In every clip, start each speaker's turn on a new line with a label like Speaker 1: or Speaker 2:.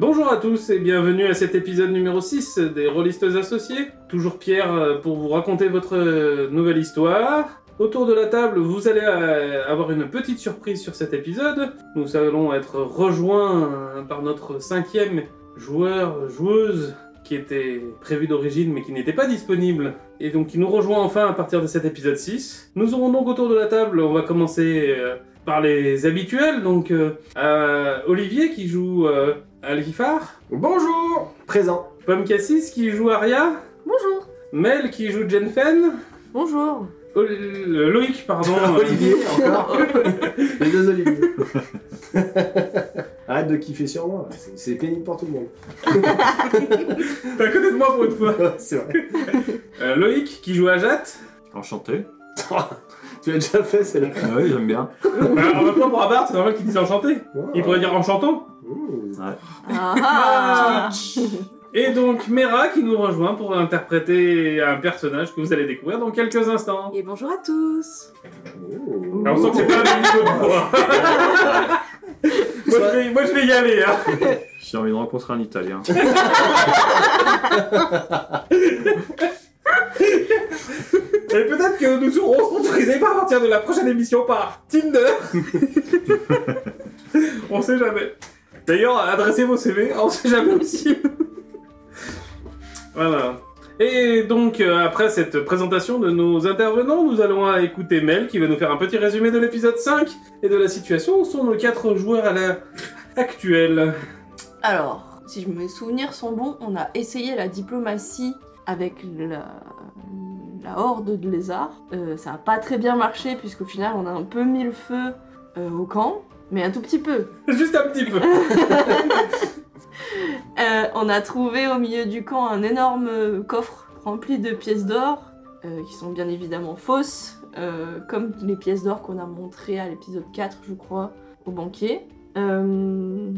Speaker 1: Bonjour à tous et bienvenue à cet épisode numéro 6 des Rôlistes Associés. Toujours Pierre euh, pour vous raconter votre euh, nouvelle histoire. Autour de la table, vous allez euh, avoir une petite surprise sur cet épisode. Nous allons être rejoints euh, par notre cinquième joueur, joueuse, qui était prévu d'origine mais qui n'était pas disponible. Et donc qui nous rejoint enfin à partir de cet épisode 6. Nous aurons donc autour de la table, on va commencer euh, par les habituels. Donc euh, euh, Olivier qui joue euh, Alkifar.
Speaker 2: Bonjour Présent.
Speaker 1: Pomme Cassis qui joue Aria,
Speaker 3: Bonjour.
Speaker 1: Mel qui joue Jenfen,
Speaker 3: Bonjour.
Speaker 1: Ol- Loïc pardon, euh,
Speaker 2: Ah Olivier, encore. Les deux Olivier. Arrête de kiffer sur moi, c'est- c'est pénible pour tout le monde.
Speaker 1: t'es à côté de moi pour une fois.
Speaker 2: c'est vrai.
Speaker 1: Euh, Loïc qui joue Ajat.
Speaker 4: Enchanté.
Speaker 2: tu l'as déjà fait, c'est là.
Speaker 4: Ah oui, j'aime bien.
Speaker 1: Alors maintenant pour Abart, c'est normal qu'il dise enchanté. Il pourrait dire enchantant.
Speaker 2: Mmh.
Speaker 3: Ah.
Speaker 1: Et donc Mera qui nous rejoint pour interpréter un personnage que vous allez découvrir dans quelques instants.
Speaker 3: Et bonjour à tous.
Speaker 2: Mmh.
Speaker 1: Alors on sent que c'est pas un niveau de moi. Moi, je vais- moi, je vais y aller. Hein.
Speaker 4: J'ai envie de rencontrer un Italien.
Speaker 1: Et peut-être que nous serons sponsorisés par à partir de la prochaine émission par Tinder. on sait jamais. D'ailleurs, adressez vos CV, on sait jamais aussi. voilà. Et donc, euh, après cette présentation de nos intervenants, nous allons à écouter Mel qui va nous faire un petit résumé de l'épisode 5 et de la situation où sont nos quatre joueurs à l'heure actuelle.
Speaker 3: Alors, si mes souvenirs sont bons, on a essayé la diplomatie avec la, la horde de lézards. Euh, ça n'a pas très bien marché puisqu'au final on a un peu mis le feu euh, au camp, mais un tout petit peu.
Speaker 1: Juste un petit peu.
Speaker 3: Euh, on a trouvé au milieu du camp un énorme euh, coffre rempli de pièces d'or, euh, qui sont bien évidemment fausses, euh, comme les pièces d'or qu'on a montrées à l'épisode 4, je crois, au banquier. Euh,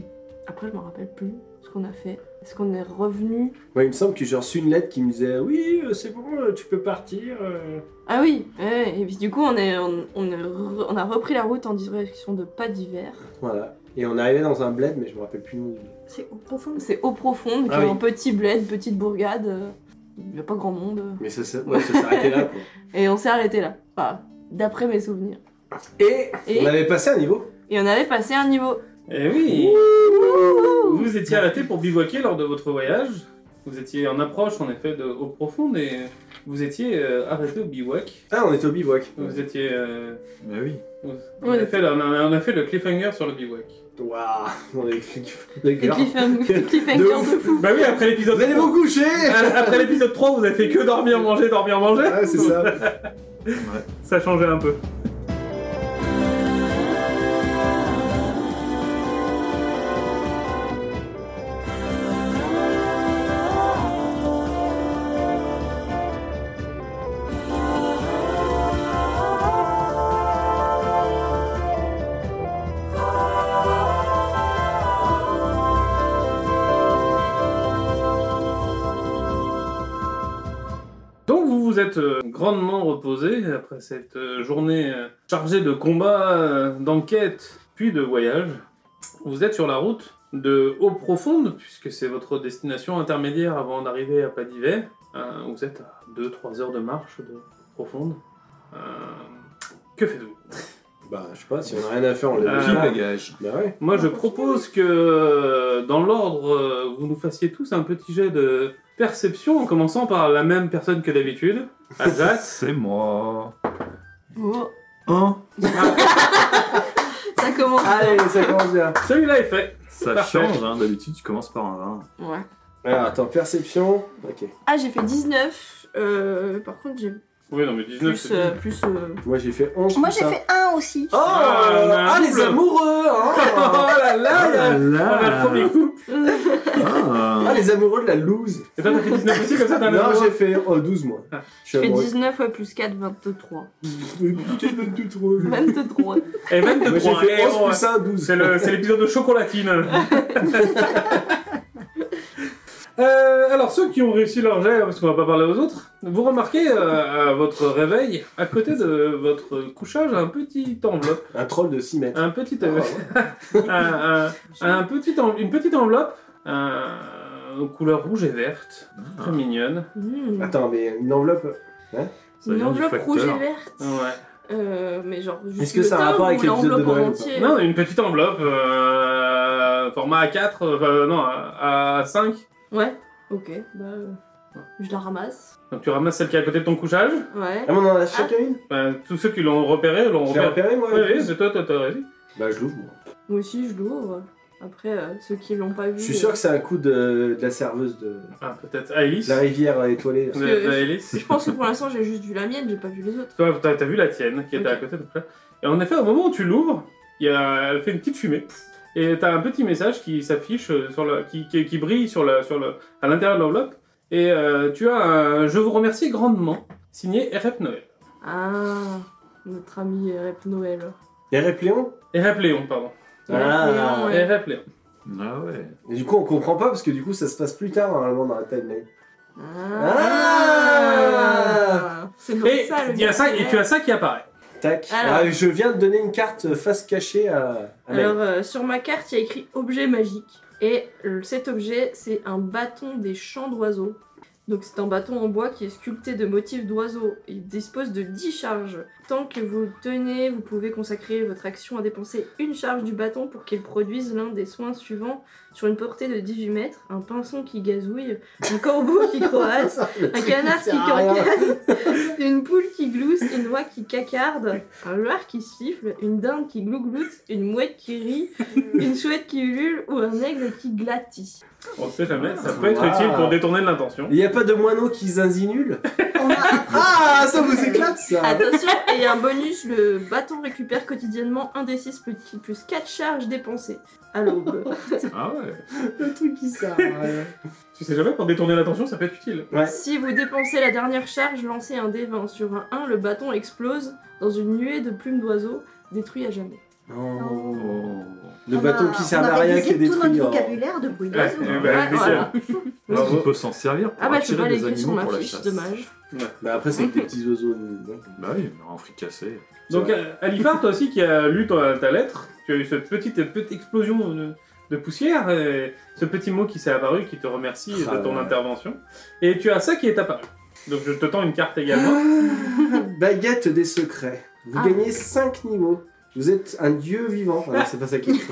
Speaker 3: Après, je me rappelle plus ce qu'on a fait. Est-ce qu'on est revenu
Speaker 2: Moi, il me semble que j'ai reçu une lettre qui me disait Oui, euh, c'est bon, euh, tu peux partir. euh.
Speaker 3: Ah oui, ouais, ouais, et puis du coup, on, est, on, on est re- on a repris la route en direction de Pas d'hiver.
Speaker 2: Voilà. Et on arrivait dans un bled, mais je me rappelle plus le nom du bled.
Speaker 3: C'est eau profonde C'est eau profonde,
Speaker 2: Ah
Speaker 3: qui est
Speaker 2: oui.
Speaker 3: un petit bled, petite bourgade. euh, Il n'y a pas grand monde.
Speaker 2: Mais ça, s'est- ouais, ça s'arrêtait là, quoi.
Speaker 3: Et on s'est arrêté là, Enfin, d'après mes souvenirs.
Speaker 2: Et,
Speaker 3: Et-
Speaker 2: on avait passé un niveau.
Speaker 3: Et on avait passé un niveau.
Speaker 1: Eh oui Vous étiez arrêté pour bivouaquer lors de votre voyage. Vous étiez en approche en effet de eau profonde et vous étiez euh, arrêté au bivouac.
Speaker 2: Ah, on était au bivouac.
Speaker 1: Vous étiez. euh,
Speaker 4: Mais oui.
Speaker 1: vous- on,
Speaker 3: Ouais.
Speaker 1: a fait, le- on a- on a fait le cliffhanger sur le bivouac.
Speaker 2: Waouh, on avait cliff-
Speaker 3: Et cliffhanger cliffhanger
Speaker 2: De
Speaker 3: de
Speaker 2: ouf.
Speaker 3: fou.
Speaker 1: Bah oui, après l'épisode
Speaker 2: Vous allez
Speaker 1: 3.
Speaker 2: vous coucher
Speaker 1: Après l'épisode 3, vous avez fait que dormir, manger, dormir, manger.
Speaker 2: Ouais, Ah, c'est ça.
Speaker 1: Ça changeait un peu. Donc vous vous êtes euh, grandement reposé après cette euh, journée euh, chargée de combats, euh, d'enquêtes, puis de voyages. Vous êtes sur la route de Eau Profonde, puisque c'est votre destination intermédiaire avant d'arriver à Pas d'Hiver. Euh, vous êtes à 2-3 heures de marche de Profonde. Euh, que faites-vous
Speaker 2: Bah, je sais pas, si on a rien à faire, on l'a
Speaker 1: Euh,
Speaker 2: déjà.
Speaker 4: Petit bagage.
Speaker 2: Bah ouais.
Speaker 1: Moi, je propose que euh, dans l'ordre, euh, vous nous fassiez tous un petit jet de perception, en commençant par la même personne que d'habitude, Azat.
Speaker 4: C'est moi.
Speaker 3: Oh,
Speaker 4: Un.
Speaker 3: ça commence. Ah,
Speaker 2: Allez, ça commence bien.
Speaker 1: Celui-là est fait.
Speaker 4: Ça
Speaker 1: Parfait.
Speaker 4: change, hein. D'habitude, tu commences par un vin.
Speaker 3: Ouais.
Speaker 2: Alors, Ah, attends, perception. Ok.
Speaker 3: Ah, j'ai fait 19. Euh, par contre, j'ai
Speaker 1: Oui, non, mais 19,
Speaker 3: plus.
Speaker 1: c'est
Speaker 3: euh, plus euh,
Speaker 2: Moi, j'ai fait 11.
Speaker 5: Moi
Speaker 2: tout
Speaker 5: j'ai
Speaker 2: ça.
Speaker 5: fait un aussi.
Speaker 2: Oh
Speaker 1: Ah, on a un
Speaker 2: Ah, les
Speaker 1: double.
Speaker 2: amoureux hein.
Speaker 1: là là On a le premier coup
Speaker 3: Euh,
Speaker 2: Ah, les amoureux de la loose
Speaker 1: Et toi, t'as fait 19 aussi, comme ça, t'as un
Speaker 2: Non,
Speaker 1: amoureux.
Speaker 2: j'ai fait oh, 12 moi.
Speaker 1: Ah.
Speaker 2: Je suis
Speaker 3: j'ai fait
Speaker 2: amoureux.
Speaker 3: 19 ouais, plus 4, 23.
Speaker 2: Putain, de tout trop.
Speaker 5: Bah,
Speaker 2: Moi,
Speaker 3: 23.
Speaker 1: Et 22
Speaker 2: j'ai
Speaker 1: points. Eh,
Speaker 2: fait
Speaker 1: bon,
Speaker 2: 11 plus 1, 12.
Speaker 1: C'est le- c'est l'épisode de chocolatine. Euh, alors, ceux qui ont réussi leur jet, parce qu'on va pas parler aux autres, vous remarquez euh, à votre réveil, à côté de votre couchage, un petit enveloppe.
Speaker 2: Un troll de 6 mètres.
Speaker 1: Un petit,
Speaker 2: Ah,
Speaker 1: euh,
Speaker 2: ouais.
Speaker 1: un- un- un petit en- une petite enveloppe euh, aux couleurs rouge et verte,
Speaker 2: Ah.
Speaker 1: très mignonne.
Speaker 3: Mmh.
Speaker 2: Attends, mais une enveloppe.
Speaker 4: Ça
Speaker 3: Une
Speaker 4: vient du
Speaker 3: enveloppe
Speaker 4: facteur.
Speaker 3: rouge et verte.
Speaker 1: Ouais.
Speaker 3: Euh, mais genre, juste
Speaker 2: Ah Est-ce que
Speaker 3: le
Speaker 2: ça a un
Speaker 3: timbre
Speaker 2: rapport avec
Speaker 3: ou
Speaker 2: l'épisode de
Speaker 3: l'enveloppe en
Speaker 2: Noël Ah ou pas
Speaker 3: entier
Speaker 1: Non, une petite enveloppe, euh, format A4, euh, non, à- A5.
Speaker 3: Ouais, ok. Bah, euh, je la ramasse.
Speaker 1: Donc tu ramasses celle qui est à côté de ton couchage.
Speaker 3: Ouais.
Speaker 2: Ah, mais on en a chacun une
Speaker 1: Ben, tous ceux qui l'ont repéré l'ont
Speaker 2: Je l'ai
Speaker 1: repéré.
Speaker 2: repéré, moi
Speaker 1: Oui,
Speaker 2: en
Speaker 1: oui,
Speaker 2: plus.
Speaker 1: c'est toi, toi, toi, vas-y.
Speaker 2: Bah, je l'ouvre. moi.
Speaker 3: Moi aussi, je l'ouvre. Après, euh, ceux qui l'ont pas vu. euh,
Speaker 2: Je suis sûr que c'est un coup de, de la serveuse de,
Speaker 1: Ah, peut-être Alice.
Speaker 2: de la rivière euh, étoilée.
Speaker 1: De-
Speaker 3: Parce que-
Speaker 1: de Alice.
Speaker 3: Je pense que pour l'instant, j'ai juste vu la mienne, j'ai pas vu les autres.
Speaker 1: Toi, t'as t'as vu la tienne qui était à
Speaker 3: Ok.
Speaker 1: côté de toi. Et en effet, au moment où tu l'ouvres, il y a- elle fait une petite fumée. Et t'as un petit message qui s'affiche euh, sur la, qui, qui- qui brille sur la, sur le, à l'intérieur de l'enveloppe. Et euh, tu as un Je vous remercie grandement, signé RF Noël.
Speaker 3: Ah, notre ami Rep Noël.
Speaker 2: Et Répléon
Speaker 1: RF Léon, pardon.
Speaker 3: Ah. Ouais.
Speaker 1: RF Léon.
Speaker 4: Ah ouais.
Speaker 2: Et du coup, on comprend pas parce que du coup, ça se passe plus tard normalement dans la timeline. Ah
Speaker 3: C'est pour
Speaker 1: Et,
Speaker 3: ça le
Speaker 1: Eh, il y a ça, et
Speaker 3: mystère.
Speaker 1: tu as ça qui apparaît.
Speaker 2: Tac.
Speaker 3: Alors.
Speaker 2: Ah, je viens de donner une carte euh, face cachée à. à Mel.
Speaker 5: Ah,
Speaker 3: Alors, euh, sur ma carte, il y a écrit objet magique. Et euh, cet objet, c'est un bâton des chants d'oiseaux. Donc, c'est un bâton en bois qui est sculpté de motifs d'oiseaux. Il dispose de 10 charges. Tant que vous le tenez, vous pouvez consacrer votre action à dépenser une charge du bâton pour qu'il produise l'un des soins suivants sur une portée de 18 mètres un pinson qui gazouille, un corbeau qui croasse,
Speaker 2: Le
Speaker 3: un
Speaker 2: truc qui
Speaker 3: canard qui
Speaker 2: sert à rien.
Speaker 3: corcane, une poule qui glousse, une oie qui cacarde, un loir qui siffle, une dinde qui glougloute, une mouette qui rit, une chouette qui ulule ou un aigle qui glatit.
Speaker 1: On sait jamais, ça peut être utile pour détourner de l'intention.
Speaker 2: Il y a pas de moineau qui zinzinule Ah, ça vous éclate
Speaker 5: Ah,
Speaker 2: ça
Speaker 3: Attention, et il y a un bonus, le bâton récupère quotidiennement un des 6 petits plus 4 charges dépensées à l'aube.
Speaker 4: Ah ouais.
Speaker 2: Le truc qui sert à rien.
Speaker 1: Tu sais jamais, pour détourner l'attention, ça peut être utile.
Speaker 2: Ouais.
Speaker 3: Si vous dépensez la dernière charge, lancez un dé 20 sur un 1, le bâton explose dans une nuée de plumes d'oiseaux, détruit à jamais.
Speaker 2: Non.
Speaker 4: Oh.
Speaker 2: Le
Speaker 5: On
Speaker 2: bâton
Speaker 5: a-
Speaker 2: qui sert
Speaker 5: Ah, on a
Speaker 2: à rien qui
Speaker 5: révisé
Speaker 2: est hein.
Speaker 5: tout notre
Speaker 2: détruit. oh. en-
Speaker 5: vocabulaire de bruit
Speaker 1: Ouais,
Speaker 5: d'oiseau.
Speaker 1: eh ben,
Speaker 3: Ouais,
Speaker 1: nickel.
Speaker 3: voilà.
Speaker 4: Parce
Speaker 1: Bravo.
Speaker 4: qu'on peut s'en servir pour
Speaker 3: Ah bah je peux pas
Speaker 4: attirer des
Speaker 3: l'écrire sur
Speaker 4: animaux
Speaker 3: ma
Speaker 4: pour la
Speaker 3: fiche,
Speaker 4: chasse.
Speaker 3: dommage.
Speaker 2: Mais Bah, après, c'est des petits oiseaux. donc.
Speaker 4: Bah oui, mais en fricassé.
Speaker 1: Donc, euh, Alifar, toi aussi qui as lu ta, ta lettre, tu as eu cette petite, petite explosion de, de poussière, et ce petit mot qui s'est apparu qui te remercie
Speaker 2: Ah
Speaker 1: de ton
Speaker 2: ouais.
Speaker 1: intervention. Et tu as ça qui est apparu. Donc, je te tends une carte également.
Speaker 2: Ah, Baguette des secrets. Vous
Speaker 3: Ah.
Speaker 2: gagnez 5 niveaux. Vous êtes un dieu vivant. Ah non, c'est pas ça qui est écrit.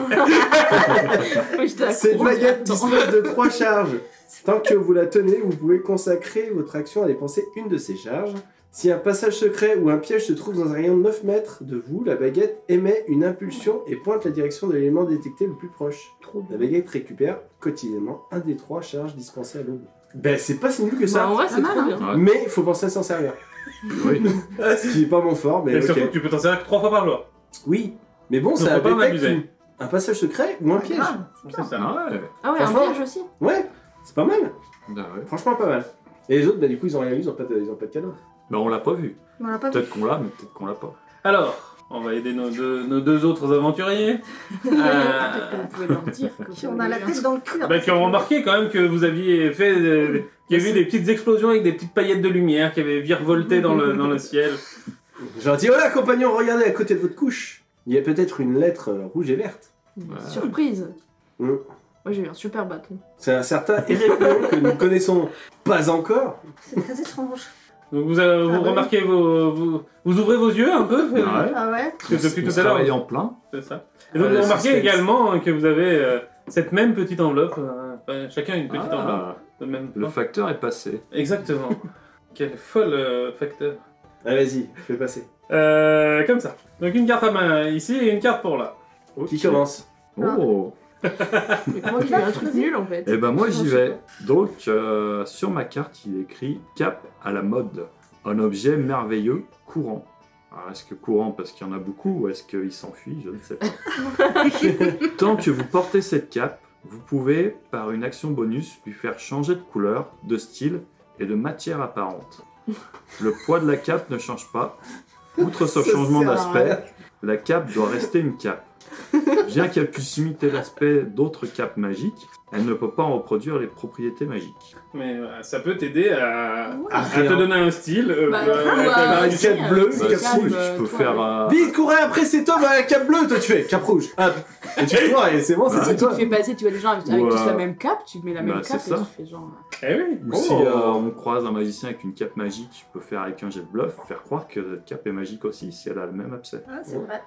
Speaker 3: Oui, je te la
Speaker 2: Cette
Speaker 3: cours,
Speaker 2: baguette
Speaker 3: j'attends.
Speaker 2: dispose de 3 charges. Tant que vous la tenez, vous pouvez consacrer votre action à dépenser une de ces charges. Si un passage secret ou un piège se trouve dans un rayon de 9 mètres de vous, la baguette émet une impulsion et pointe la direction de l'élément détecté le plus proche.
Speaker 3: Trop bien.
Speaker 2: La baguette récupère quotidiennement un des 3 charges dispensées à l'aube. Ben c'est pas si nul que ça.
Speaker 3: Bah, en vrai, c'est
Speaker 5: Pas mal,
Speaker 3: trop
Speaker 5: hein.
Speaker 3: bien.
Speaker 4: Ouais.
Speaker 2: Mais il faut penser à s'en servir.
Speaker 4: Oui.
Speaker 2: Ce qui est pas mon fort, mais
Speaker 1: Et
Speaker 2: ok.
Speaker 1: surtout, tu peux t'en servir que trois fois par jour.
Speaker 2: Oui, mais bon,
Speaker 1: On
Speaker 2: ça
Speaker 1: peut pas
Speaker 2: détecte
Speaker 1: m'amuser.
Speaker 2: une- un passage secret ou un piège.
Speaker 5: grave.
Speaker 1: C'est ça.
Speaker 4: Ah ouais.
Speaker 3: Ah ouais, un
Speaker 2: Franchement.
Speaker 3: piège aussi
Speaker 2: Ouais, c'est pas mal.
Speaker 4: Ah ouais.
Speaker 2: Franchement, pas mal. Et les autres, bah, du coup, ils ont rien eu, ils ont pas de, ils ont pas de cadeau.
Speaker 4: Bah on l'a pas vu.
Speaker 5: On l'a pas vu.
Speaker 4: Peut-être qu'on l'a, mais peut-être qu'on l'a pas.
Speaker 1: Alors, on va aider nos deux, nos deux autres aventuriers.
Speaker 3: Peut-être que
Speaker 1: Euh,
Speaker 3: vous pouvez leur dire que
Speaker 5: Puis on a la
Speaker 3: vous-
Speaker 5: tête dans le cul.
Speaker 1: bah, qui ont remarqué quand même que vous aviez fait. euh, qu'il y avait eu des petites explosions avec des petites paillettes de lumière qui avaient virevolté dans le, dans le ciel.
Speaker 2: J'ai dit, voilà, compagnon, regardez à côté de votre couche. Il y a peut-être une lettre euh, rouge et verte.
Speaker 4: Ouais.
Speaker 3: Surprise
Speaker 2: Mm.
Speaker 3: euh, Moi j'ai eu un super bâton.
Speaker 2: C'est un certain Hérépéon que nous connaissons pas encore.
Speaker 5: C'est très étrange.
Speaker 1: Donc vous, euh, vous
Speaker 5: Ah ouais.
Speaker 1: remarquez vos, vos- Vous ouvrez vos yeux un peu euh,
Speaker 4: Ouais.
Speaker 5: Ah ouais
Speaker 1: Parce que depuis
Speaker 4: On
Speaker 1: tout à
Speaker 4: travaille
Speaker 1: l'heure,
Speaker 4: en plein.
Speaker 1: c'est ça. Et donc
Speaker 4: Ah, le
Speaker 1: vous remarquez
Speaker 4: suspense.
Speaker 1: également hein, que vous avez euh, cette même petite enveloppe, euh, enfin, chacun une petite enveloppe
Speaker 4: Ah,
Speaker 1: de même
Speaker 4: le
Speaker 1: plan.
Speaker 4: facteur est passé.
Speaker 1: Exactement. Quel folle euh, facteur.
Speaker 2: Ah, vas-y, fais passer.
Speaker 1: Euh, comme ça. Donc une carte à main ici et une carte pour là.
Speaker 2: Qui commence
Speaker 4: Oh.
Speaker 3: Mais comment j'ai eu un truc nul en fait
Speaker 4: Eh ben moi
Speaker 3: Non,
Speaker 4: j'y
Speaker 3: je sais
Speaker 4: vais. Donc euh, sur ma carte il est écrit cap à la mode, un objet merveilleux courant. Alors est-ce que courant parce qu'il y en a beaucoup ou est-ce qu'il s'enfuit Je ne sais pas. Tant que vous portez cette cape, vous pouvez par une action bonus lui faire changer de couleur, de style et de matière apparente. Le poids de la cape ne change pas. Outre ce
Speaker 2: Ça
Speaker 4: changement
Speaker 2: sert à
Speaker 4: d'aspect,
Speaker 2: rien.
Speaker 4: la cape doit rester une cape. Bien qu'elle puisse imiter l'aspect d'autres capes magiques, elle ne peut pas en reproduire les propriétés magiques.
Speaker 1: Mais euh, ça peut t'aider à,
Speaker 3: Ouais.
Speaker 1: à- à te donner un style. euh,
Speaker 3: Bah,
Speaker 1: bah,
Speaker 3: tu vois,
Speaker 1: avec la
Speaker 3: bah,
Speaker 1: barrique.
Speaker 3: si,
Speaker 2: barricade
Speaker 3: euh,
Speaker 2: bleue,
Speaker 3: c'est
Speaker 2: c'est
Speaker 4: Bah,
Speaker 2: cap
Speaker 3: calme,
Speaker 4: si,
Speaker 2: rouge.
Speaker 3: euh,
Speaker 4: je peux
Speaker 3: toi,
Speaker 4: faire
Speaker 3: ouais.
Speaker 4: euh,
Speaker 2: Vite, courez après cet homme à la cape bleue, toi tu fais, cap rouge. Hop. Et tu cours et c'est bon, c'est
Speaker 4: Bah,
Speaker 2: c'est
Speaker 6: Tu
Speaker 2: toi.
Speaker 6: te fais passer, tu vois les gens avec
Speaker 4: Ou,
Speaker 6: avec tous
Speaker 4: euh,
Speaker 6: la même cape, tu mets la même
Speaker 4: bah,
Speaker 6: cape
Speaker 4: c'est
Speaker 6: et
Speaker 4: ça.
Speaker 6: tu fais genre.
Speaker 1: Eh oui.
Speaker 4: Ou
Speaker 2: Oh.
Speaker 4: si euh, on croise un magicien avec une cape magique, je peux faire avec un jet de bluff, faire croire que la cape est magique aussi si elle a le même abcès.
Speaker 5: Ah, c'est vrai.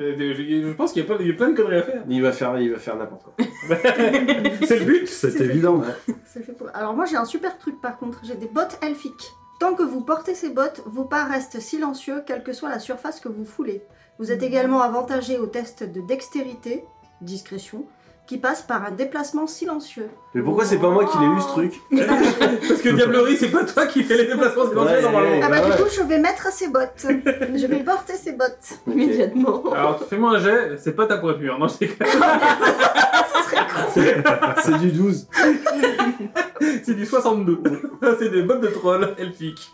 Speaker 1: Euh, des- Je je pense qu'il y, a pas- il y a plein de conneries à faire.
Speaker 2: Il va faire, il va faire n'importe quoi.
Speaker 3: euh,
Speaker 1: C'est le but.
Speaker 4: C'est évident.
Speaker 5: Ça fait pour- Alors moi j'ai un super truc par contre, j'ai des bottes elfiques. Tant que vous portez ces bottes, vos pas restent silencieux, quelle que soit la surface que vous foulez. Vous êtes également avantagé au test de dextérité, discrétion, qui passe par un déplacement silencieux.
Speaker 2: Mais pourquoi c'est pas moi qui l'ai eu ce truc
Speaker 1: Parce que Diablerie, c'est pas toi qui fais les déplacements silencieux
Speaker 2: Ouais,
Speaker 1: normalement.
Speaker 2: ouais.
Speaker 5: Ah bah,
Speaker 2: bah
Speaker 5: du coup je vais mettre ces bottes. je vais porter ces bottes.
Speaker 2: Ok.
Speaker 3: immédiatement.
Speaker 1: Alors fais-moi un jet, c'est pas ta pointure. Non, c'est
Speaker 2: C'est du 12.
Speaker 1: c'est du 62. c'est des bottes de troll elfiques.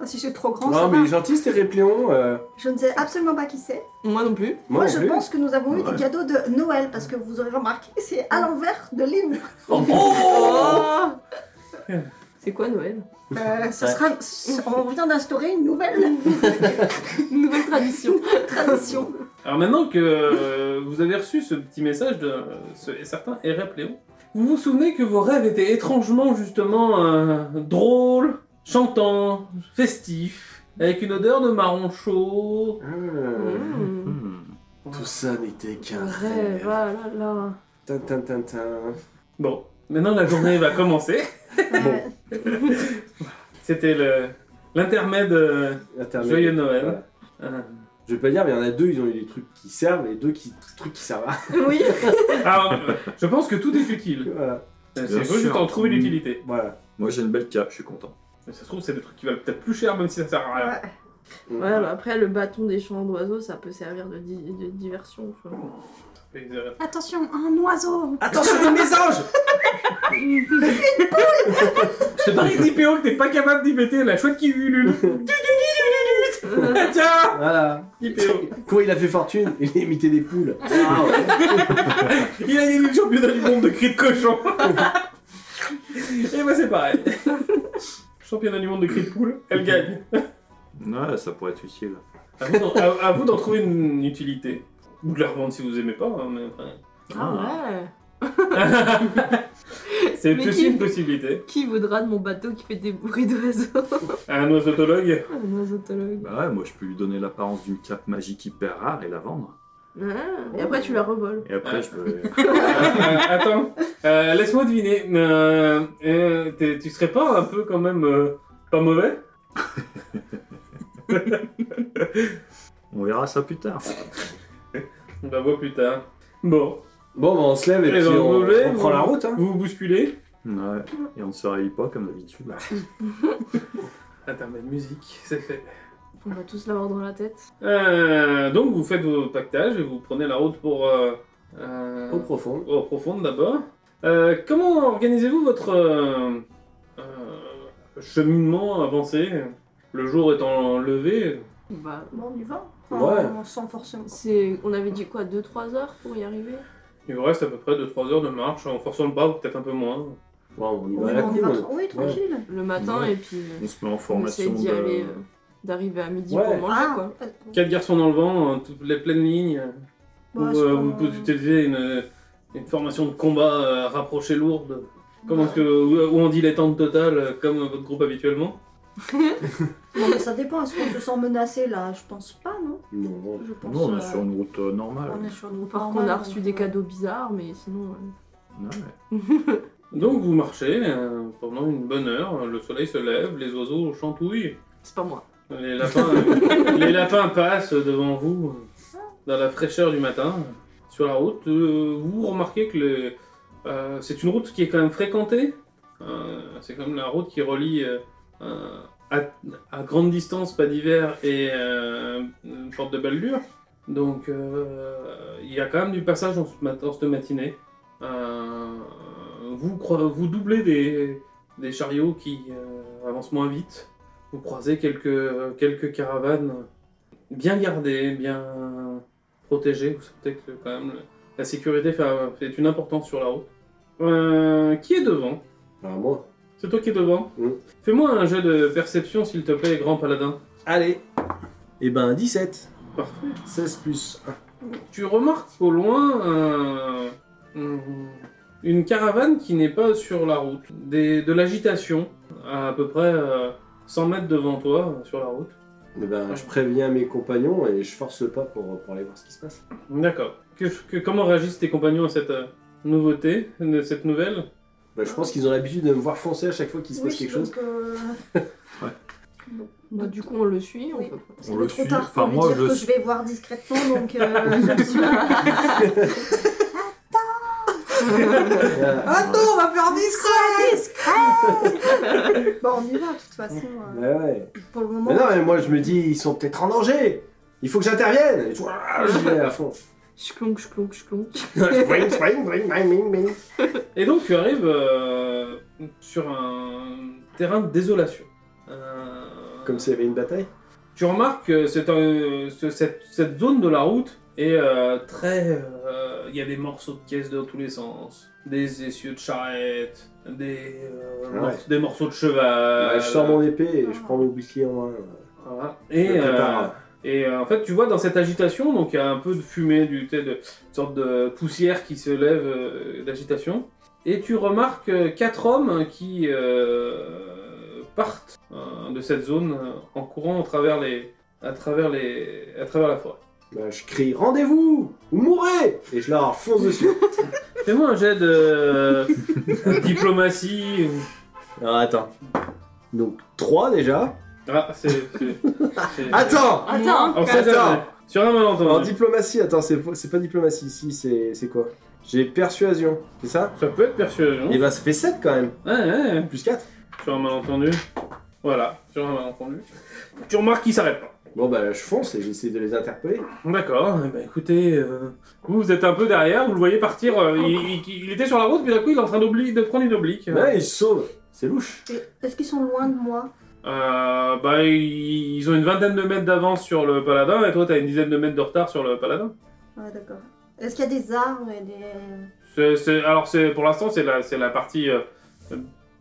Speaker 5: Ah, si c'est trop grand, ça
Speaker 2: Non,
Speaker 5: va.
Speaker 2: mais gentil, c'était Répléon. euh,
Speaker 5: je ne sais absolument pas qui c'est.
Speaker 3: Moi non plus.
Speaker 5: Moi,
Speaker 2: Moi,
Speaker 5: je
Speaker 2: non plus.
Speaker 5: pense que nous avons eu
Speaker 4: Ouais.
Speaker 5: des cadeaux de Noël parce que vous aurez remarqué, c'est à l'envers de Léon.
Speaker 3: Oh C'est quoi Noël
Speaker 5: Euh, ce
Speaker 2: Ouais.
Speaker 5: sera- ce- on vient d'instaurer une nouvelle
Speaker 3: Nouvelle tradition.
Speaker 5: tradition.
Speaker 1: Alors maintenant que euh, vous avez reçu ce petit message de euh, ce certain R.F. Léo, vous vous souvenez que vos rêves étaient étrangement justement euh, drôles, chantants, festifs, avec une odeur de marron chaud.
Speaker 2: Ah,
Speaker 3: Mmh.
Speaker 4: Hmm.
Speaker 2: Tout ça n'était qu'un
Speaker 3: Rêve,
Speaker 2: rêve.
Speaker 3: ah là là.
Speaker 2: Tin, tin, tin, tin.
Speaker 1: Bon, maintenant la journée va commencer.
Speaker 5: Euh,
Speaker 1: C'était le l'intermède euh,
Speaker 2: Internet.
Speaker 1: joyeux Noël.
Speaker 2: Voilà.
Speaker 1: Euh,
Speaker 2: Je vais pas dire, mais il y en a deux, ils ont eu des trucs qui servent et deux qui, trucs qui servent. à-
Speaker 3: Oui.
Speaker 1: Alors, euh, je pense que tout est utile.
Speaker 2: voilà.
Speaker 1: C'est
Speaker 4: Bien
Speaker 1: faut juste
Speaker 4: sûr.
Speaker 1: en trouver l'utilité.
Speaker 2: voilà.
Speaker 4: Moi j'ai une belle cape, je suis content.
Speaker 1: Mais Ça se trouve, c'est des trucs qui valent peut-être plus cher, même si ça sert à rien.
Speaker 5: ouais.
Speaker 3: Ouais, bah après, le bâton des champs d'oiseaux, ça peut servir de, di- de diversion. tu vois.
Speaker 1: Et, euh,
Speaker 5: Attention, un oiseau
Speaker 2: Attention, une des anges
Speaker 1: Je te parie, Nipéo, que t'es pas capable d'y péter la chouette qui ulule. Tiens
Speaker 2: Voilà.
Speaker 1: Nipéo,
Speaker 2: Quand il a fait fortune, il a imité des poules.
Speaker 1: Ah, il a gagné le championnat du monde de cri de cochon. Et bah, c'est pareil. Championnat du monde de cri de poule, elle gagne.
Speaker 4: Ouais, ça pourrait être utile.
Speaker 1: À vous d'en- à- à vous d'en trouver une utilité. Ou de la revendre si vous aimez pas. hein, mais, enfin,
Speaker 3: Ah
Speaker 1: C'est
Speaker 3: Mais
Speaker 1: aussi
Speaker 3: qui-
Speaker 1: une possibilité.
Speaker 3: ouais. Qui voudra de mon bateau qui fait des bruits d'oiseaux
Speaker 1: Un oiseautologue
Speaker 3: Un Ah, oiseautologue.
Speaker 4: Bah ouais, moi je peux lui donner l'apparence d'une cape magique hyper rare et la vendre.
Speaker 3: Ah, Et après, tu la revoles.
Speaker 4: Et après je peux...
Speaker 1: Euh, Attends, Euh, laisse-moi deviner. Euh, euh, t'es- tu serais pas un peu quand même euh, pas mauvais
Speaker 4: On verra ça plus tard.
Speaker 1: On la voit plus tard. Bon,
Speaker 2: Bon, bah on se lève et,
Speaker 1: Et
Speaker 2: puis
Speaker 1: ben,
Speaker 2: on,
Speaker 1: vous voulez,
Speaker 2: on
Speaker 1: vous-
Speaker 2: prend la route. Hein.
Speaker 1: vous vous bousculez.
Speaker 4: Ouais, et on ne se réveille pas comme d'habitude.
Speaker 1: Intermède musique, c'est fait.
Speaker 3: On va tous l'avoir dans la tête.
Speaker 1: Euh, donc vous faites vos pactages et vous prenez la route pour... Euh, euh,
Speaker 2: Au profond.
Speaker 1: Eau profonde d'abord. Euh, comment organisez-vous votre euh, euh, cheminement avancé Le jour étant levé,
Speaker 3: Bah,
Speaker 5: Bon, on y va
Speaker 2: Ouais.
Speaker 5: On sent forcément.
Speaker 3: c'est... On avait dit quoi 2-3 heures pour y arriver
Speaker 1: il vous reste à peu près 2-3 heures de marche, en forçant le bras, ou peut-être un peu moins.
Speaker 2: Bon, on y va
Speaker 5: Oui,
Speaker 2: à la
Speaker 5: on
Speaker 2: con.
Speaker 5: y va
Speaker 2: hein.
Speaker 5: tra- oui, tranquille.
Speaker 3: Le matin
Speaker 4: Ouais.
Speaker 3: et puis... euh,
Speaker 4: On se met en
Speaker 3: on essaie
Speaker 4: formation
Speaker 3: d'y
Speaker 4: de...
Speaker 3: aller... euh, d'arriver à midi
Speaker 2: Ouais.
Speaker 3: pour manger,
Speaker 5: Ah,
Speaker 3: quoi.
Speaker 5: euh,
Speaker 1: Quatre garçons dans le vent, euh, toutes les pleines lignes.
Speaker 5: bon,
Speaker 1: Ou,
Speaker 5: est-ce
Speaker 1: euh,
Speaker 5: qu'on-
Speaker 1: vous pouvez utiliser une, euh, une formation de combat euh, rapprochée lourde. Comment est-ce que. Ou, ou en dilettante totale, euh, comme votre groupe habituellement.
Speaker 5: Bon, mais ça dépend, est-ce qu'on se sent menacé là Je pense pas, non
Speaker 2: Non.
Speaker 5: Je pense,
Speaker 4: Non, on est
Speaker 5: euh,
Speaker 4: sur une route euh, normale.
Speaker 5: on est sur une
Speaker 3: Par
Speaker 5: route
Speaker 3: contre, on a
Speaker 5: normale,
Speaker 3: reçu
Speaker 5: donc,
Speaker 3: des
Speaker 5: euh,
Speaker 3: cadeaux bizarres, mais sinon... euh,
Speaker 4: Ouais.
Speaker 1: Donc vous marchez euh, pendant une bonne heure, le soleil se lève, les oiseaux chantouillent,
Speaker 3: C'est pas moi.
Speaker 1: les lapins, euh, les lapins passent devant vous euh, dans la fraîcheur du matin. Sur la route, euh, vous remarquez que le- euh, c'est une route qui est quand même fréquentée. Euh, c'est quand même la route qui relie euh, euh, à, à grande distance Pas d'hiver et euh, Porte de Ballure. Donc euh, il y a quand même du passage en, ce mat- en cette matinée. Euh, vous, croi- vous doublez des, des chariots qui euh, avancent moins vite. Vous croisez quelques, quelques caravanes bien gardées, bien protégé. Vous sentez que quand même le- la sécurité fait, fait une importance sur la route. Euh, qui est devant
Speaker 2: Alors moi.
Speaker 1: C'est toi qui es devant
Speaker 2: Mm.
Speaker 1: Fais-moi un jeu de perception, s'il te plaît, grand paladin.
Speaker 2: Allez. Et ben 17.
Speaker 1: Parfait.
Speaker 2: 16 plus
Speaker 1: Tu remarques au loin un- un- une caravane qui n'est pas sur la route. Des- de l'agitation à, à peu près euh, 100 mètres devant toi euh, sur la route.
Speaker 2: 1. Et ben je préviens mes compagnons et je force le pas pour, pour aller voir ce qui se passe.
Speaker 1: D'accord. Que, que- comment réagissent tes compagnons à cette euh, nouveauté, de cette nouvelle
Speaker 2: Bah, je pense qu'ils ont l'habitude de me voir foncer à chaque fois qu'il se passe
Speaker 5: Oui,
Speaker 2: quelque
Speaker 5: donc,
Speaker 2: chose.
Speaker 5: euh,
Speaker 3: Bah, du coup, on le suit. on
Speaker 5: Oui.
Speaker 3: peut-
Speaker 5: c'est
Speaker 4: On
Speaker 5: pas
Speaker 4: le
Speaker 5: trop
Speaker 4: suit.
Speaker 5: tard pour
Speaker 4: Enfin,
Speaker 5: lui
Speaker 4: moi,
Speaker 5: dire
Speaker 4: je
Speaker 5: que
Speaker 4: suis-
Speaker 5: je vais voir discrètement, donc euh, je suis-
Speaker 2: Ah.
Speaker 5: Attends, on va faire discret Bon, on y va, de toute façon. euh,
Speaker 2: Ouais, ouais.
Speaker 5: pour le
Speaker 2: Mais
Speaker 5: moment,
Speaker 2: non, mais moi je me dis, ils sont peut-être en danger. Il faut que j'intervienne. Et tout, ah, j'y vais à fond.
Speaker 3: Chlonk, chlonk, chlonk.
Speaker 2: Spring, spring, spring, bing, bing, bing.
Speaker 1: Et donc tu arrives euh, sur un terrain de désolation. Euh,
Speaker 2: Comme s'il y avait une bataille.
Speaker 1: Tu remarques que c'est un- ce- cette, cette zone de la route est euh, très... euh, Il y a des morceaux de caisses dans tous les sens, des essieux de charrette, des, euh,
Speaker 2: Ah ouais.
Speaker 1: morce- des morceaux de cheval.
Speaker 2: Ouais, je sors mon épée et je prends mon bouclier en main.
Speaker 1: Voilà.
Speaker 2: Je
Speaker 1: Et,
Speaker 2: le
Speaker 1: euh,
Speaker 2: prépare.
Speaker 1: Et euh, en fait, tu vois dans cette agitation, donc il y a un peu de fumée, du, tu sais, de, une sorte de poussière qui se lève euh, d'agitation. Et tu remarques euh, quatre hommes hein, qui euh, partent euh, de cette zone euh, en courant à travers, les, à, travers les, à travers la forêt.
Speaker 2: Bah, je crie rendez-vous ou mourrez Et je leur fonce dessus.
Speaker 1: Fais-moi un jet de euh, diplomatie. ou-
Speaker 2: Alors attends. Donc 3 déjà.
Speaker 1: Ah, c'est. c'est- c'est-
Speaker 2: Attends
Speaker 6: Attends.
Speaker 1: On sait jamais.
Speaker 2: Attends.
Speaker 1: Sur un
Speaker 2: En
Speaker 1: malentendu.
Speaker 2: diplomatie, attends, c'est c'est pas diplomatie, si, c'est c'est quoi J'ai persuasion, c'est ça
Speaker 1: Ça peut être persuasion.
Speaker 2: Et bah ça fait 7 quand même,
Speaker 1: Ouais, ouais, ouais.
Speaker 2: plus 4.
Speaker 1: Sur un malentendu. Voilà, sur un malentendu. Tu remarques qu'ils s'arrêtent pas.
Speaker 2: Bon bah je fonce et j'essaie de les interpeller.
Speaker 1: D'accord, eh ben, écoutez, euh, vous, vous êtes un peu derrière, vous le voyez partir, euh, il, il- il était sur la route, puis d'un coup il est en train d'oubli- de prendre une oblique.
Speaker 2: Ouais, Bah, ils se sauvent, c'est louche.
Speaker 5: et- est-ce qu'ils sont loin de moi
Speaker 1: Euh, bah, ils ils ont une vingtaine de mètres d'avance sur le paladin, et toi t'as une dizaine de mètres de retard sur le paladin.
Speaker 5: Ouais, d'accord. Est-ce qu'il y a des armes et des...
Speaker 1: C'est- c'est- alors c'est, pour l'instant c'est la, c'est la partie euh,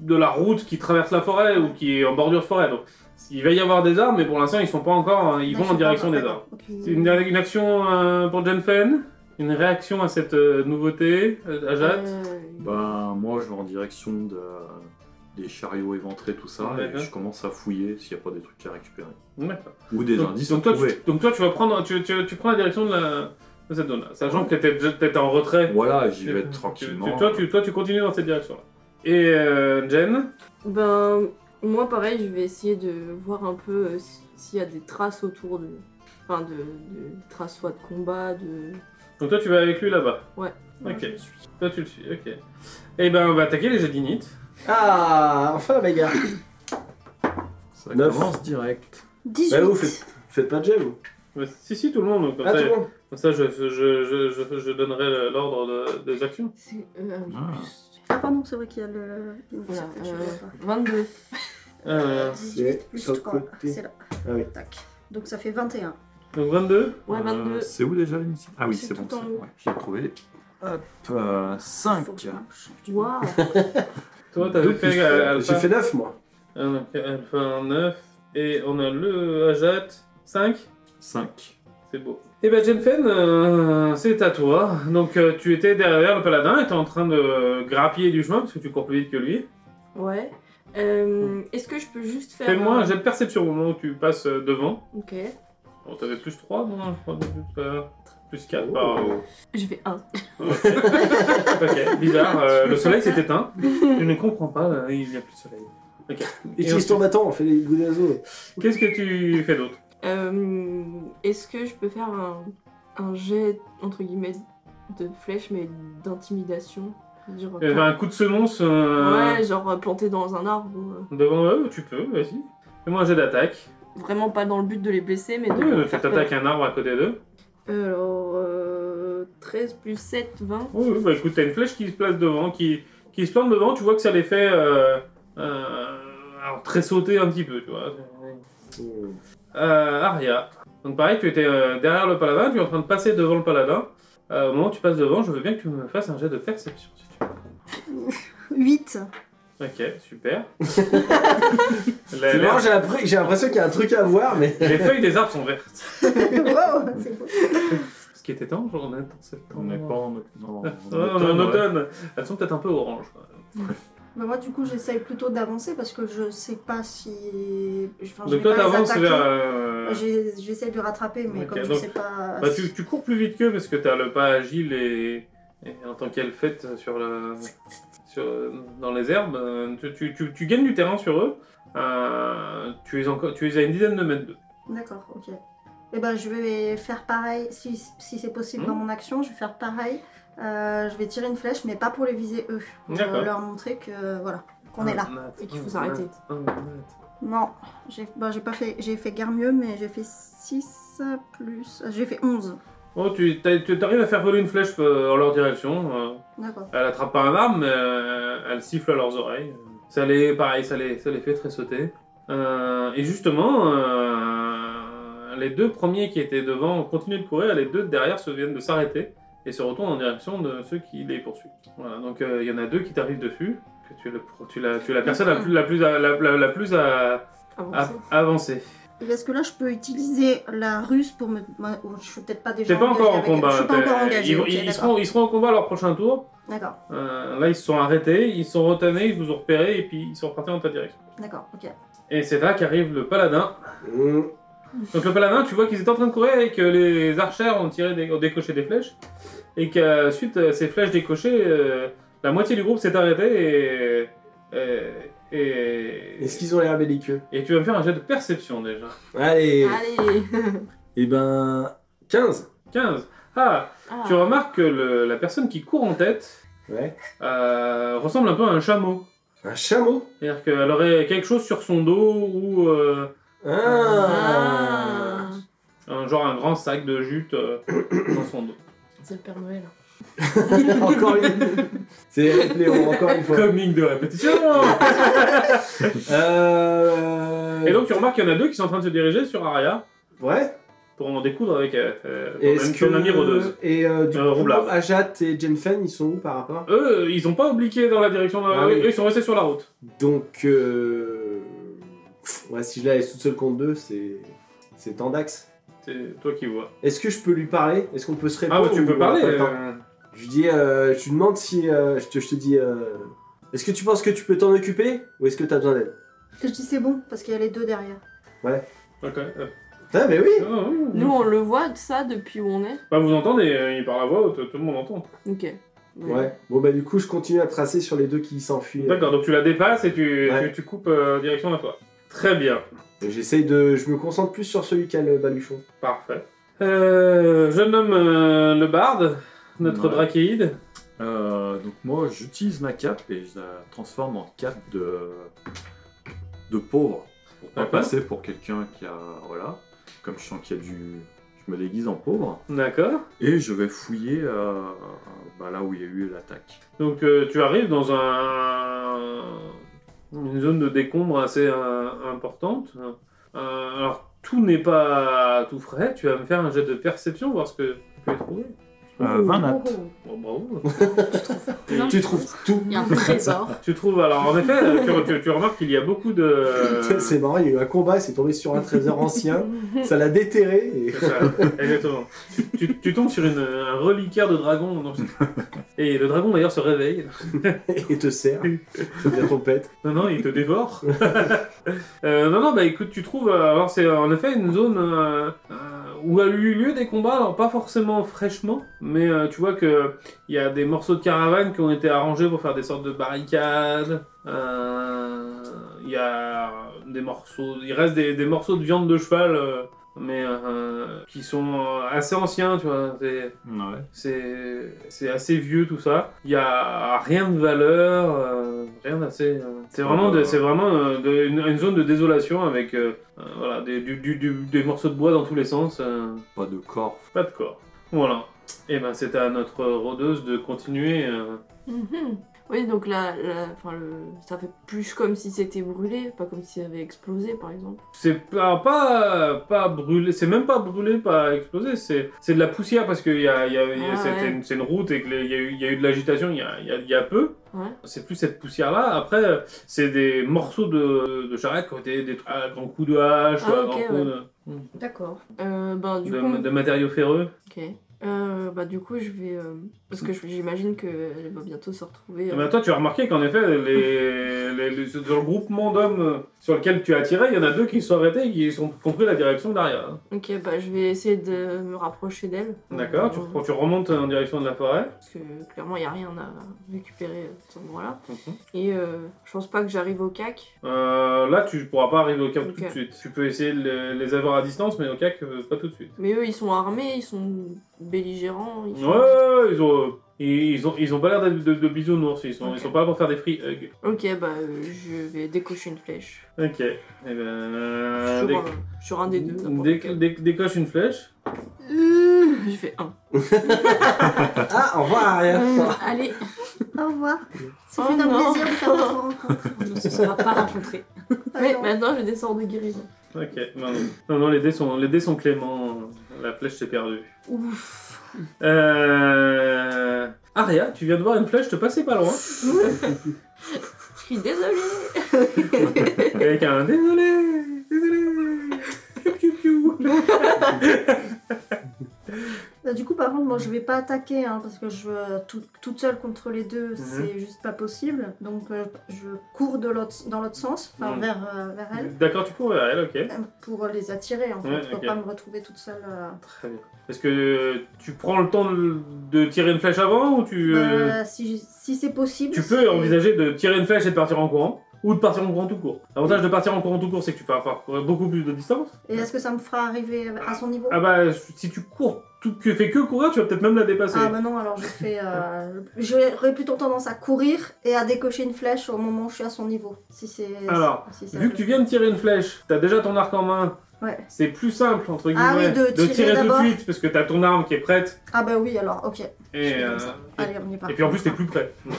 Speaker 1: de la route qui traverse la forêt ou qui est en bordure de forêt, donc il va y avoir des armes, mais pour l'instant ils sont pas encore, hein, ils
Speaker 5: Non,
Speaker 1: vont
Speaker 5: je
Speaker 1: en
Speaker 5: sais
Speaker 1: direction
Speaker 5: pas,
Speaker 1: des armes.
Speaker 5: d'accord, ok.
Speaker 1: C'est une, une action euh, pour Jenfen, une réaction à cette euh, nouveauté, euh, à Jade. Bah.
Speaker 4: Ben, moi, je vais en direction de- des chariots éventrés, tout ça,
Speaker 1: Ouais,
Speaker 4: et
Speaker 1: ouais.
Speaker 4: je commence à fouiller s'il n'y a pas des trucs à récupérer.
Speaker 1: D'accord.
Speaker 4: Ou des
Speaker 1: Donc-
Speaker 4: indices
Speaker 1: donc,
Speaker 4: à
Speaker 1: toi,
Speaker 4: trouver.
Speaker 1: tu, donc toi, tu vas prendre, tu, tu- tu prends la direction de, la, de cette zone-là, sachant que t'es- t'es t'es en retrait.
Speaker 4: Voilà, j'y vais
Speaker 1: Tu-
Speaker 4: tranquillement.
Speaker 1: tu- toi, tu, toi, tu continues dans cette direction-là. Et euh, Jen,
Speaker 3: Ben, moi, pareil, je vais essayer de voir un peu euh, s- s'il y a des traces autour de. Enfin, de, de- des traces soit de combat, de.
Speaker 1: donc toi, tu vas avec lui là-bas.
Speaker 5: Ouais,
Speaker 1: Ok.
Speaker 5: je le suis.
Speaker 1: Toi, tu le suis. Ok. Et ben, on va attaquer les Jadinites.
Speaker 2: Ah, enfin la bagarre
Speaker 4: Ça
Speaker 2: Neuf.
Speaker 4: commence direct.
Speaker 5: 18.
Speaker 2: Bah vous faites, faites pas de jeu vous
Speaker 1: Mais Bah, Si, si, tout le monde. Comme
Speaker 2: Ah
Speaker 1: ça,
Speaker 2: tout le monde
Speaker 1: comme ça, je, je, je, je- je donnerai le- l'ordre de- des actions.
Speaker 3: C'est. euh,
Speaker 4: Ah.
Speaker 3: plus-
Speaker 5: Ah pardon, c'est vrai qu'il y a le...
Speaker 1: Ah.
Speaker 5: une
Speaker 3: Voilà,
Speaker 5: certaine
Speaker 3: euh,
Speaker 5: chose, là.
Speaker 3: 22.
Speaker 1: Euh,
Speaker 5: 18 plus
Speaker 2: sur le
Speaker 5: 3,
Speaker 2: côté.
Speaker 5: c'est là.
Speaker 2: Ah oui.
Speaker 5: Tac. Donc ça fait 21.
Speaker 1: donc 22.
Speaker 3: Ouais,
Speaker 4: Euh,
Speaker 3: 22.
Speaker 4: c'est où déjà l'initiative Ah oui,
Speaker 3: C'est
Speaker 4: c'est bon,
Speaker 3: tout en
Speaker 4: c'est-
Speaker 3: haut.
Speaker 4: ouais, j'ai trouvé. Hop, euh,
Speaker 5: Faut que
Speaker 4: 5.
Speaker 5: je marche.
Speaker 3: Waouh
Speaker 1: Toi, t'avais
Speaker 4: Deux
Speaker 1: fait
Speaker 4: plus
Speaker 1: euh,
Speaker 2: J'ai
Speaker 1: Alpha,
Speaker 2: fait 9 moi.
Speaker 1: euh, donc, Alpha 9. Et on a le Ajat 5.
Speaker 4: 5.
Speaker 1: C'est beau. Et ben Jenfen, euh, c'est à toi. Donc euh, tu étais derrière le paladin et t'es en train de euh, grappiller du chemin parce que tu cours plus vite que lui.
Speaker 3: Ouais. Euh, Est-ce que je peux juste faire.
Speaker 1: Fais-moi un
Speaker 3: un-
Speaker 1: jet de perception au moment où tu passes euh, devant.
Speaker 3: Ok.
Speaker 1: Bon, t'avais plus 3, non je crois, de plus, euh, plus 4
Speaker 2: Oh.
Speaker 1: par...
Speaker 3: Je vais 1.
Speaker 1: ok, bizarre. euh, le soleil s'est éteint. Je ne comprends pas, euh, il n'y a plus de soleil. Ok. Et
Speaker 2: Utilise ton bâton, on fait des goudazos.
Speaker 1: Qu'est-ce que tu fais d'autre
Speaker 3: Euh, Est-ce que je peux faire un, un jet, entre guillemets, de flèche, mais d'intimidation Dire,
Speaker 1: Euh, Un coup de semonce euh,
Speaker 3: Ouais, genre euh, planté dans un arbre. ou, euh,
Speaker 1: devant eux Tu peux, vas-y. Fais-moi un jet d'attaque.
Speaker 3: Vraiment pas dans le but de les blesser, mais de.
Speaker 1: Oui, euh,
Speaker 3: leur
Speaker 1: tu
Speaker 3: faire peur.
Speaker 1: t'attaques un arbre à côté d'eux.
Speaker 3: Alors, euh, 13 plus 7, 20.
Speaker 1: Oui, oui, bah écoute, t'as une flèche qui se place devant, qui, qui se plante devant, tu vois que ça les fait euh, euh, alors, tressauter un petit peu, tu vois.
Speaker 2: Hmm.
Speaker 1: Euh, Aria, Donc pareil, tu étais euh, derrière le paladin, tu es en train de passer devant le paladin. Euh, au moment où tu passes devant, je veux bien que tu me fasses un jet de perception. si tu veux.
Speaker 5: 8.
Speaker 1: Ok, super. La-
Speaker 2: C'est marrant,
Speaker 1: la-
Speaker 2: j'ai l'impré- j'ai l'impression qu'il y a un truc à voir, mais.
Speaker 1: les feuilles des arbres sont vertes.
Speaker 5: wow, c'est beau.
Speaker 1: Ce qui était temps, genre on est en septembre.
Speaker 4: On n'est pas en, non, en
Speaker 1: Ah, on est en
Speaker 4: automne, ouais.
Speaker 1: automne. Elles sont peut-être un peu oranges. quand même.
Speaker 5: Bah, moi, du coup, j'essaye plutôt d'avancer parce que je sais pas si. Enfin, je
Speaker 1: Donc
Speaker 5: vais
Speaker 1: toi,
Speaker 5: pas les
Speaker 1: t'avances
Speaker 5: attaquer.
Speaker 1: vers. euh,
Speaker 5: J'ai- J'essaye de rattraper, mais
Speaker 1: Ok,
Speaker 5: comme je
Speaker 1: donc,
Speaker 5: sais pas.
Speaker 6: Ah,
Speaker 1: Bah, tu, tu cours plus vite qu'eux parce que t'as le pas agile et, et en tant qu'elle fête sur le, sur, dans les herbes, euh, tu, tu, tu- tu gagnes du terrain sur eux. Euh, tu, es encore, tu es à une dizaine de mètres d'eux.
Speaker 5: D'accord, ok. Et ben, je vais faire pareil, si, si c'est possible
Speaker 1: Mhm.
Speaker 5: dans mon action, je vais faire pareil. Euh, je vais tirer une flèche, mais pas pour les viser eux. Pour euh,
Speaker 1: D'accord.
Speaker 5: leur montrer que voilà, qu'on est là.
Speaker 1: Nat,
Speaker 6: Et qu'il faut
Speaker 1: un,
Speaker 6: s'arrêter.
Speaker 1: nat, un, nat.
Speaker 5: Non, j'ai bah, j'ai pas fait, j'ai fait guère mieux, mais j'ai fait 6 plus. J'ai fait 11.
Speaker 1: Oh, tu t'as- tu arrives à faire voler une flèche euh, en leur direction. euh.
Speaker 5: D'accord.
Speaker 1: Elle attrape pas un arme, mais euh, elle siffle à leurs oreilles. Ça les, pareil, ça les, ça les fait tressauter. Euh, et justement, euh, les deux premiers qui étaient devant continuent de courir, et les deux de derrière se viennent de s'arrêter et se retournent en direction de ceux qui les poursuivent. Voilà, donc euh, il y en a deux qui t'arrivent dessus, que tu es, le pro- tu es la, tu es la personne la plus, la plus, à- la, la- la plus à, à-
Speaker 3: Avancer.
Speaker 1: avancée.
Speaker 5: Et Est-ce que là, je peux utiliser la ruse pour me. moi, Je suis peut-être pas déjà.
Speaker 1: T'es pas
Speaker 5: engagée
Speaker 1: encore en
Speaker 5: avec elle.
Speaker 1: combat.
Speaker 5: Je suis pas
Speaker 1: t'es-
Speaker 5: encore engagée.
Speaker 1: Ils,
Speaker 5: ok,
Speaker 1: ils- ils
Speaker 5: d'accord.
Speaker 1: seront, ils seront en combat à leur prochain tour.
Speaker 5: D'accord,
Speaker 1: Euh, là, ils se sont arrêtés, ils se sont retanés, ils vous ont repérés et puis ils sont repartis dans ta direction.
Speaker 5: d'accord, ok.
Speaker 1: Et c'est là qu'arrive le paladin.
Speaker 2: Mmh.
Speaker 1: Donc le paladin, tu vois qu'ils étaient en train de courir et que les archères ont tiré, des, ont décoché des flèches. Et qu'à suite à ces flèches décochées, euh, la moitié du groupe s'est arrêtée et... euh, Et, et,
Speaker 2: Est-ce qu'ils ont l'air belliqueux
Speaker 1: et tu vas me faire un jet de perception déjà. Ah.
Speaker 2: Allez
Speaker 3: Allez
Speaker 2: Et ben. 15
Speaker 1: 15. Ah,
Speaker 3: Ah.
Speaker 1: tu remarques que le- la personne qui court en tête
Speaker 2: Ouais.
Speaker 1: euh, ressemble un peu à un chameau.
Speaker 2: Un chameau
Speaker 1: C'est-à-dire qu'elle aurait quelque chose sur son dos ou euh,
Speaker 2: Ah,
Speaker 3: Ah.
Speaker 1: un, genre un grand sac de jute euh, dans son dos.
Speaker 6: C'est le Père Noël.
Speaker 2: Encore une C'est Léo, encore une fois.
Speaker 1: Comique de répétition
Speaker 2: Euh...
Speaker 1: Et donc tu remarques qu'il y en a deux qui sont en train de se diriger sur Aria
Speaker 2: Ouais.
Speaker 1: pour en découdre avec euh, euh, ton,
Speaker 2: Est-ce
Speaker 1: ami- ton ami rôdeuse.
Speaker 2: Et euh, du
Speaker 1: Euh,
Speaker 2: coup,
Speaker 1: Roublard.
Speaker 2: Ajat et Jenfen, ils sont où par rapport
Speaker 1: Eux, ils ont pas obliqué dans la direction. de-
Speaker 2: Ah oui.
Speaker 1: Eux, ils sont restés sur la route.
Speaker 2: Donc, euh... ouais, si je la laisse toute seule contre deux, c'est c'est Tandax.
Speaker 1: C'est toi qui vois.
Speaker 2: Est-ce que je peux lui parler Est-ce qu'on peut se répondre
Speaker 1: Ah, ouais, tu
Speaker 2: ou
Speaker 1: peux
Speaker 2: on
Speaker 1: parler.
Speaker 2: a pas le temps
Speaker 1: euh,
Speaker 2: Je lui dis, euh, je lui demande si, euh, je, te, je te dis, euh, est-ce que tu penses que tu peux t'en occuper ou est-ce que t'as besoin d'aide
Speaker 5: Je dis c'est bon parce qu'il y a les deux derrière.
Speaker 1: Ok. euh,
Speaker 2: Ah mais oui.
Speaker 1: ah, oui, oui.
Speaker 3: Nous, on le voit, ça, depuis où on est.
Speaker 1: Bah, vous entendez, euh, il parle à voix haute, tout le monde entend.
Speaker 3: Ok.
Speaker 2: Ouais. Bon bah du coup, je continue à tracer sur les deux qui s'enfuient.
Speaker 1: D'accord, donc tu la dépasses et tu,
Speaker 2: Ouais.
Speaker 1: tu, tu coupes euh, direction à toi. Très bien.
Speaker 2: Et Euh, J'essaye de, je me concentre plus sur celui qui a le baluchon.
Speaker 1: Parfait. Euh, jeune homme, euh, le barde, notre
Speaker 4: Ouais.
Speaker 1: drachéide.
Speaker 4: Euh, donc moi, j'utilise ma cape et je la transforme en cape de, de pauvre. Pour pas
Speaker 1: D'accord.
Speaker 4: passer pour quelqu'un qui a... Voilà. Comme je sens qu'il y a du... Je me déguise en pauvre.
Speaker 1: D'accord.
Speaker 4: Et je vais fouiller euh, bah, là où il y a eu l'attaque.
Speaker 1: Donc euh, tu arrives dans un... une zone de décombre assez euh, importante. Euh, alors tout n'est pas tout frais, tu vas me faire un jet de perception, voir ce que tu peux y trouver.
Speaker 4: Euh, 20
Speaker 5: Oh,
Speaker 4: nattes.
Speaker 1: Bon, bravo.
Speaker 6: Non,
Speaker 2: tu
Speaker 6: je
Speaker 2: trouves tout.
Speaker 6: Il y a un trésor.
Speaker 1: tu trouves, alors en effet, euh, tu, tu- tu remarques qu'il y a beaucoup de...
Speaker 2: Euh. C'est marrant, il y a eu un combat, c'est tombé sur un trésor ancien, ça l'a déterré. Et...
Speaker 1: C'est ça, exactement. Tu, tu- tu tombes sur une- un reliquaire de dragon. non, je- Et le dragon d'ailleurs se réveille.
Speaker 2: et te sert. C'est bien ton pet.
Speaker 1: Non, non, il te dévore. Euh, non, non, bah écoute, tu trouves. euh, Alors, c'est en effet une zone euh, euh, où a eu lieu des combats, alors pas forcément fraîchement, mais euh, tu vois que il y a des morceaux de caravanes qui ont été arrangés pour faire des sortes de barricades. Euh, Il y a des morceaux. Il reste des, des morceaux de viande de cheval. euh, mais euh, qui sont euh, assez anciens, tu vois. C'est-
Speaker 4: Ouais.
Speaker 1: c'est c'est assez vieux tout ça. Il y a rien de valeur, euh, rien d'assez. euh, c'est vraiment de- c'est vraiment euh, de- une, une zone de désolation avec euh, euh, voilà des, du- du- du- des morceaux de bois dans tous les sens. euh,
Speaker 4: Pas de corps.
Speaker 1: pas de Eh corps. Voilà. Et ben c'est à notre rôdeuse de continuer. euh,
Speaker 3: Mhm. Oui, donc là, là, enfin, le... ça fait plus comme si c'était brûlé, pas comme s'il avait explosé, par exemple.
Speaker 1: C'est pas, pas, pas brûlé, c'est même pas brûlé, pas explosé, c'est c'est de la poussière parce que y a- y a- y a-
Speaker 3: Ah,
Speaker 1: c'était
Speaker 3: ouais.
Speaker 1: une- c'est une route et qu'il y, a eu- y a eu de l'agitation il y a, il y a- il y a peu.
Speaker 3: Ouais.
Speaker 1: C'est plus cette poussière-là. Après, euh, c'est des morceaux de, de charrette qui ont été des à grands coups de hache,
Speaker 3: Ah,
Speaker 1: ou à
Speaker 3: ok,
Speaker 1: grands coups
Speaker 3: ouais.
Speaker 1: de-
Speaker 6: D'accord.
Speaker 3: Euh, ben, du
Speaker 1: de,
Speaker 3: coup...
Speaker 1: de matériaux ferreux.
Speaker 3: Ok. Euh, bah, du coup, je vais... euh, Parce que je- j'imagine qu'elle va bientôt se retrouver...
Speaker 1: Et
Speaker 3: euh,
Speaker 1: ben, toi, tu as remarqué qu'en effet, les, les- les- dans le groupement d'hommes sur lequel tu as tiré, il y en a deux qui se sont arrêtés et qui ont compris la direction derrière. hein.
Speaker 3: Ok, bah, je vais essayer de me rapprocher d'elle.
Speaker 1: D'accord
Speaker 3: Euh,
Speaker 1: tu, tu remontes en direction de la forêt.
Speaker 3: Parce que clairement, il n'y a rien à récupérer à cet endroit-là. Et euh, je pense pas que j'arrive au cac.
Speaker 1: Euh, là, tu pourras pas arriver au cap
Speaker 3: Ok.
Speaker 1: tout de suite. Tu peux essayer de les, les avoir à distance, mais au cac, euh, pas tout de suite.
Speaker 3: Mais eux, ils sont armés, ils sont belligérants. Ils
Speaker 1: Ouais,
Speaker 3: sont-
Speaker 1: ouais, ils ont, euh, ils, ils ont, ils ont pas l'air d'être de, de bisounours. Ils sont,
Speaker 3: Ok.
Speaker 1: ils sont pas là pour faire des free hugs.
Speaker 3: Ok, bah, euh, je vais décocher une flèche.
Speaker 1: Ok. Et ben, euh,
Speaker 3: sur,
Speaker 1: déc-
Speaker 3: un, sur un des deux. n'importe
Speaker 1: déc-
Speaker 3: lequel.
Speaker 1: déc- décoche une flèche.
Speaker 3: Euh, J'ai fait un.
Speaker 2: Ah, au revoir,
Speaker 6: Hum,
Speaker 3: Euh.
Speaker 2: arrière.
Speaker 6: allez,
Speaker 5: Au revoir. Ça
Speaker 3: Oh
Speaker 5: fait un
Speaker 3: non.
Speaker 5: plaisir de faire votre rencontre.
Speaker 6: on ne se sera pas rencontrés.
Speaker 3: Mais
Speaker 5: Alors,
Speaker 3: maintenant, je descends de guérison.
Speaker 1: Ok. Non, non. Non, non, les dés sont, les dés sont cléments. La flèche s'est perdue.
Speaker 5: Ouf.
Speaker 1: Euh... Aria, tu viens de voir une flèche te passer pas loin.
Speaker 3: Je suis désolée.
Speaker 1: Avec un désolé, désolé. Piou, piou, piou.
Speaker 5: Bah, du coup, par contre, moi, je vais pas attaquer hein, parce que je euh, tout- toute seule contre les
Speaker 1: Mhm.
Speaker 5: deux, c'est juste pas possible. Donc, euh, je cours de l'autre dans l'autre sens, enfin
Speaker 1: Mhm.
Speaker 5: vers euh, vers elle,
Speaker 1: D'accord, tu cours vers elle, ok.
Speaker 5: euh, pour les attirer en fait,
Speaker 1: Ouais,
Speaker 5: pour
Speaker 1: ok.
Speaker 5: pas me retrouver toute seule. euh.
Speaker 1: Très bien. Est-ce que euh, tu prends le temps de, de tirer une flèche avant ou tu, euh,
Speaker 5: Bah, si si c'est possible.
Speaker 1: tu
Speaker 5: c'est-
Speaker 1: peux envisager de tirer une flèche et de partir en courant ou de partir en courant tout court L'avantage de partir en courant tout court, c'est que tu vas parcourir beaucoup plus de distance.
Speaker 5: Et est-ce que ça me fera arriver à son niveau
Speaker 1: Ah bah, si tu cours, tout, tu fais que courir, tu vas peut-être même la dépasser.
Speaker 5: Ah bah non, alors je fais. euh, J'aurais plutôt tendance à courir et à décocher une flèche au moment où je suis à son niveau. Si c'est.
Speaker 1: Alors,
Speaker 5: si c'est-
Speaker 1: Vu que tu viens de tirer une flèche, t'as déjà ton arc en main.
Speaker 5: Ouais.
Speaker 1: C'est plus simple entre guillemets
Speaker 5: Ah oui, de tirer
Speaker 1: tout de
Speaker 5: d'abord.
Speaker 1: suite parce que t'as ton arme qui est prête
Speaker 5: Ah bah oui, alors ok. Je
Speaker 1: et,
Speaker 5: fais comme
Speaker 1: euh,
Speaker 5: ça.
Speaker 1: et-
Speaker 5: Allez, on y part.
Speaker 1: et puis en plus t'es plus prêt. euh,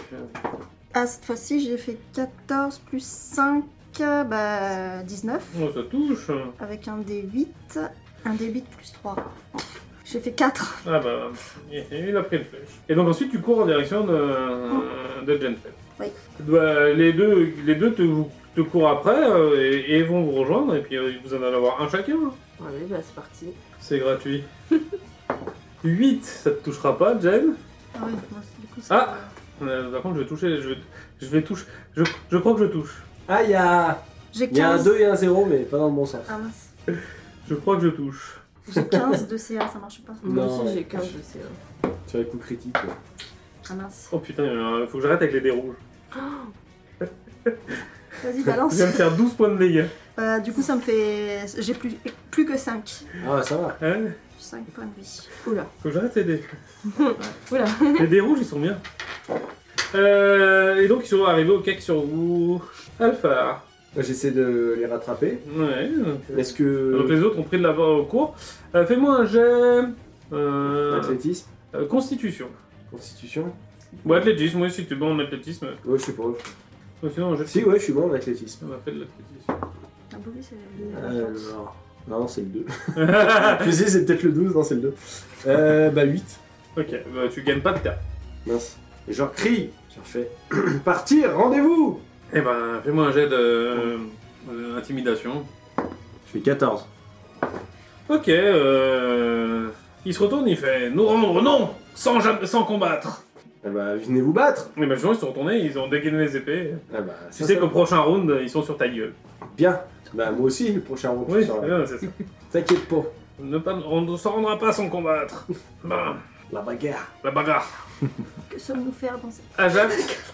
Speaker 5: Ah, cette fois-ci, j'ai fait 14 plus 5, euh, bah 19.
Speaker 1: Oh, ça touche.
Speaker 5: Avec un D8. Un D8 plus 3. J'ai fait 4.
Speaker 1: Ah bah, il il a pris une flèche. Et donc ensuite, tu cours en direction de, de Jensen.
Speaker 5: Oui.
Speaker 1: Bah, les deux, les deux te, te courent après euh, et, et vont vous rejoindre, et puis euh, vous en allez avoir un chacun. hein.
Speaker 3: Allez, bah, c'est parti.
Speaker 1: C'est gratuit. 8, ça te touchera pas, Jen.
Speaker 5: Ah oui, moi, du coup, c'est.
Speaker 1: Ah Euh, Par contre, je vais toucher, je, vais- je vais toucher, je, je crois que je touche.
Speaker 2: Ah, il y a...
Speaker 5: J'ai
Speaker 2: il y a un
Speaker 5: 15.
Speaker 2: 2 et un 0, mais pas dans le bon sens.
Speaker 5: Ah mince.
Speaker 1: Je crois que je touche.
Speaker 5: J'ai 15 de CA, ça marche pas.
Speaker 3: Moi
Speaker 2: Non,
Speaker 3: aussi,
Speaker 2: ouais.
Speaker 3: j'ai 15 de CE.
Speaker 2: Sur les coups critiques. ouais.
Speaker 5: Ah mince.
Speaker 1: Oh putain, il faut que j'arrête avec les dés rouges.
Speaker 5: Vas-y,
Speaker 1: Je
Speaker 5: balance.
Speaker 1: viens de faire 12 points de dégâts.
Speaker 5: Euh, du coup, ça me fait. J'ai plus, plus que 5.
Speaker 2: Ah, ça va.
Speaker 1: Hein
Speaker 5: 5 points de vie.
Speaker 3: Oula.
Speaker 1: Faut que j'arrête les dés.
Speaker 3: Oula.
Speaker 1: Les dés rouges, ils sont bien. Euh, et donc, ils sont arrivés au cake sur vous. Alpha.
Speaker 2: J'essaie de les rattraper.
Speaker 1: Ouais. Donc, euh,
Speaker 2: Est-ce que...
Speaker 1: donc les autres ont pris de l'avant au cours. Euh, Fais-moi un jet. euh,
Speaker 2: Athlétisme
Speaker 1: euh, constitution.
Speaker 2: Constitution
Speaker 1: Ou athlétisme, oui, si tu es bon en athlétisme.
Speaker 2: Ouais, je sais pas.
Speaker 1: Ou sinon, un jet de-
Speaker 2: Si, ouais, je suis bon en athlétisme.
Speaker 1: On va faire de l'athlétisme.
Speaker 5: Ah bah oui, c'est.
Speaker 2: Euh. Alors... Non, c'est le 2. je sais, c'est peut-être le 12, non, c'est le 2. Euh, bah 8.
Speaker 1: ok, bah, tu gagnes pas de terre.
Speaker 2: Mince. Et genre crie Je refais Partir, rendez-vous
Speaker 1: Eh ben, fais-moi un jet euh, d'intimidation.
Speaker 2: Je fais 14.
Speaker 1: Ok, euh... Il se retourne, il fait Nous rendre non sans, jamais- sans combattre
Speaker 2: Ah bah, venez vous battre
Speaker 1: Et ben, justement, ils se sont retournés, ils ont dégainé les épées.
Speaker 2: Ah bah,
Speaker 1: Tu
Speaker 2: ça,
Speaker 1: sais
Speaker 2: ça-
Speaker 1: qu'au prochain round, ils sont sur ta gueule.
Speaker 2: Bien Bah, moi aussi, le prochain round.
Speaker 1: Oui,
Speaker 2: je serai là.
Speaker 1: euh, c'est ça.
Speaker 2: T'inquiète pas,
Speaker 1: Ne pas, on ne s'en rendra pas sans combattre. Bah,
Speaker 2: la bagarre.
Speaker 1: la bagarre.
Speaker 5: Que sommes-nous faire dans cette.
Speaker 1: Ajax,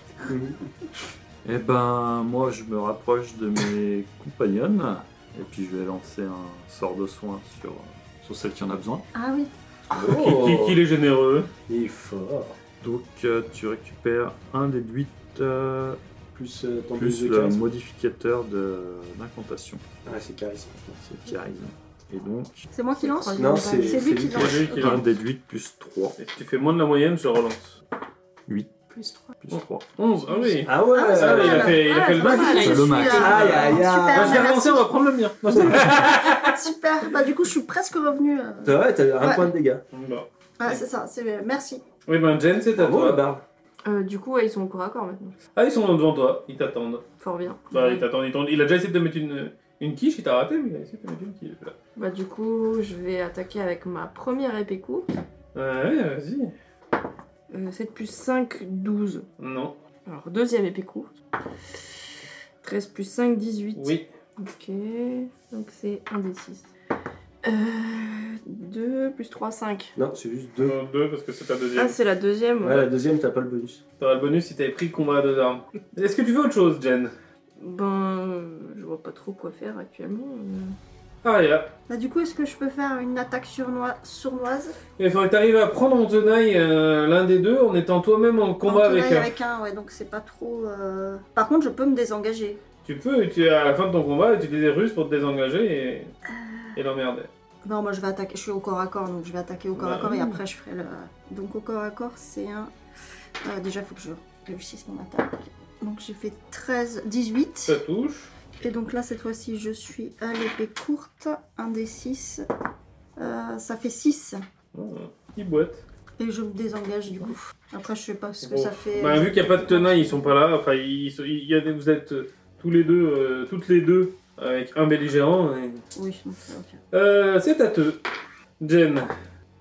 Speaker 4: Eh ben, moi, je me rapproche de mes compagnonnes et puis je vais lancer un sort de soin sur, sur celle qui en a besoin.
Speaker 5: Ah oui.
Speaker 1: qui, qui- qui est généreux.
Speaker 2: Oh. Il est fort.
Speaker 4: Donc, euh, tu récupères un des 8 euh,
Speaker 2: Plus euh, ton
Speaker 4: plus
Speaker 2: plus de
Speaker 4: le
Speaker 2: charisme.
Speaker 4: modificateur de- d'incantation,
Speaker 2: Ouais, c'est charisme. je pense.
Speaker 4: c'est charisme. Et donc,
Speaker 5: C'est moi qui lance
Speaker 2: Non, c'est
Speaker 5: C'est lui qui
Speaker 1: C'est lui
Speaker 5: lance.
Speaker 1: qui
Speaker 5: Ok.
Speaker 1: lance.
Speaker 4: un des 8 plus 3.
Speaker 1: Et si tu fais moins de la moyenne, je relance.
Speaker 4: 8.
Speaker 6: plus 3.
Speaker 4: Plus 3.
Speaker 1: 11, ah oui.
Speaker 2: Ah ouais
Speaker 5: Ah,
Speaker 1: Ah,
Speaker 5: c'est
Speaker 1: il a
Speaker 5: mal.
Speaker 1: fait, il a
Speaker 5: Ah,
Speaker 1: fait le
Speaker 5: c'est
Speaker 1: bac.
Speaker 5: pas mal.
Speaker 4: C'est
Speaker 5: Je
Speaker 4: le
Speaker 5: suis,
Speaker 4: max.
Speaker 5: euh,
Speaker 2: Aïe, aïe, aïe.
Speaker 1: Bah,
Speaker 5: Super,
Speaker 1: je vais
Speaker 5: merci.
Speaker 1: relancer, on va prendre le mien. Non, c'est pas
Speaker 5: Super. Bah, du coup, je suis presque revenue. euh.
Speaker 2: T'as ouais, t'as un
Speaker 5: Ouais.
Speaker 2: point de dégâts.
Speaker 1: vrai. Bon.
Speaker 5: Ah, c'est ça. C'est... Merci.
Speaker 1: Oui, ben Jen, c'est à
Speaker 2: Bravo, Oh, la
Speaker 5: bah.
Speaker 1: toi.
Speaker 2: barre.
Speaker 3: Euh, du coup, ouais, ils sont au corps à corps maintenant.
Speaker 1: Ah, ils sont devant toi, ils t'attendent.
Speaker 3: Fort bien.
Speaker 1: Bah, ils t'attendent, ils t'ont- Il a déjà essayé de te mettre une, une quiche, il t'a raté, mais il a essayé de te mettre une quiche. Voilà.
Speaker 3: Bah, du coup, je vais attaquer avec ma première épée courte.
Speaker 1: Ouais, vas-y.
Speaker 3: Euh, 7 plus 5, 12.
Speaker 1: Non,
Speaker 3: Alors, deuxième épée courte. 13 plus 5, 18.
Speaker 1: oui.
Speaker 3: Ok, donc c'est 1 des 6. 2 plus 3, 5.
Speaker 2: Non, c'est juste deux.
Speaker 1: Non, Euh, Deux, parce que c'est ta deuxième.
Speaker 3: Ah, c'est la deuxième.
Speaker 2: Ouais, la deuxième, t'as pas le bonus.
Speaker 1: T'auras le bonus si t'avais pris combat à deux armes. Est-ce que tu veux autre chose, Jen
Speaker 3: Ben, euh, je vois pas trop quoi faire actuellement. euh.
Speaker 1: Ah, yeah.
Speaker 5: Bah, du coup, est-ce que je peux faire une attaque sournoi- sournoise
Speaker 1: Il faudrait que t'arrives à prendre en tenaille euh, l'un des deux en étant toi-même en combat
Speaker 5: En tenaille
Speaker 1: avec un.
Speaker 5: avec un, ouais, donc c'est pas trop. euh, Par contre, je peux me désengager.
Speaker 1: Tu peux, tu, à la fin de ton combat, utiliser des ruses pour te désengager et, et l'emmerder.
Speaker 5: Non, moi je vais attaquer, je suis au corps à corps, donc je vais attaquer au corps à
Speaker 1: Bah
Speaker 5: corps et
Speaker 1: oui.
Speaker 5: après je ferai le. Donc au corps à corps, c'est un. Euh, déjà, faut que je réussisse mon attaque. Donc j'ai fait 13, 18.
Speaker 1: Ça touche.
Speaker 5: Et donc là, cette fois-ci, je suis à l'épée courte, un des 6. ça fait 6.
Speaker 1: Oh, Qui boite.
Speaker 5: Et je me désengage du coup. Après, je sais pas ce que
Speaker 1: Bon.
Speaker 5: ça fait.
Speaker 1: Bah, vu qu'il n'y a pas de tenaille, ils sont pas là. Enfin, ils sont- il y a des- vous êtes euh, tous les deux, euh, toutes les deux, avec un belligérant. et-
Speaker 5: Oui, donc, euh, ok.
Speaker 1: Euh, c'est à te. Jen,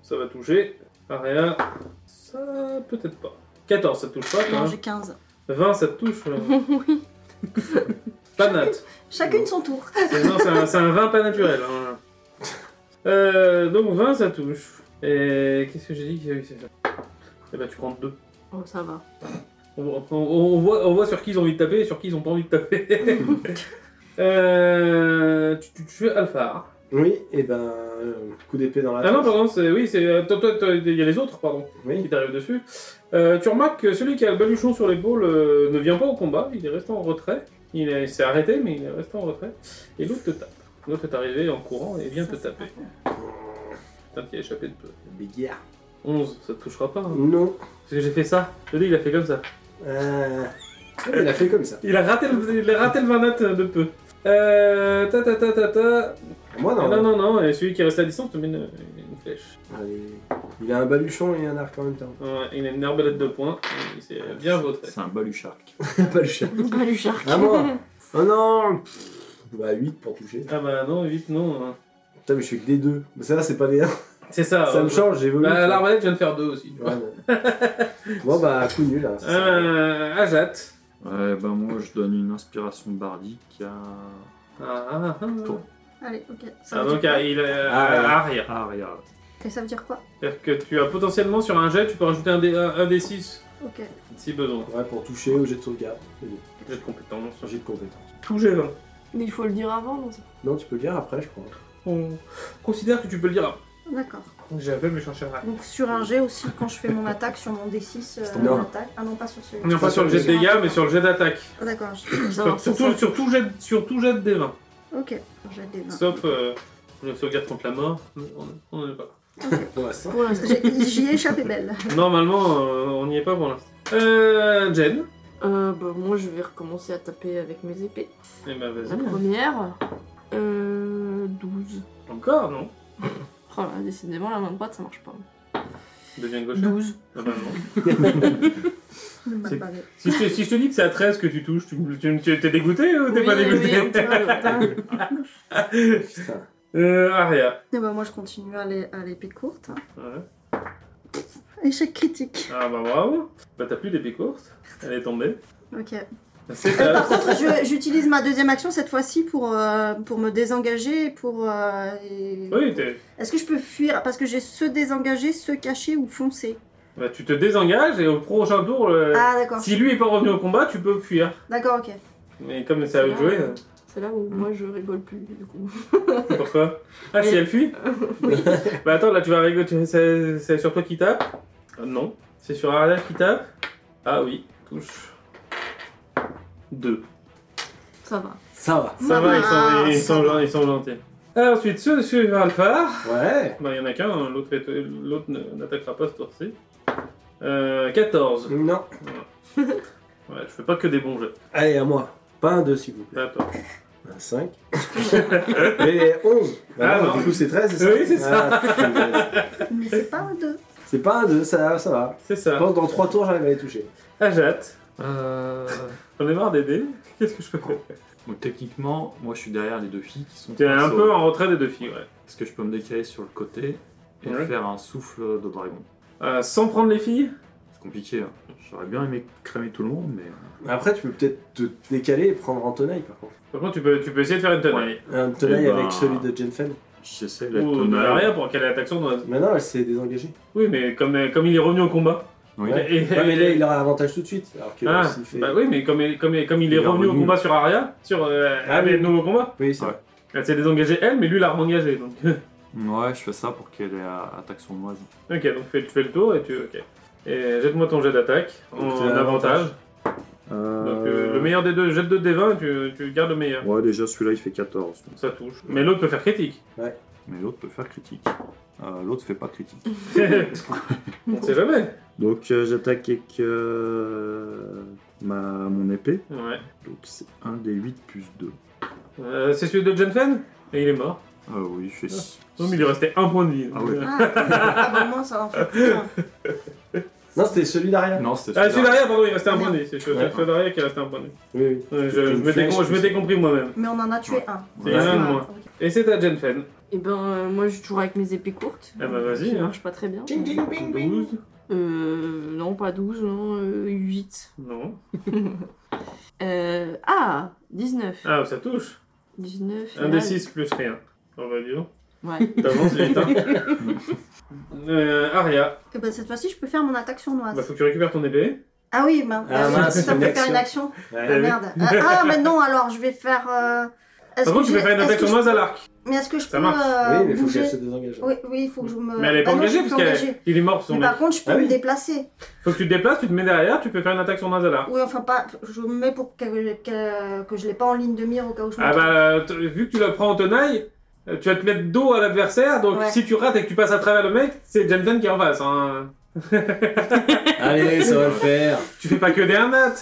Speaker 1: ça va toucher. Aria, ça peut-être pas. 14, ça te touche pas.
Speaker 5: Non,
Speaker 1: hein.
Speaker 5: j'ai 15.
Speaker 1: 20, ça te touche. euh. pas nat.
Speaker 5: Chacune son tour.
Speaker 1: C'est- Non, c'est un, c'est un vin pas naturel. hein. Euh, donc 20, ça touche. Et qu'est-ce que j'ai dit que oui, c'est ça Eh ben, tu prends deux.
Speaker 3: Oh, ça va.
Speaker 1: On, on- on voit, on voit sur qui ils ont envie de taper et sur qui ils ont pas envie de taper. euh, tu, tu, tu es Alphar.
Speaker 2: Oui, et ben, euh, coup d'épée dans la
Speaker 1: Ah non,
Speaker 2: tête.
Speaker 1: pardon, c'est. Oui, c'est. euh, Toi, toi, toi, il y a les autres, pardon, qui
Speaker 2: Oui.
Speaker 1: t'arrivent dessus. Euh, tu remarques que celui qui a le baluchon sur l'épaule euh, ne vient pas au combat, il est resté en retrait. Il est- il s'est arrêté, mais il est resté en retrait. Et l'autre te tape. L'autre est arrivé en courant et vient
Speaker 6: Ça,
Speaker 1: te
Speaker 6: c'est
Speaker 1: taper.
Speaker 6: pas bon.
Speaker 1: Putain, t'y as échappé de peu.
Speaker 2: Béguière.
Speaker 1: 11, ça te touchera pas. hein.
Speaker 2: Non.
Speaker 1: Parce que j'ai fait ça. Le dé, il a fait comme ça.
Speaker 2: Euh, Il a fait comme ça.
Speaker 1: Il a raté le, il a raté le 20 notes de peu. Euh. Ta ta ta ta ta.
Speaker 2: Moi, non.
Speaker 1: Ah Non, non, non, et celui qui reste à distance te met une, une flèche.
Speaker 2: Allez. Il a un baluchon et un arc en même temps.
Speaker 1: Ouais, il a une arbalète de points. Il s'est bien voté.
Speaker 4: C'est un baluchark.
Speaker 2: Un baluchon.
Speaker 3: Ah, le shark.
Speaker 2: Ah bon Oh non Pff, Bah, 8 pour toucher.
Speaker 1: Ah bah non, vite, non. hein.
Speaker 2: Putain, mais je fais que des 2. Mais ça, là, c'est pas des 1.
Speaker 1: C'est ça.
Speaker 2: Ça me
Speaker 1: euh,
Speaker 2: change, j'évolue.
Speaker 1: Bah,
Speaker 2: tu vois.
Speaker 1: l'arbalète vient de faire deux aussi. tu vois.
Speaker 2: Ouais, mais- Bon, bah, coup nul. Hein, ça, ça va.
Speaker 1: Euh, Ajat.
Speaker 4: Ouais, ben moi je donne une inspiration bardique à
Speaker 1: Ah, ah, ah.
Speaker 4: Tour.
Speaker 5: Allez, ok. Ça
Speaker 1: Ah,
Speaker 5: veut
Speaker 1: donc
Speaker 5: dire
Speaker 1: ah,
Speaker 5: quoi
Speaker 1: il est
Speaker 2: Ah,
Speaker 1: à arrière.
Speaker 4: Aria.
Speaker 5: Et ça veut dire quoi
Speaker 1: C'est-à-dire que tu as potentiellement sur un jet, tu peux rajouter un, dé, un, un des 6
Speaker 5: Ok.
Speaker 1: si besoin.
Speaker 2: Ouais, pour toucher au jet de sauvegarde.
Speaker 1: Jet de compétence.
Speaker 2: J'ai de compétence.
Speaker 1: Tout jet 20.
Speaker 3: Mais il faut le dire avant, non ça
Speaker 2: Non, tu peux le dire après, je crois.
Speaker 1: On considère que tu peux le dire après.
Speaker 5: D'accord.
Speaker 1: J'avais me chercher un
Speaker 5: Donc sur un G aussi, quand je fais mon attaque, sur mon D6, euh,
Speaker 2: Non.
Speaker 5: mon attaque. Ah non, pas sur celui-là.
Speaker 1: Non, pas sur le jet de dégâts, mais sur le jet d'attaque.
Speaker 5: Ah, D'accord, je-
Speaker 1: Sur,
Speaker 3: Savoir si
Speaker 1: sur
Speaker 3: ça-
Speaker 1: tout, sur, tout jet, sur tout jet de D20.
Speaker 5: ok. J'ai des vingt.
Speaker 1: Sauf euh, le sauvegarde contre la mort. On- On n'y est pas.
Speaker 2: Pour l'instant.
Speaker 3: Pour l'instant.
Speaker 5: J'ai- J'y ai échappé belle.
Speaker 1: Normalement, euh, on n'y est pas pour l'instant. Euh, Jen.
Speaker 3: Euh, bah, moi, je vais recommencer à taper avec mes épées.
Speaker 1: Eh ben
Speaker 3: La
Speaker 1: vas-y.
Speaker 3: première. Euh, 12.
Speaker 1: Encore, non
Speaker 3: Oh là, décidément, la main droite, ça marche pas.
Speaker 1: Deviens gauche.
Speaker 3: 12.
Speaker 1: C'est- Si, je te- si je te dis que c'est à 13 que tu touches, tu, tu- tu- t'es dégoûté ou t'es
Speaker 3: Oui,
Speaker 1: pas dégoûté
Speaker 3: oui, putain, putain.
Speaker 2: Putain.
Speaker 1: Euh, Aria.
Speaker 5: Et bah moi je continue à l'é- à l'épée courte. hein.
Speaker 1: Ouais.
Speaker 5: Échec critique.
Speaker 1: Ah bah bravo. Bah t'as plus d'épée courte. Elle est tombée.
Speaker 5: Ok.
Speaker 1: C'est
Speaker 5: Euh, par
Speaker 1: ça.
Speaker 5: contre, je- j'utilise ma deuxième action cette fois-ci pour, euh, pour me désengager, et pour... euh, et-
Speaker 1: Oui, t'es-
Speaker 5: Est-ce que je peux fuir Parce que j'ai se désengager, se cacher ou foncer.
Speaker 1: bah, tu te désengages et au prochain tour, le-
Speaker 5: Ah d'accord.
Speaker 1: si lui est pas revenu au combat, tu peux fuir.
Speaker 5: D'accord, ok.
Speaker 1: Mais comme c'est à eux de
Speaker 3: là,
Speaker 1: jouer,
Speaker 3: euh, C'est là
Speaker 1: Hein.
Speaker 3: où moi, je rigole plus, du coup.
Speaker 1: euh, pourquoi Ah, si
Speaker 3: Oui.
Speaker 1: elle fuit Bah attends, là tu vas rigoler, tu- c'est c'est sur toi qui tape Euh, Non, c'est sur Aria qui tape. Ah oui, touche. 2.
Speaker 3: Ça va.
Speaker 2: Ça va.
Speaker 1: Ça va, ils sont, ils, sont,
Speaker 5: euh,
Speaker 1: gen- ils sont gentils. Alors, ensuite, ceux sur Alpha,
Speaker 2: Ouais.
Speaker 1: bah il y en a qu'un, hein, l'autre est- l'autre ne- n'attaquera pas ce tour-ci. Euh, 14.
Speaker 2: Non.
Speaker 1: Ouais, je fais pas que des bons jets.
Speaker 2: Allez, à moi. Pas un 2, s'il vous plaît.
Speaker 1: D'accord.
Speaker 2: Un 5. Et 11.
Speaker 1: Ah, non.
Speaker 2: Du coup, c'est 13, c'est ça
Speaker 1: Oui, c'est ça.
Speaker 2: Ah, punaise.
Speaker 5: Mais c'est pas un 2.
Speaker 2: c'est pas un 2, ça, ça va.
Speaker 1: C'est
Speaker 2: Je
Speaker 1: ça.
Speaker 2: pense que dans 3 tours, j'arrive à les toucher.
Speaker 1: Ajat,
Speaker 4: Euh,
Speaker 1: j'en ai marre d'aider. Qu'est-ce que je peux faire
Speaker 4: donc techniquement, moi je suis derrière les deux filles qui sont.
Speaker 1: T'es un
Speaker 4: face au-
Speaker 1: peu en retrait des deux filles, ouais.
Speaker 4: Est-ce que je peux me décaler sur le côté et
Speaker 1: Ouais.
Speaker 4: faire un souffle de dragon
Speaker 1: Euh, sans prendre les filles
Speaker 4: C'est compliqué. hein. J'aurais bien aimé cramer tout le monde, mais. euh,
Speaker 2: Après, tu peux peut-être te décaler et prendre en tenaille, par contre.
Speaker 1: Par contre, tu peux, tu peux essayer de faire une tenaille.
Speaker 2: Un tenaille
Speaker 4: Eh ben.
Speaker 2: avec celui de Jenfen.
Speaker 4: J'essaie d'être
Speaker 1: Ou de
Speaker 4: honnête.
Speaker 1: l'arrière pour qu'elle ait attaque son doigt.
Speaker 2: Maintenant, elle s'est désengagée.
Speaker 1: Oui, mais comme, comme il est revenu au combat.
Speaker 4: Oui.
Speaker 2: Ouais.
Speaker 1: Et-
Speaker 2: Ouais, mais là, il aura avantage tout de suite. Alors que
Speaker 1: Ah,
Speaker 2: s'il fait.
Speaker 1: bah oui, mais comme, comme, comme il est revenu au combat sur Aria, sur euh,
Speaker 2: Ah oui.
Speaker 1: le nouveau combat,
Speaker 2: Oui, c'est vrai.
Speaker 1: elle s'est désengagée elle, mais lui l'a engagé. Donc,
Speaker 4: Ouais, je fais ça pour qu'elle ait à- attaque sournoise.
Speaker 1: ok, donc fais- tu fais le tour et tu. Ok. Et jette-moi ton jet d'attaque en,
Speaker 2: Donc, c'est un
Speaker 1: avantage.
Speaker 2: avantage.
Speaker 1: Donc euh, le meilleur des deux, jette 2 des 20, tu, tu gardes le meilleur.
Speaker 4: Ouais, déjà celui-là il fait 14. donc.
Speaker 1: Ça touche. Mais l'autre peut faire critique.
Speaker 4: Mais l'autre peut faire critique. Euh, l'autre fait pas critique.
Speaker 1: On sait jamais.
Speaker 4: Donc euh, j'attaque avec euh, ma, mon épée.
Speaker 1: Ouais.
Speaker 4: Donc c'est 1 des 8 plus 2.
Speaker 1: Euh, c'est celui de Jensen Et il est mort.
Speaker 4: Ah oui, je fais six.
Speaker 1: Non, mais il lui restait un point de vie.
Speaker 4: Ah ouais.
Speaker 5: Ah, ah bah, moi, ça en fait plus qu'un.
Speaker 2: Non, c'était celui d'arrière.
Speaker 4: Non, c'était
Speaker 1: Ah, celui
Speaker 4: celui-là.
Speaker 1: derrière, pardon, il restait un point de vie. C'est celui
Speaker 2: Ouais.
Speaker 1: celui derrière qui restait un point de vie.
Speaker 2: Oui, oui.
Speaker 1: Ouais, Je,
Speaker 2: C'était
Speaker 1: je
Speaker 2: une
Speaker 1: me
Speaker 2: flèche,
Speaker 1: décom- je
Speaker 2: plus-
Speaker 1: m'étais compris moi-même.
Speaker 5: Mais on en a tué un.
Speaker 1: C'est
Speaker 4: Ouais.
Speaker 1: un de moins.
Speaker 5: Ok.
Speaker 1: Et c'est à Jenfen.
Speaker 3: Et ben, euh, moi, je suis toujours avec mes épées courtes.
Speaker 1: Eh ben, vas-y,
Speaker 3: Qui
Speaker 1: hein.
Speaker 3: marchent pas très bien.
Speaker 1: 12
Speaker 3: Euh, non, pas 12, non, euh, 8.
Speaker 1: Non.
Speaker 3: Euh, ah, 19.
Speaker 1: Ah, ça touche.
Speaker 3: 19. et
Speaker 1: Un des
Speaker 3: là,
Speaker 1: 6 plus rien. Oh bah dis donc.
Speaker 3: Ouais.
Speaker 1: T'avances vite, hein. euh, Aria,
Speaker 5: Et bah, cette fois-ci, je peux faire mon attaque sournoise.
Speaker 1: bah, faut que tu récupères ton épée.
Speaker 5: Ah oui, bah,
Speaker 2: Ah,
Speaker 5: euh,
Speaker 2: mince,
Speaker 5: ça
Speaker 2: une
Speaker 5: me fait faire
Speaker 2: action.
Speaker 5: une action.
Speaker 2: Ouais.
Speaker 5: Ah,
Speaker 1: oui.
Speaker 5: merde. Ah, ah, mais non, alors je vais faire. euh,
Speaker 1: Par
Speaker 5: est-ce que
Speaker 1: contre, tu
Speaker 5: j'ai-
Speaker 1: peux faire une
Speaker 5: est-ce
Speaker 1: attaque
Speaker 5: que je-
Speaker 1: sournoise à l'arc.
Speaker 5: Mais est-ce que je
Speaker 1: Ça
Speaker 5: peux.
Speaker 1: marche.
Speaker 5: euh,
Speaker 2: Oui, mais faut
Speaker 5: bouger
Speaker 2: qu'elle se désengage.
Speaker 5: Oui, oui, il faut que je me.
Speaker 1: Mais elle est pas
Speaker 5: Ah non, je
Speaker 1: engagée
Speaker 5: suis
Speaker 1: parce qu'elle
Speaker 5: engagée.
Speaker 1: il est mort son
Speaker 5: Mais
Speaker 1: mec.
Speaker 5: par contre, je peux
Speaker 2: Ah
Speaker 5: me
Speaker 2: oui.
Speaker 5: déplacer.
Speaker 1: Faut que tu te déplaces, tu te mets derrière, tu peux faire une attaque sournoise à l'arc.
Speaker 5: Oui, enfin, pas. Je me mets pour que, que, que je l'ai pas en ligne de mire au cas où je me.
Speaker 1: Ah bah, t- vu que tu la prends en tenaille, euh, tu vas te mettre dos à l'adversaire, donc
Speaker 5: Ouais.
Speaker 1: si tu rates et que tu passes à travers le mec, c'est Jensen qui est en face. Hein.
Speaker 2: Allez, ça va le faire.
Speaker 1: Tu fais pas que des 1 nat.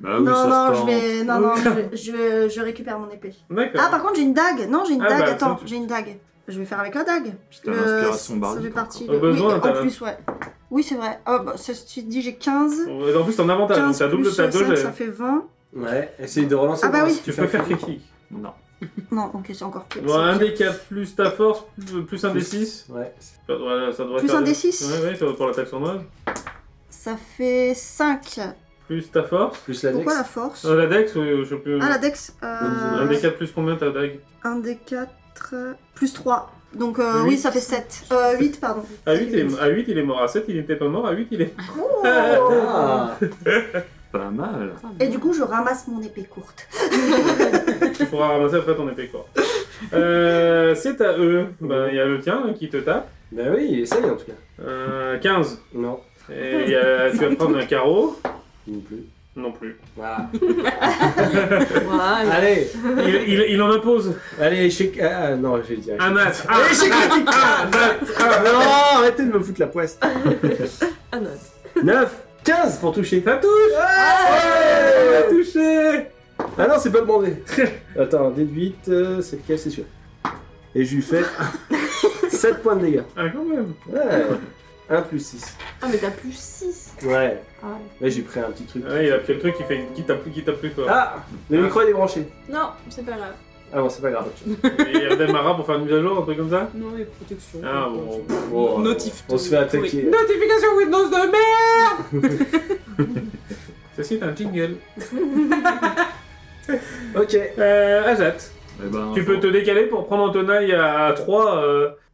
Speaker 4: Bah oui,
Speaker 5: Non,
Speaker 4: ça
Speaker 5: non,
Speaker 4: se
Speaker 5: je
Speaker 4: tente.
Speaker 5: vais. Non, non, je, vais- je, vais- je récupère mon épée.
Speaker 1: D'accord.
Speaker 5: Ah, par contre, j'ai une dague. Non, j'ai une
Speaker 1: Ah,
Speaker 5: dague.
Speaker 1: bah,
Speaker 5: Attends,
Speaker 1: ça, tu-
Speaker 5: j'ai une dague. Je vais faire avec la dague.
Speaker 4: Puis t'as
Speaker 5: Le-
Speaker 4: l'inspiration
Speaker 5: Ça
Speaker 4: bardique
Speaker 5: fait
Speaker 4: encore.
Speaker 5: partie.
Speaker 1: Au
Speaker 5: de-
Speaker 1: besoin,
Speaker 5: oui,
Speaker 1: t'as
Speaker 5: en
Speaker 1: la-
Speaker 5: plus, ouais. Oui, c'est vrai. Ah, bah, ceci dit, j'ai 15.
Speaker 1: En plus, t'es en avantage, donc
Speaker 5: 15
Speaker 1: t'as double,
Speaker 5: plus
Speaker 1: t'as
Speaker 5: 5,
Speaker 1: deux
Speaker 5: ça
Speaker 1: jets.
Speaker 5: fait 20.
Speaker 2: Ouais, essaye de relancer.
Speaker 5: Ah bah
Speaker 2: voir
Speaker 5: oui.
Speaker 2: si
Speaker 1: Tu peux faire
Speaker 2: quelque
Speaker 1: critique.
Speaker 4: Non.
Speaker 5: Non, ok, c'est encore pire.
Speaker 1: Bon,
Speaker 5: c'est
Speaker 1: un
Speaker 5: pire.
Speaker 1: des 4 plus ta force, plus- plus un des 6.
Speaker 2: chose. Ouais.
Speaker 1: Ça doit- ça doit
Speaker 5: Plus
Speaker 1: faire
Speaker 5: un
Speaker 1: de-
Speaker 5: des 6.
Speaker 1: Ouais, ouais, ça va pour l'attaque sournoise.
Speaker 5: Ça fait 5.
Speaker 1: Plus ta force.
Speaker 2: Plus la
Speaker 5: Pourquoi la
Speaker 2: dex.
Speaker 5: force
Speaker 1: Euh, la dex, ou je sais plus.
Speaker 5: Ah, la dex.
Speaker 1: Un
Speaker 5: Euh,
Speaker 1: des 4 plus combien ta dague
Speaker 5: 1 des 4. Plus 3. Donc, euh,
Speaker 1: Huit.
Speaker 5: oui, ça fait 7. Euh, 8, pardon.
Speaker 1: à 8, il est, à 8, il est mort. À 7, il était pas mort. À 8, il est.
Speaker 5: Oh.
Speaker 2: Ah.
Speaker 4: Pas mal.
Speaker 5: Et du coup, je ramasse mon épée courte.
Speaker 1: tu pourras ramasser après ton épée, quoi. Euh, c'est à eux. Ben, Il y a le tien hein, qui te tape.
Speaker 2: Bah oui, il essaye en tout cas.
Speaker 1: Euh, 15.
Speaker 2: Non,
Speaker 1: Et il y a- tu vas prendre un carreau.
Speaker 2: il ne plus.
Speaker 1: Non plus.
Speaker 2: Voilà.
Speaker 3: Ouais.
Speaker 2: Allez,
Speaker 1: Il, il, il en impose.
Speaker 2: allez, échec. Ah ah, non, j'ai dit.
Speaker 1: Un nat. Ah,
Speaker 2: Allez, échec critique.
Speaker 1: un nat.
Speaker 2: Ah, non, arrêtez de me foutre la poisse.
Speaker 3: Ah, non.
Speaker 2: 9, 15 pour toucher.
Speaker 1: Ça touche.
Speaker 2: Ah,
Speaker 1: Ça touché.
Speaker 2: ah non, c'est pas demandé. Attends, déduite, euh, c'est lequel C'est sûr. Et je lui fais 7 points de dégâts.
Speaker 1: Ah, quand même.
Speaker 2: Ouais. 1 plus 6.
Speaker 3: Ah, mais t'as plus 6.
Speaker 2: Ouais. Euh.
Speaker 3: Ah, ouais.
Speaker 2: Là, j'ai pris un petit truc.
Speaker 1: Ouais, il a pris le truc qui fait qui tape plus, qui tape plus quoi.
Speaker 2: Ah Le micro est débranché.
Speaker 6: Non, c'est pas grave.
Speaker 2: Ah bon, c'est pas grave.
Speaker 1: Et il redémarra pour faire une mise à jour, un truc comme ça.
Speaker 6: Non, et protection.
Speaker 1: Ah bon.
Speaker 2: Bon,
Speaker 6: Notif.
Speaker 2: On se fait attaquer.
Speaker 1: Notification Windows de merde Ceci est un jingle.
Speaker 2: Ok.
Speaker 1: Euh, Ajat,
Speaker 4: Eh ben,
Speaker 1: tu
Speaker 4: je-
Speaker 1: peux te décaler pour prendre en tenaille à 3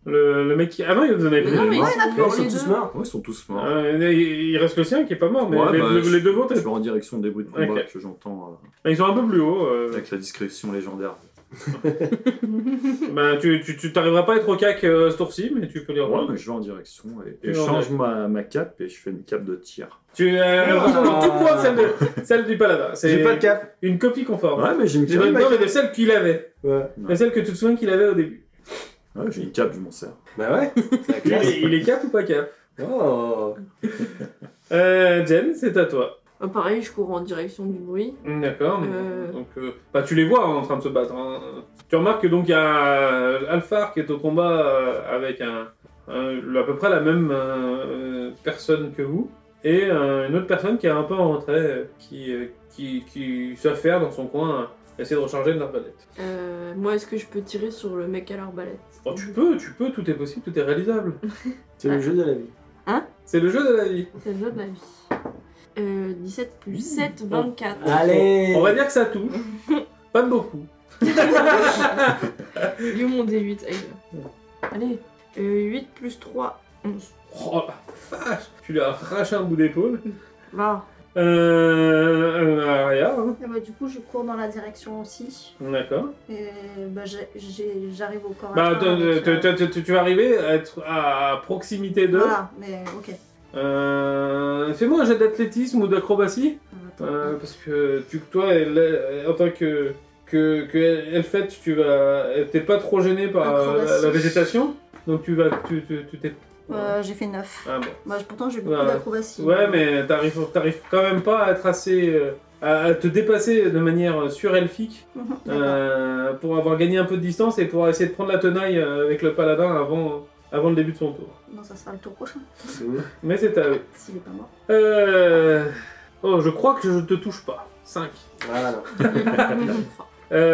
Speaker 1: le, le mec qui... Ah non, il vous en avait plus.
Speaker 3: Non, mais
Speaker 1: finalement.
Speaker 3: ils sont,
Speaker 2: Là, ils sont
Speaker 3: les
Speaker 2: tous
Speaker 3: deux.
Speaker 2: morts.
Speaker 4: Ouais, ils sont tous morts.
Speaker 1: Euh, il il reste que le sien qui est pas mort, mais
Speaker 4: Ouais,
Speaker 1: les,
Speaker 4: bah,
Speaker 1: les-
Speaker 4: je-
Speaker 1: les deux autres,
Speaker 4: Je vais en direction des bruits de combat
Speaker 1: Ok.
Speaker 4: que j'entends euh,
Speaker 1: ils sont un peu plus hauts. euh.
Speaker 4: avec la discrétion légendaire.
Speaker 1: Ben, tu, tu, tu t'arriveras pas à être au cac euh, ce tour-ci, mais tu peux les
Speaker 4: Ouais,
Speaker 1: rejoindre.
Speaker 4: mais je vais en direction et, et
Speaker 1: Et
Speaker 4: je
Speaker 1: on
Speaker 4: change ma, ma cape et je fais une cape de tir.
Speaker 1: Tu euh,
Speaker 2: Ah.
Speaker 1: retournes tout point celle, de- celle du paladin. C'est
Speaker 2: J'ai pas de cap.
Speaker 1: une copie conforme.
Speaker 4: Ouais, mais j'ai une
Speaker 1: J'ai
Speaker 4: cape.
Speaker 1: pas- Non, mais de celle qu'il avait.
Speaker 2: Ouais.
Speaker 1: De celle que tu te souviens qu'il avait au début.
Speaker 4: Ouais, j'ai une cape, je m'en sers.
Speaker 2: Bah ouais. Oh. C'est la
Speaker 1: Il
Speaker 2: classe.
Speaker 1: est, il est cap ou pas cap
Speaker 2: Oh.
Speaker 1: euh, Jen, c'est à toi.
Speaker 3: Euh, pareil, je cours en direction du bruit.
Speaker 1: D'accord.
Speaker 3: Euh.
Speaker 1: Donc, euh, bah, tu les vois hein, en train de se battre. hein. Tu remarques que donc il y a Alphar qui est au combat euh, avec un, un- à peu près la même euh, euh, personne que vous et euh, une autre personne qui est un peu en retrait, euh, qui, euh, qui, qui s'affaire dans son coin, euh, essayer de recharger une arbalète.
Speaker 3: Euh, moi, est-ce que je peux tirer sur le mec à l'arbalète
Speaker 1: Bon, Oh, tu peux, tu peux, tout est possible, tout est réalisable.
Speaker 2: C'est le jeu de la vie.
Speaker 1: C'est le jeu de la vie.
Speaker 3: C'est le jeu de la vie. Euh, 17 plus 7, 24.
Speaker 2: Allez
Speaker 1: On va dire que ça touche. Pas de beaucoup.
Speaker 3: Il est où mon D8 Aïe. Allez, Euh, 8 plus 3, 11.
Speaker 1: Oh la vache Tu lui as arraché un bout d'épaule.
Speaker 3: Là,
Speaker 1: Euh, euh, Aria, hein.
Speaker 5: Et bah, du coup, je cours dans la direction aussi.
Speaker 1: D'accord.
Speaker 5: Et bah, j'ai- j'ai- j'arrive au corps. à
Speaker 1: Bah,
Speaker 5: corps
Speaker 1: t'as-
Speaker 5: avec,
Speaker 1: t'as-
Speaker 5: euh,
Speaker 1: t'as- t'as- tu vas arriver à être à proximité d'eux.
Speaker 5: Voilà, mais ok.
Speaker 1: Euh, Fais-moi un jet d'athlétisme ou d'acrobatie.
Speaker 5: Attends.
Speaker 1: euh, parce que tu, toi, elle- elle- en tant que, que, que elle, elle fait, tu vas, t'es pas trop gêné par euh, la,
Speaker 5: Acrobatie.
Speaker 1: la végétation. Donc tu vas, tu tu- tu t'es.
Speaker 5: Euh, j'ai fait 9.
Speaker 1: Ah, bon.
Speaker 5: Bah, pourtant, j'ai beaucoup
Speaker 1: Ouais.
Speaker 5: d'acrobatie.
Speaker 1: Ouais, mais t'arrives, t'arrives quand même pas à être assez, euh, à, à te dépasser de manière surelfique
Speaker 5: Mhm, d'accord.
Speaker 1: euh, pour avoir gagné un peu de distance et pour essayer de prendre la tenaille euh, avec le paladin avant, avant le début de son tour.
Speaker 5: Non, ça sera le tour prochain,
Speaker 2: Mmh.
Speaker 1: Mais c'est à eux.
Speaker 5: s'il est pas mort.
Speaker 1: Euh... Oh, je crois que je te touche pas. 5.
Speaker 2: Voilà.
Speaker 1: Ah,
Speaker 3: Mmh.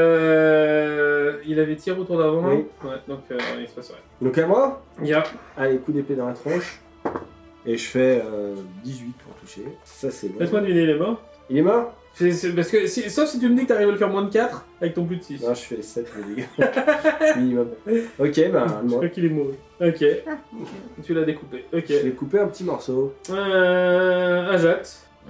Speaker 1: Euh... Il avait tiré autour d'avant.
Speaker 2: Oui.
Speaker 1: Ouais, donc euh, il se passe rien.
Speaker 2: Donc à moi
Speaker 1: Il y a
Speaker 2: Allez, coup d'épée dans la tronche. Et je fais euh, 18 pour toucher. Ça, c'est bon.
Speaker 1: Laisse-moi deviner, il est mort.
Speaker 2: Il est mort
Speaker 1: C'est- c'est- Parce que, si- sauf si tu me dis que t'arrives à le faire moins de 4 avec ton plus de 6.
Speaker 2: Non, je fais 7 de dégâts. Minimum. Ok, bah,
Speaker 1: Je
Speaker 2: moi,
Speaker 1: crois qu'il est mort. Ok,
Speaker 5: Ah, ok.
Speaker 1: tu l'as découpé. Ok.
Speaker 2: je vais couper un petit morceau.
Speaker 1: Euh... Ajat,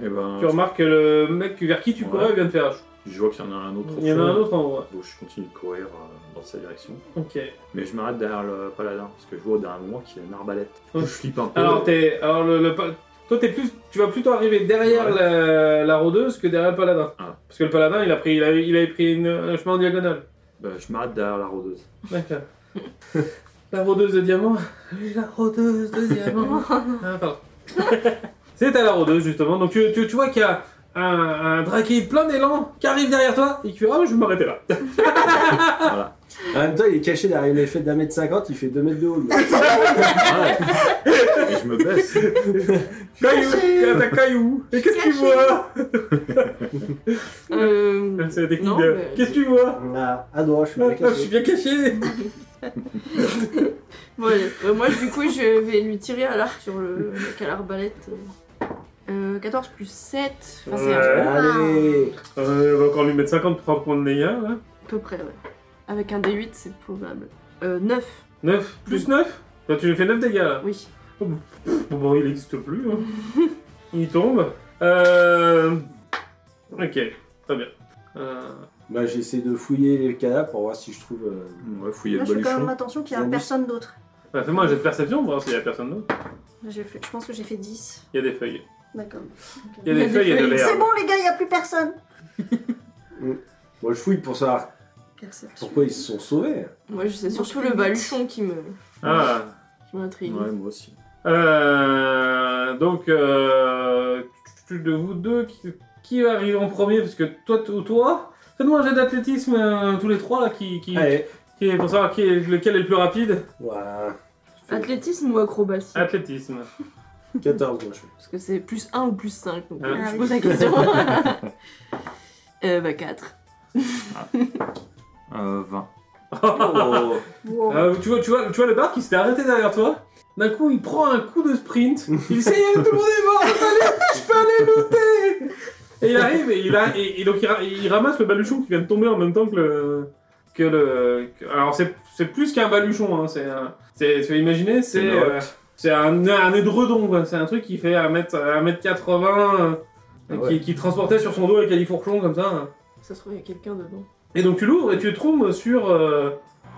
Speaker 4: Eh ben,
Speaker 1: tu remarques que le mec vers qui tu
Speaker 4: Ouais.
Speaker 1: courais vient de faire.
Speaker 4: je vois qu'il y en a un autre. au
Speaker 1: Il y en a
Speaker 4: fond.
Speaker 1: un autre en vrai.
Speaker 4: Donc je continue de courir euh, dans sa direction.
Speaker 1: Ok.
Speaker 4: Mais je m'arrête derrière le paladin, parce que je vois au dernier moment qu'il a une arbalète.
Speaker 1: Oh.
Speaker 4: Je flippe un peu.
Speaker 1: Alors, t'es, alors le, le pa- toi, t'es plus, tu vas plutôt arriver derrière
Speaker 4: Ouais.
Speaker 1: la, la rôdeuse que derrière le paladin.
Speaker 4: Ah.
Speaker 1: Parce que le paladin, il a pris, il a- il avait pris une- un chemin en diagonale.
Speaker 4: Bah, je m'arrête derrière la rôdeuse.
Speaker 1: D'accord. la rôdeuse de diamant. La rôdeuse de diamant. Ah, pardon. C'est à la rôdeuse, justement. Donc, tu, tu- tu vois qu'il y a un, un drakeïde plein d'élan qui arrive derrière toi et qui fait Ah, mais je vais m'arrêter là.
Speaker 4: voilà.
Speaker 2: En même temps, il est caché derrière une effet d'un mètre cinquante, il fait 2 mètres de haut. lui.
Speaker 4: Ouais. Et je me baisse.
Speaker 1: Caillou, t'as caillou. Et qu'est-ce que tu vois
Speaker 3: Euh,
Speaker 1: C'est la technique
Speaker 3: Non,
Speaker 1: de-
Speaker 3: mais-
Speaker 1: Qu'est-ce que tu vois
Speaker 2: Ah, à droite, je suis
Speaker 1: Ah,
Speaker 2: bien
Speaker 1: Je suis
Speaker 2: caché.
Speaker 1: bien caché.
Speaker 3: bon, allez. Euh, moi, du coup, je vais lui tirer à l'arc sur le mec à l'arbalète. Euh, 14 plus 7, enfin, c'est
Speaker 1: Ouais.
Speaker 3: à
Speaker 2: Allez
Speaker 1: Euh, on va encore lui mettre 53 points de dégâts, là.
Speaker 3: peu près, ouais. Avec un D8, c'est probable. Euh, 9,
Speaker 1: 9 plus 9 Toi, tu lui fais 9 dégâts, là.
Speaker 3: oui.
Speaker 1: Bon, bon, il n'existe plus. hein. il tombe. Euh... Ok, très bien. Euh,
Speaker 2: Bah, j'essaie de fouiller les cadavres pour voir si je trouve. euh,
Speaker 4: Ouais, fouiller
Speaker 5: Là,
Speaker 4: le
Speaker 5: je fais quand même
Speaker 4: baluchon.
Speaker 5: attention qu'il n'y a
Speaker 2: Zombies.
Speaker 5: personne d'autre.
Speaker 1: bah, Fais-moi un jet de perception pour voir s'il y a personne d'autre.
Speaker 5: Là, j'ai fait- Je pense que j'ai fait 10.
Speaker 1: Il y a des feuilles.
Speaker 5: D'accord.
Speaker 1: Il y a des feuilles, il y a de
Speaker 3: feuilles.
Speaker 5: C'est
Speaker 1: l'herbe.
Speaker 5: bon, les gars, il n'y a plus personne.
Speaker 2: Bon, je fouille pour savoir
Speaker 5: Perception.
Speaker 2: pourquoi ils se sont sauvés.
Speaker 3: Moi, je- c'est
Speaker 5: Moi,
Speaker 3: surtout
Speaker 5: je fais
Speaker 3: le
Speaker 5: huit.
Speaker 3: baluchon qui me
Speaker 1: Ah.
Speaker 3: qui m'intrigue.
Speaker 4: Ouais, moi aussi.
Speaker 1: Euh, donc, euh, tu- tu- de vous deux, qui, qui va arriver en premier Parce que toi t- ou toi Faites-moi un jet d'athlétisme euh, tous les trois, là, qui, qui,
Speaker 2: Allez
Speaker 1: qui est pour savoir qui est- lequel est le plus rapide.
Speaker 2: Voilà. Je fais
Speaker 3: Athlétisme ou acrobatie
Speaker 1: Athlétisme.
Speaker 2: 14, moi, je fais.
Speaker 3: Parce que c'est plus 1 ou plus 5, donc euh,
Speaker 1: Ah
Speaker 3: je
Speaker 5: oui.
Speaker 3: pose la question. euh, bah 4.
Speaker 4: Euh, 20.
Speaker 2: Oh.
Speaker 5: Wow.
Speaker 1: Euh, tu, vois, tu, vois, tu vois le bar qui s'était arrêté derrière toi D'un coup, il prend un coup de sprint. Il sait, tout le monde est mort, je peux aller, je peux aller looter Et il arrive, et, il a, et, et donc il, ra- il ramasse le baluchon qui vient de tomber en même temps que le. Que le que- alors, c'est c'est plus qu'un baluchon, hein, c'est un. c'est- Tu vas imaginer, c'est.
Speaker 4: une
Speaker 1: euh, C'est un, un édredon, quoi. C'est un truc qui fait 1m, 1m80, euh,
Speaker 4: Ah
Speaker 1: et
Speaker 4: ouais.
Speaker 1: qui, qui transportait sur son dos avec califourchon, comme ça. hein.
Speaker 3: Ça se trouve, il y a quelqu'un dedans.
Speaker 1: Et donc tu l'ouvres et tu te trouves sur euh,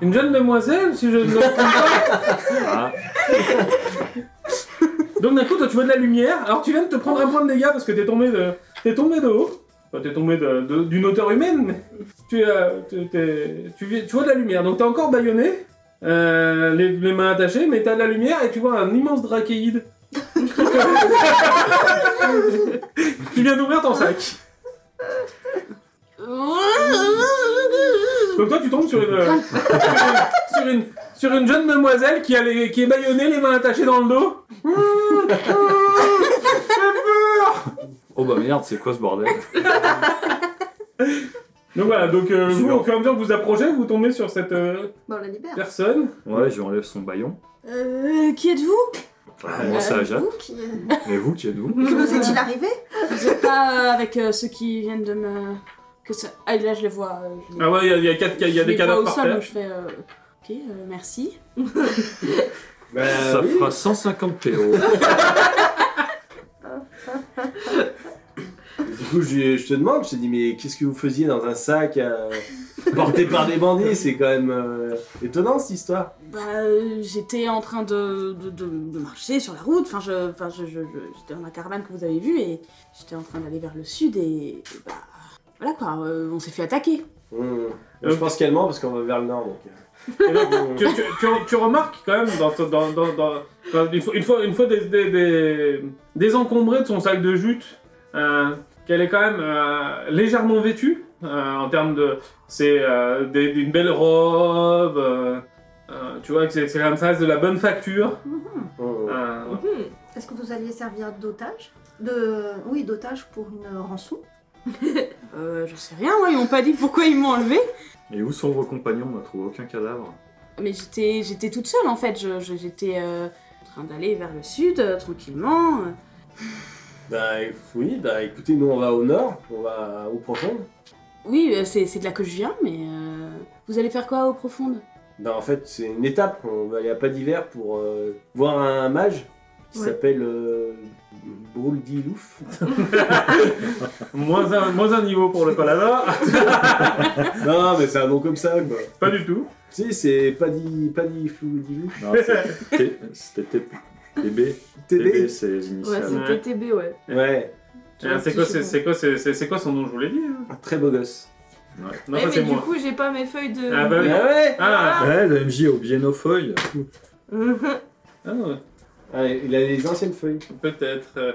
Speaker 1: une jeune demoiselle, si je ne me trompe pas.
Speaker 4: Ah,
Speaker 1: Donc d'un coup, toi, tu vois de la lumière. Alors tu viens de te prendre un point de dégâts parce que t'es tombé de, t'es tombé de haut. Enfin, t'es tombé de- de- d'une hauteur humaine, mais tu, euh, tu- t'es- tu, vis- tu vois de la lumière. Donc t'es encore bâillonné, euh, les, les mains attachées, mais t'as de la lumière et tu vois un immense drachéide Tu viens d'ouvrir ton sac.
Speaker 3: Hmm.
Speaker 1: Donc toi, tu tombes sur une, euh, sur une, sur une jeune demoiselle qui, a les- qui est bâillonnée, les mains attachées dans le dos. Mmh, mmh, j'ai peur.
Speaker 4: Oh bah merde, c'est quoi ce bordel
Speaker 1: donc voilà, donc euh, vous,
Speaker 4: Suivant.
Speaker 1: au fur et à mesure que vous approchez, vous tombez sur cette euh,
Speaker 5: Bon, on la libère.
Speaker 1: personne.
Speaker 4: Ouais, je lui enlève son baillon.
Speaker 6: Euh, qui êtes-vous
Speaker 4: Enfin, Moi, ça jatte.
Speaker 5: Vous qui...
Speaker 4: Mais vous, qui êtes-vous
Speaker 5: Que vous est-il arrivé
Speaker 6: Vous êtes pas euh, avec euh, ceux qui viennent de me. Que ça... Ah, là, je les vois. euh, je les-
Speaker 1: Ah ouais, il y a- il y a, quatre- il y a
Speaker 6: je
Speaker 1: des
Speaker 6: les vois
Speaker 1: cadavres
Speaker 6: au
Speaker 1: par
Speaker 6: sol,
Speaker 1: terre.
Speaker 6: donc je fais. euh, Ok, euh, merci.
Speaker 2: Bah,
Speaker 4: Ça
Speaker 2: oui.
Speaker 4: fera 150 PO.
Speaker 2: Du coup, je, je te demande, je te dis, mais qu'est-ce que vous faisiez dans un sac euh, porté par des bandits C'est quand même euh, étonnant cette histoire.
Speaker 6: Bah, euh, j'étais en train de, de, de- de marcher sur la route. Enfin, je, enfin, je, je- je- j'étais dans la caravane que vous avez vue et j'étais en train d'aller vers le sud et. et Bah. Voilà quoi, euh, on s'est fait attaquer.
Speaker 2: Hmm. Je pense calmement parce qu'on va vers le nord. Donc. euh,
Speaker 1: Et donc, tu, tu- tu- tu remarques quand même, dans, dans, dans- dans- dans- une fois, une fois, une fois des, des- des- désencombrée de son sac de jute, euh, qu'elle est quand même euh, légèrement vêtue euh, en termes de. C'est euh, des- d'une belle robe, euh, euh, tu vois que c'est c'est comme ça, c'est de la bonne facture.
Speaker 2: Hmm.
Speaker 1: euh,
Speaker 5: Est-ce que vous alliez servir d'otage de... Oui, d'otage pour une rançon.
Speaker 6: Euh, j'en sais rien, moi, ils m'ont pas dit pourquoi ils m'ont enlevé.
Speaker 4: Et où sont vos compagnons On n'a trouvé aucun cadavre.
Speaker 6: Mais j'étais, j'étais toute seule en fait. Je, je- j'étais euh, en train d'aller vers le sud euh, tranquillement. euh.
Speaker 2: Bah oui, bah écoutez, nous on va au nord, on va au profond.
Speaker 6: Oui, euh, c'est, c'est de là que je viens, mais euh, vous allez faire quoi au profonde
Speaker 2: Bah en fait, c'est une étape, on va aller à pas d'hiver pour euh, voir un mage qui
Speaker 5: Ouais.
Speaker 2: s'appelle euh, Broudilouf.
Speaker 1: moins, un, moins un niveau pour le paladin,
Speaker 2: non, mais c'est un nom comme ça, quoi.
Speaker 1: pas du tout.
Speaker 2: Si, c'est pas dit, pas dit flou, dit loup.
Speaker 4: Non, c'est- T- C'était T- TB. TB,
Speaker 2: TD.
Speaker 4: c'est les
Speaker 3: Ouais,
Speaker 4: initiales.
Speaker 1: Ouais.
Speaker 3: c'est TTB, ouais.
Speaker 2: Ouais,
Speaker 1: Euh, Eh, C'est quoi, c'est- c'est quoi, c'est- c'est- c'est quoi son nom Je vous l'ai dit. hein.
Speaker 2: un très beau gosse.
Speaker 6: Eh,
Speaker 1: Non,
Speaker 3: Ouais,
Speaker 1: ça
Speaker 3: Eh, mais
Speaker 1: c'est
Speaker 3: du
Speaker 1: moi.
Speaker 3: coup, j'ai pas mes feuilles de.
Speaker 1: Ah bah oui.
Speaker 2: Ah ouais
Speaker 1: Ah,
Speaker 4: Ouais, le MJ a oublié nos
Speaker 1: Euh,
Speaker 4: feuilles.
Speaker 1: ah, ouais,
Speaker 2: Ah, Il a les anciennes feuilles.
Speaker 1: peut-être. euh,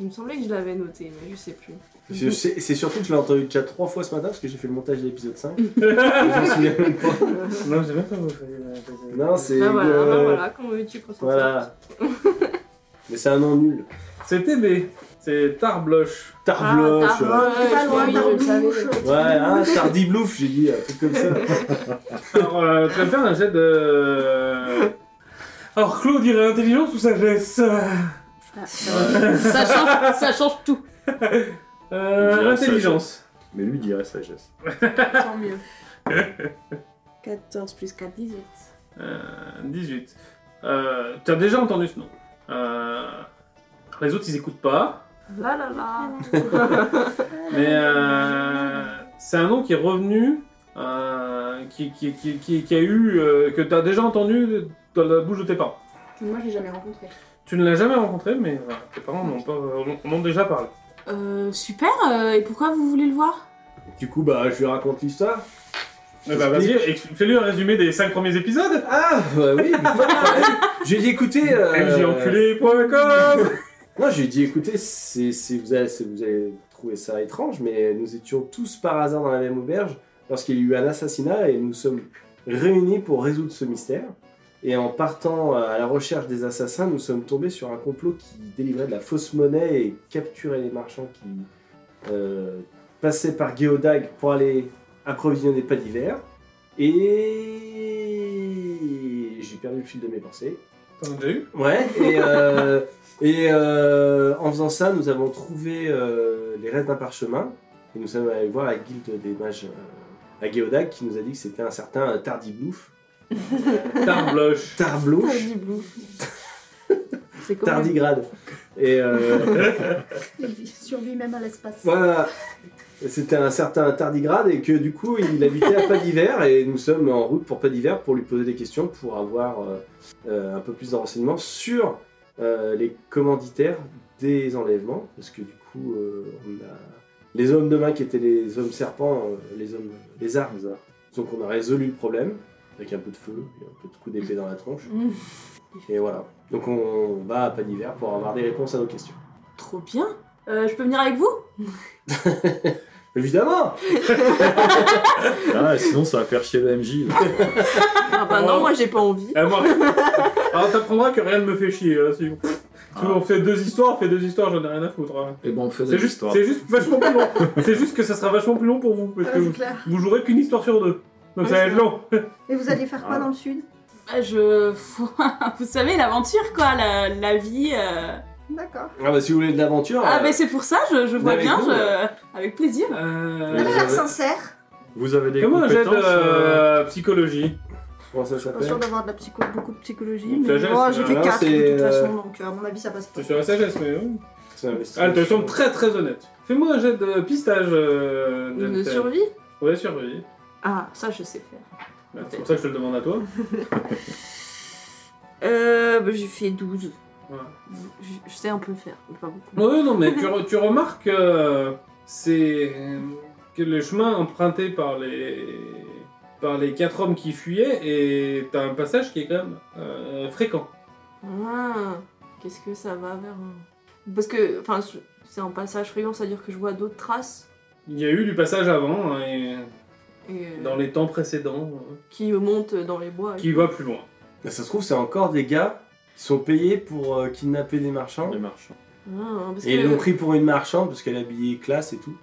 Speaker 3: Il me semblait que je l'avais noté, mais je sais plus.
Speaker 2: Je sais- C'est surtout que je l'ai entendu déjà trois fois ce matin parce que j'ai fait le montage de l'épisode 5. je me souviens même pas.
Speaker 1: Non, j'ai même pas vos-
Speaker 2: Non, c'est.
Speaker 3: Bah voilà,
Speaker 2: euh,
Speaker 3: bah voilà, comment veux-tu qu'on s'en sorte
Speaker 2: voilà. mais c'est un nom nul.
Speaker 1: C'est TB, c'est Tarbloche.
Speaker 2: Tarbloche.
Speaker 3: Ah,
Speaker 2: euh,
Speaker 3: Tarbloche.
Speaker 5: C'est pas
Speaker 3: je
Speaker 5: loin,
Speaker 3: l'ai,
Speaker 5: t'as
Speaker 3: je le savais.
Speaker 5: oublié.
Speaker 2: Ouais, hein, Tardiblouf, j'ai dit, un truc comme ça.
Speaker 1: Alors, euh, tu vas me faire un jet de. Alors, Claude dirait intelligence ou sagesse
Speaker 6: Ah, ça, ça change, ça change tout.
Speaker 1: Euh,
Speaker 4: Il dirait
Speaker 1: Intelligence.
Speaker 4: Mais lui dirait sagesse.
Speaker 3: Tant mieux.
Speaker 6: 14 plus 4, 18.
Speaker 1: Euh, 18. Euh, tu as déjà entendu ce nom. Euh, les autres, ils écoutent pas.
Speaker 3: Là là là.
Speaker 1: Mais euh, c'est un nom qui est revenu, euh, qui, qui, qui, qui, qui a eu. euh, que tu as déjà entendu dans la bouche de tes parents.
Speaker 6: Moi, je l'ai jamais rencontré.
Speaker 1: Tu ne l'as jamais rencontré, mais euh, tes parents n'ont pas, en ont déjà parlé.
Speaker 6: Euh, super, euh, et pourquoi vous voulez le voir
Speaker 2: Du coup, bah, je lui raconte l'histoire.
Speaker 1: Eh bah, vas-y, ex- fais-lui un résumé des 5 premiers épisodes
Speaker 2: Ah, bah oui, putain, pareil. Je lui ai dit, écoutez. euh,
Speaker 1: MJenculé.com
Speaker 2: Non, je lui ai dit, écoutez, c'est, c'est- vous, allez, c'est- vous allez trouver ça étrange, mais nous étions tous par hasard dans la même auberge lorsqu'il y a eu un assassinat et nous sommes réunis pour résoudre ce mystère. Et en partant euh, à la recherche des assassins, nous sommes tombés sur un complot qui délivrait de la fausse monnaie et capturait les marchands qui euh, passaient par Geodag pour aller approvisionner pas d'hiver. Et j'ai perdu le fil de mes pensées.
Speaker 1: T'en as déjà eu
Speaker 2: Ouais, et, euh, et euh, en faisant ça, nous avons trouvé euh, les restes d'un parchemin. Et nous sommes allés voir la guilde des mages euh, à Geodag qui nous a dit que c'était un certain euh, Tardiblouf.
Speaker 1: Tarbloche.
Speaker 2: Tarblouf,
Speaker 3: Tardiblouf. C'est comment
Speaker 2: Tardigrade. Et euh,
Speaker 5: Il vit- survit même à l'espace.
Speaker 2: voilà, c'était un certain Tardigrade et que du coup il habitait à Pas d'hiver. Et nous sommes en route pour Pas d'hiver pour lui poser des questions, pour avoir euh, euh, un peu plus de renseignements sur euh, les commanditaires des enlèvements, parce que du coup, euh, on a les hommes de main qui étaient les hommes serpents, euh, les hommes, les armes, donc on a résolu le problème. avec un peu de feu et un peu de coup d'épée dans la tronche.
Speaker 6: Mmh.
Speaker 2: Et voilà. Donc on va à pas d'hiver pour avoir des réponses à nos questions.
Speaker 6: Trop bien. Euh, je peux venir avec vous
Speaker 2: Évidemment
Speaker 4: Ah, sinon, ça va faire chier le MJ. là.
Speaker 3: Ah bah non, moi j'ai pas envie.
Speaker 1: Ah, moi- Alors t'apprendras que rien ne me fait chier. hein, si... si on fait deux histoires, on fait deux histoires, j'en ai rien à foutre. hein.
Speaker 4: Et bon, Ah. Eh ben, on fait
Speaker 1: C'est
Speaker 4: des
Speaker 1: juste,
Speaker 4: histoires.
Speaker 1: c'est juste vachement plus long. C'est juste que ça sera vachement plus long pour vous parce
Speaker 5: Ah,
Speaker 1: que
Speaker 5: c'est
Speaker 1: vous,
Speaker 5: clair.
Speaker 1: vous jouerez qu'une histoire sur deux. Donc
Speaker 5: Ouais,
Speaker 1: ça va
Speaker 5: c'est
Speaker 1: être
Speaker 5: vrai.
Speaker 1: long.
Speaker 5: Et vous allez faire quoi
Speaker 4: Ah.
Speaker 5: dans le sud
Speaker 6: Bah, je... Vous savez, l'aventure, quoi, la, la vie. euh.
Speaker 5: D'accord.
Speaker 2: Ah bah si vous voulez de l'aventure,
Speaker 6: Ah,
Speaker 2: euh,
Speaker 6: mais c'est pour ça, je, je vois
Speaker 2: avec
Speaker 6: bien,
Speaker 2: nous,
Speaker 6: je-
Speaker 2: euh.
Speaker 6: avec plaisir.
Speaker 1: Euh,
Speaker 5: Elle a l'air
Speaker 4: avez-
Speaker 5: sincère.
Speaker 4: Vous avez des
Speaker 1: Comment j'ai de
Speaker 4: compétences euh,
Speaker 1: euh, psychologie
Speaker 2: comment ça
Speaker 5: Pas
Speaker 2: s'appelle
Speaker 5: sûr d'avoir de la psycho... beaucoup de psychologie,
Speaker 1: Donc,
Speaker 5: mais
Speaker 1: la geste,
Speaker 5: moi j'ai fait
Speaker 2: alors,
Speaker 5: 4 de
Speaker 2: c'est,
Speaker 5: toute
Speaker 2: euh,
Speaker 5: façon, donc à mon avis ça passe pas.
Speaker 1: C'est sur la sagesse, mais. oui.
Speaker 2: C'est un vestige.
Speaker 1: Ah, de façon très très honnête. Fais-moi un jet de pistage, euh,
Speaker 3: Une
Speaker 1: Jennifer.
Speaker 3: survie
Speaker 1: Ouais, survie.
Speaker 3: Ah, ça je sais faire.
Speaker 1: Bah, C'est pour ça que je te le demande à toi.
Speaker 3: Euh, bah, j'ai fait 12.
Speaker 1: Voilà.
Speaker 3: Je, je sais un peu faire, mais pas beaucoup.
Speaker 1: Ouais, non, mais tu, re- tu remarques que c'est que le chemin emprunté par les par les quatre hommes qui fuyaient et t'as un passage qui est quand même euh, fréquent.
Speaker 3: Ah, Qu'est-ce que ça va vers un- Parce que, enfin, c'est un passage fréquent, c'est-à-dire que je vois d'autres traces
Speaker 1: Il y a eu du passage avant hein, et
Speaker 3: et, euh,
Speaker 1: dans les temps précédents euh,
Speaker 3: qui montent dans les bois.
Speaker 1: qui va plus loin.
Speaker 2: Bah, ça se trouve, c'est encore des gars qui sont payés pour euh, kidnapper des marchands.
Speaker 4: des marchands
Speaker 3: Ah, parce
Speaker 2: Et ils
Speaker 3: que-
Speaker 2: l'ont pris pour une marchande parce qu'elle est habillée classe et tout.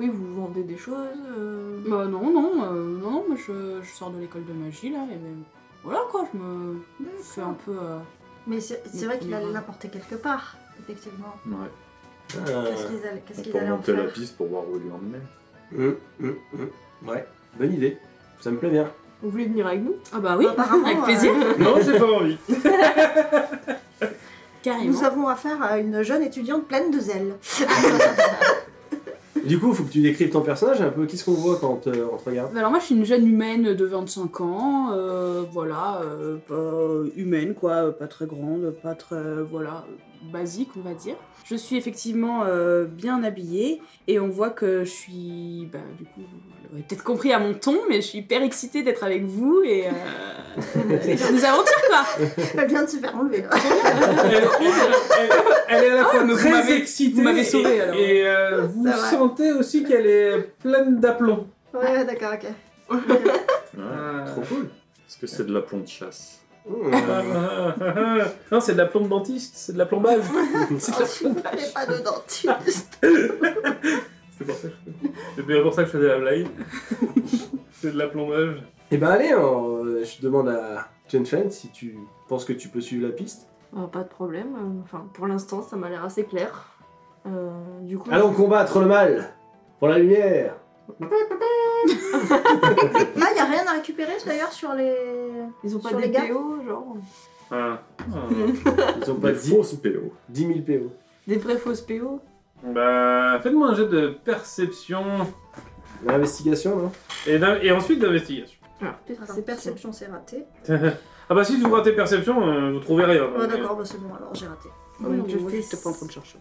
Speaker 3: Oui, vous vendez des choses. euh,
Speaker 6: Bah, non, non, euh, non, non, mais je, je sors de l'école de magie, là, et même. Voilà, quoi, je me. Je fais un peu. euh,
Speaker 5: Mais c'est c'est
Speaker 6: Le
Speaker 5: vrai qu'il
Speaker 6: premier
Speaker 5: allait
Speaker 6: rang.
Speaker 5: l'apporter quelque part, effectivement.
Speaker 4: Ouais.
Speaker 2: Ah.
Speaker 5: Qu'est-ce qu'ils allaient, qu'est-ce
Speaker 4: On
Speaker 5: qu'ils
Speaker 4: peut
Speaker 5: allaient en
Speaker 4: remonter la
Speaker 5: faire
Speaker 4: piste pour voir où lui emmener.
Speaker 2: Hum, hum, hum. Ouais, bonne idée. Ça me plaît bien.
Speaker 3: Vous voulez venir avec nous
Speaker 6: Ah, bah oui,
Speaker 5: Apparemment,
Speaker 6: avec plaisir,
Speaker 1: Non, j'ai pas envie.
Speaker 5: Ah,
Speaker 6: carrément.
Speaker 5: Nous avons affaire à une jeune étudiante pleine de zèle.
Speaker 2: Du coup, faut que tu décrives ton personnage un peu. Qu'est-ce qu'on voit quand euh, on te regarde
Speaker 6: Alors moi je suis une jeune humaine de 25 ans, euh, voilà, euh, pas humaine quoi, euh, pas très grande, pas très, euh, voilà, euh, basique on va dire. Je suis effectivement euh, bien habillée et on voit que je suis, bah, du coup, vous l'aurez peut-être compris à mon ton, mais je suis hyper excitée d'être avec vous et euh, aller faire des aventures quoi
Speaker 5: Elle vient de se faire enlever. là.
Speaker 1: Elle, elle- elle est à la fois
Speaker 6: mais vous
Speaker 1: Ah, très
Speaker 6: m'avez-
Speaker 1: excitée
Speaker 6: vous m'avez sauvée,
Speaker 1: et-
Speaker 6: alors.
Speaker 1: et euh, vous
Speaker 5: va.
Speaker 1: sentez aussi qu'elle est pleine d'aplomb.
Speaker 5: Ouais, d'accord, ok.
Speaker 4: Ouais.
Speaker 1: Ah.
Speaker 2: Trop cool.
Speaker 4: Est-ce que c'est de la plomb de chasse
Speaker 2: Hum,
Speaker 1: Ah,
Speaker 2: euh,
Speaker 1: ah, ah, ah. Non, c'est de la plombe dentiste, c'est de la plombage.
Speaker 5: Oh, S'il vous plaît, pas de dentiste.
Speaker 1: C'est pour ça que je- c'est bien pour ça que je faisais la blague. c'est de la plombage.
Speaker 2: Eh ben allez, on- euh, je demande à Jenfen si tu penses que tu peux suivre la piste.
Speaker 3: Ah, Pas de problème. euh, Enfin, pour l'instant, ça m'a l'air assez clair. Euh, du coup,
Speaker 2: Allons combattre le mal pour la lumière.
Speaker 5: Là, il a rien à récupérer d'ailleurs sur les.
Speaker 3: ils ont pas
Speaker 5: sur
Speaker 3: des
Speaker 5: les gars
Speaker 3: PO, genre
Speaker 1: Ah.
Speaker 2: Ils ont pas
Speaker 4: Des
Speaker 2: 10,
Speaker 4: fausses PO.
Speaker 2: 10 000 PO.
Speaker 3: Des vraies fausses PO
Speaker 1: Bah, faites-moi un jet de perception
Speaker 2: L'investigation, non
Speaker 1: et, d'in- et ensuite d'investigation.
Speaker 5: C'est perception, c'est raté.
Speaker 1: ah bah si vous ratez perception, euh, vous trouvez rien.
Speaker 5: Ouais, d'accord, bah, c'est bon, alors j'ai raté.
Speaker 3: Ah oui, je fais
Speaker 6: pas en train de chercher.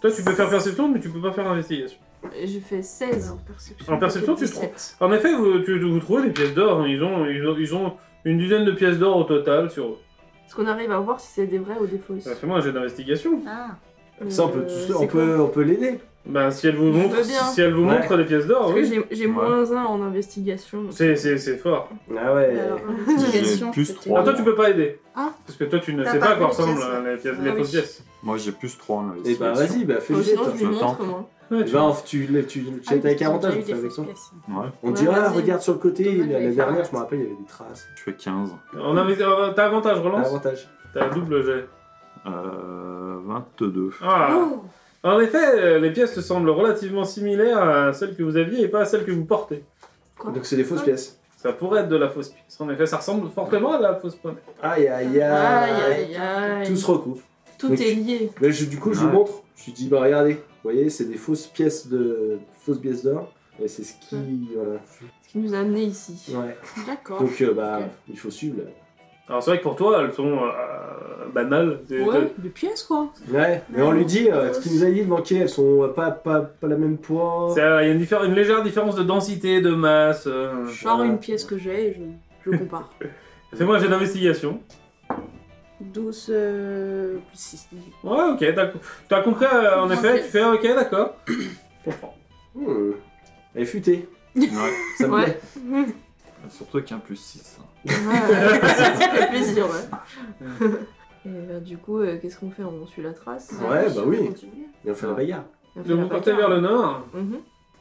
Speaker 1: Toi, tu peux faire perception, mais tu peux pas faire investigation.
Speaker 3: J'ai fait 16.
Speaker 1: En perception, tu trouves. En effet, vous, tu- vous trouvez des pièces d'or. hein. Ils ont, ils, ont, ils ont une dizaine de pièces d'or au total sur eux.
Speaker 3: Est-ce qu'on arrive à voir si c'est des vraies ou des fausses
Speaker 1: Bah, Fais-moi un jet d'investigation.
Speaker 5: Ah.
Speaker 2: Ça, on peut,
Speaker 3: Euh,
Speaker 2: tous-
Speaker 3: c'est
Speaker 2: on peut, on peut l'aider.
Speaker 1: Bah, si elle vous
Speaker 3: Je
Speaker 1: montre,
Speaker 3: veux bien.
Speaker 1: si elle vous
Speaker 2: Ouais.
Speaker 1: montre des pièces d'or,
Speaker 3: Parce que
Speaker 1: Ah oui.
Speaker 3: j'ai- j'ai
Speaker 4: Ouais.
Speaker 3: moins 1 en investigation. donc-
Speaker 1: C'est- C'est c'est fort.
Speaker 2: Ah ouais.
Speaker 5: Euh,
Speaker 3: Alors,
Speaker 5: Investigation,
Speaker 4: J'ai plus
Speaker 5: c'était-
Speaker 4: trois.
Speaker 1: Ah, toi, tu peux pas aider.
Speaker 3: Hein
Speaker 6: Ah.
Speaker 1: Parce que toi, tu ne
Speaker 5: T'as
Speaker 1: sais
Speaker 5: pas
Speaker 1: pas à
Speaker 5: vu
Speaker 1: quoi
Speaker 5: les pièces,
Speaker 1: ressemblent euh, les pièces,
Speaker 3: Ah
Speaker 1: les
Speaker 3: oui.
Speaker 1: fausses pièces.
Speaker 4: Moi j'ai plus 3 en
Speaker 2: Et
Speaker 4: investigation.
Speaker 2: bah vas-y, bah fais
Speaker 3: Bon,
Speaker 2: le jet.
Speaker 3: sinon,
Speaker 2: toi.
Speaker 3: je Ah, lui
Speaker 4: je
Speaker 3: montre,
Speaker 4: tente.
Speaker 5: Ah,
Speaker 3: moi.
Speaker 1: Ouais,
Speaker 2: Tu
Speaker 1: tu-
Speaker 2: vas en- tu l'as- tu le jettes avec avantage, on fait avec ça.
Speaker 4: Ouais,
Speaker 2: On
Speaker 3: Ouais,
Speaker 2: dirait, ah,
Speaker 3: vas-y.
Speaker 2: regarde sur le côté,
Speaker 6: Dommage,
Speaker 2: la,
Speaker 6: j'allais
Speaker 2: la
Speaker 6: faire
Speaker 3: hein.
Speaker 2: dernière,
Speaker 6: un
Speaker 2: je me rappelle, il y avait des traces.
Speaker 4: je fais 15.
Speaker 1: On a mis- euh, T'as avantage, relance.
Speaker 2: Avantage.
Speaker 1: T'as un double jet.
Speaker 4: Euh, 22.
Speaker 1: Ah.
Speaker 5: Oh.
Speaker 1: En effet, euh, les pièces te semblent relativement similaires à celles que vous aviez et pas à celles que vous portez.
Speaker 2: Donc c'est des fausses pièces.
Speaker 1: Ça pourrait être de la fausse pièce. En effet, ça ressemble fortement à de la fausse pièce.
Speaker 2: Aïe aïe aïe.
Speaker 3: Aïe, aïe, aïe.
Speaker 2: Tout se recoupe.
Speaker 3: Tout
Speaker 2: Donc,
Speaker 3: est lié.
Speaker 2: Là, je- du coup, je lui
Speaker 4: Ouais.
Speaker 2: montre. Je lui dis, bah regardez, vous voyez, c'est des fausses pièces de fausses pièces d'or. Et c'est ce qui, voilà.
Speaker 3: Ce qui nous a amenés ici.
Speaker 2: Ouais.
Speaker 6: D'accord.
Speaker 2: Donc euh, bah, il faut suivre. là.
Speaker 1: Alors c'est vrai que pour toi, elles sont euh, banales. Des-
Speaker 6: Ouais,
Speaker 1: de-
Speaker 6: des pièces quoi.
Speaker 2: Ouais. Mais on lui dit, euh, ce qu'il nous a dit de manquer, elles sont euh, pas pas pas la même poids.
Speaker 1: C'est- Il y a une, diffé- une légère différence de densité, de masse. euh.
Speaker 6: Je sors une pièce que j'ai et je. Je compare.
Speaker 1: Fais-moi un jet d'investigation.
Speaker 6: 12 euh, plus 6.
Speaker 1: Ouais, ok, d'accord. T'as compris, euh, en
Speaker 3: Moi,
Speaker 1: effet,
Speaker 3: c'est-
Speaker 1: tu fais ok, d'accord. Je comprends.
Speaker 2: Hmm. Elle est futée.
Speaker 4: Ouais.
Speaker 2: Ça me
Speaker 3: Ouais.
Speaker 2: plaît.
Speaker 4: Surtout avec un plus 6.
Speaker 3: ça fait plaisir, ouais. Et euh, du coup, euh, qu'est-ce qu'on fait On suit la trace
Speaker 2: Ouais, bah oui.
Speaker 5: Continue.
Speaker 2: Et on fait la bagarre.
Speaker 3: On fait
Speaker 1: Donc
Speaker 3: la
Speaker 1: vous partez
Speaker 3: bagarre.
Speaker 1: vers le nord.
Speaker 3: Mhm.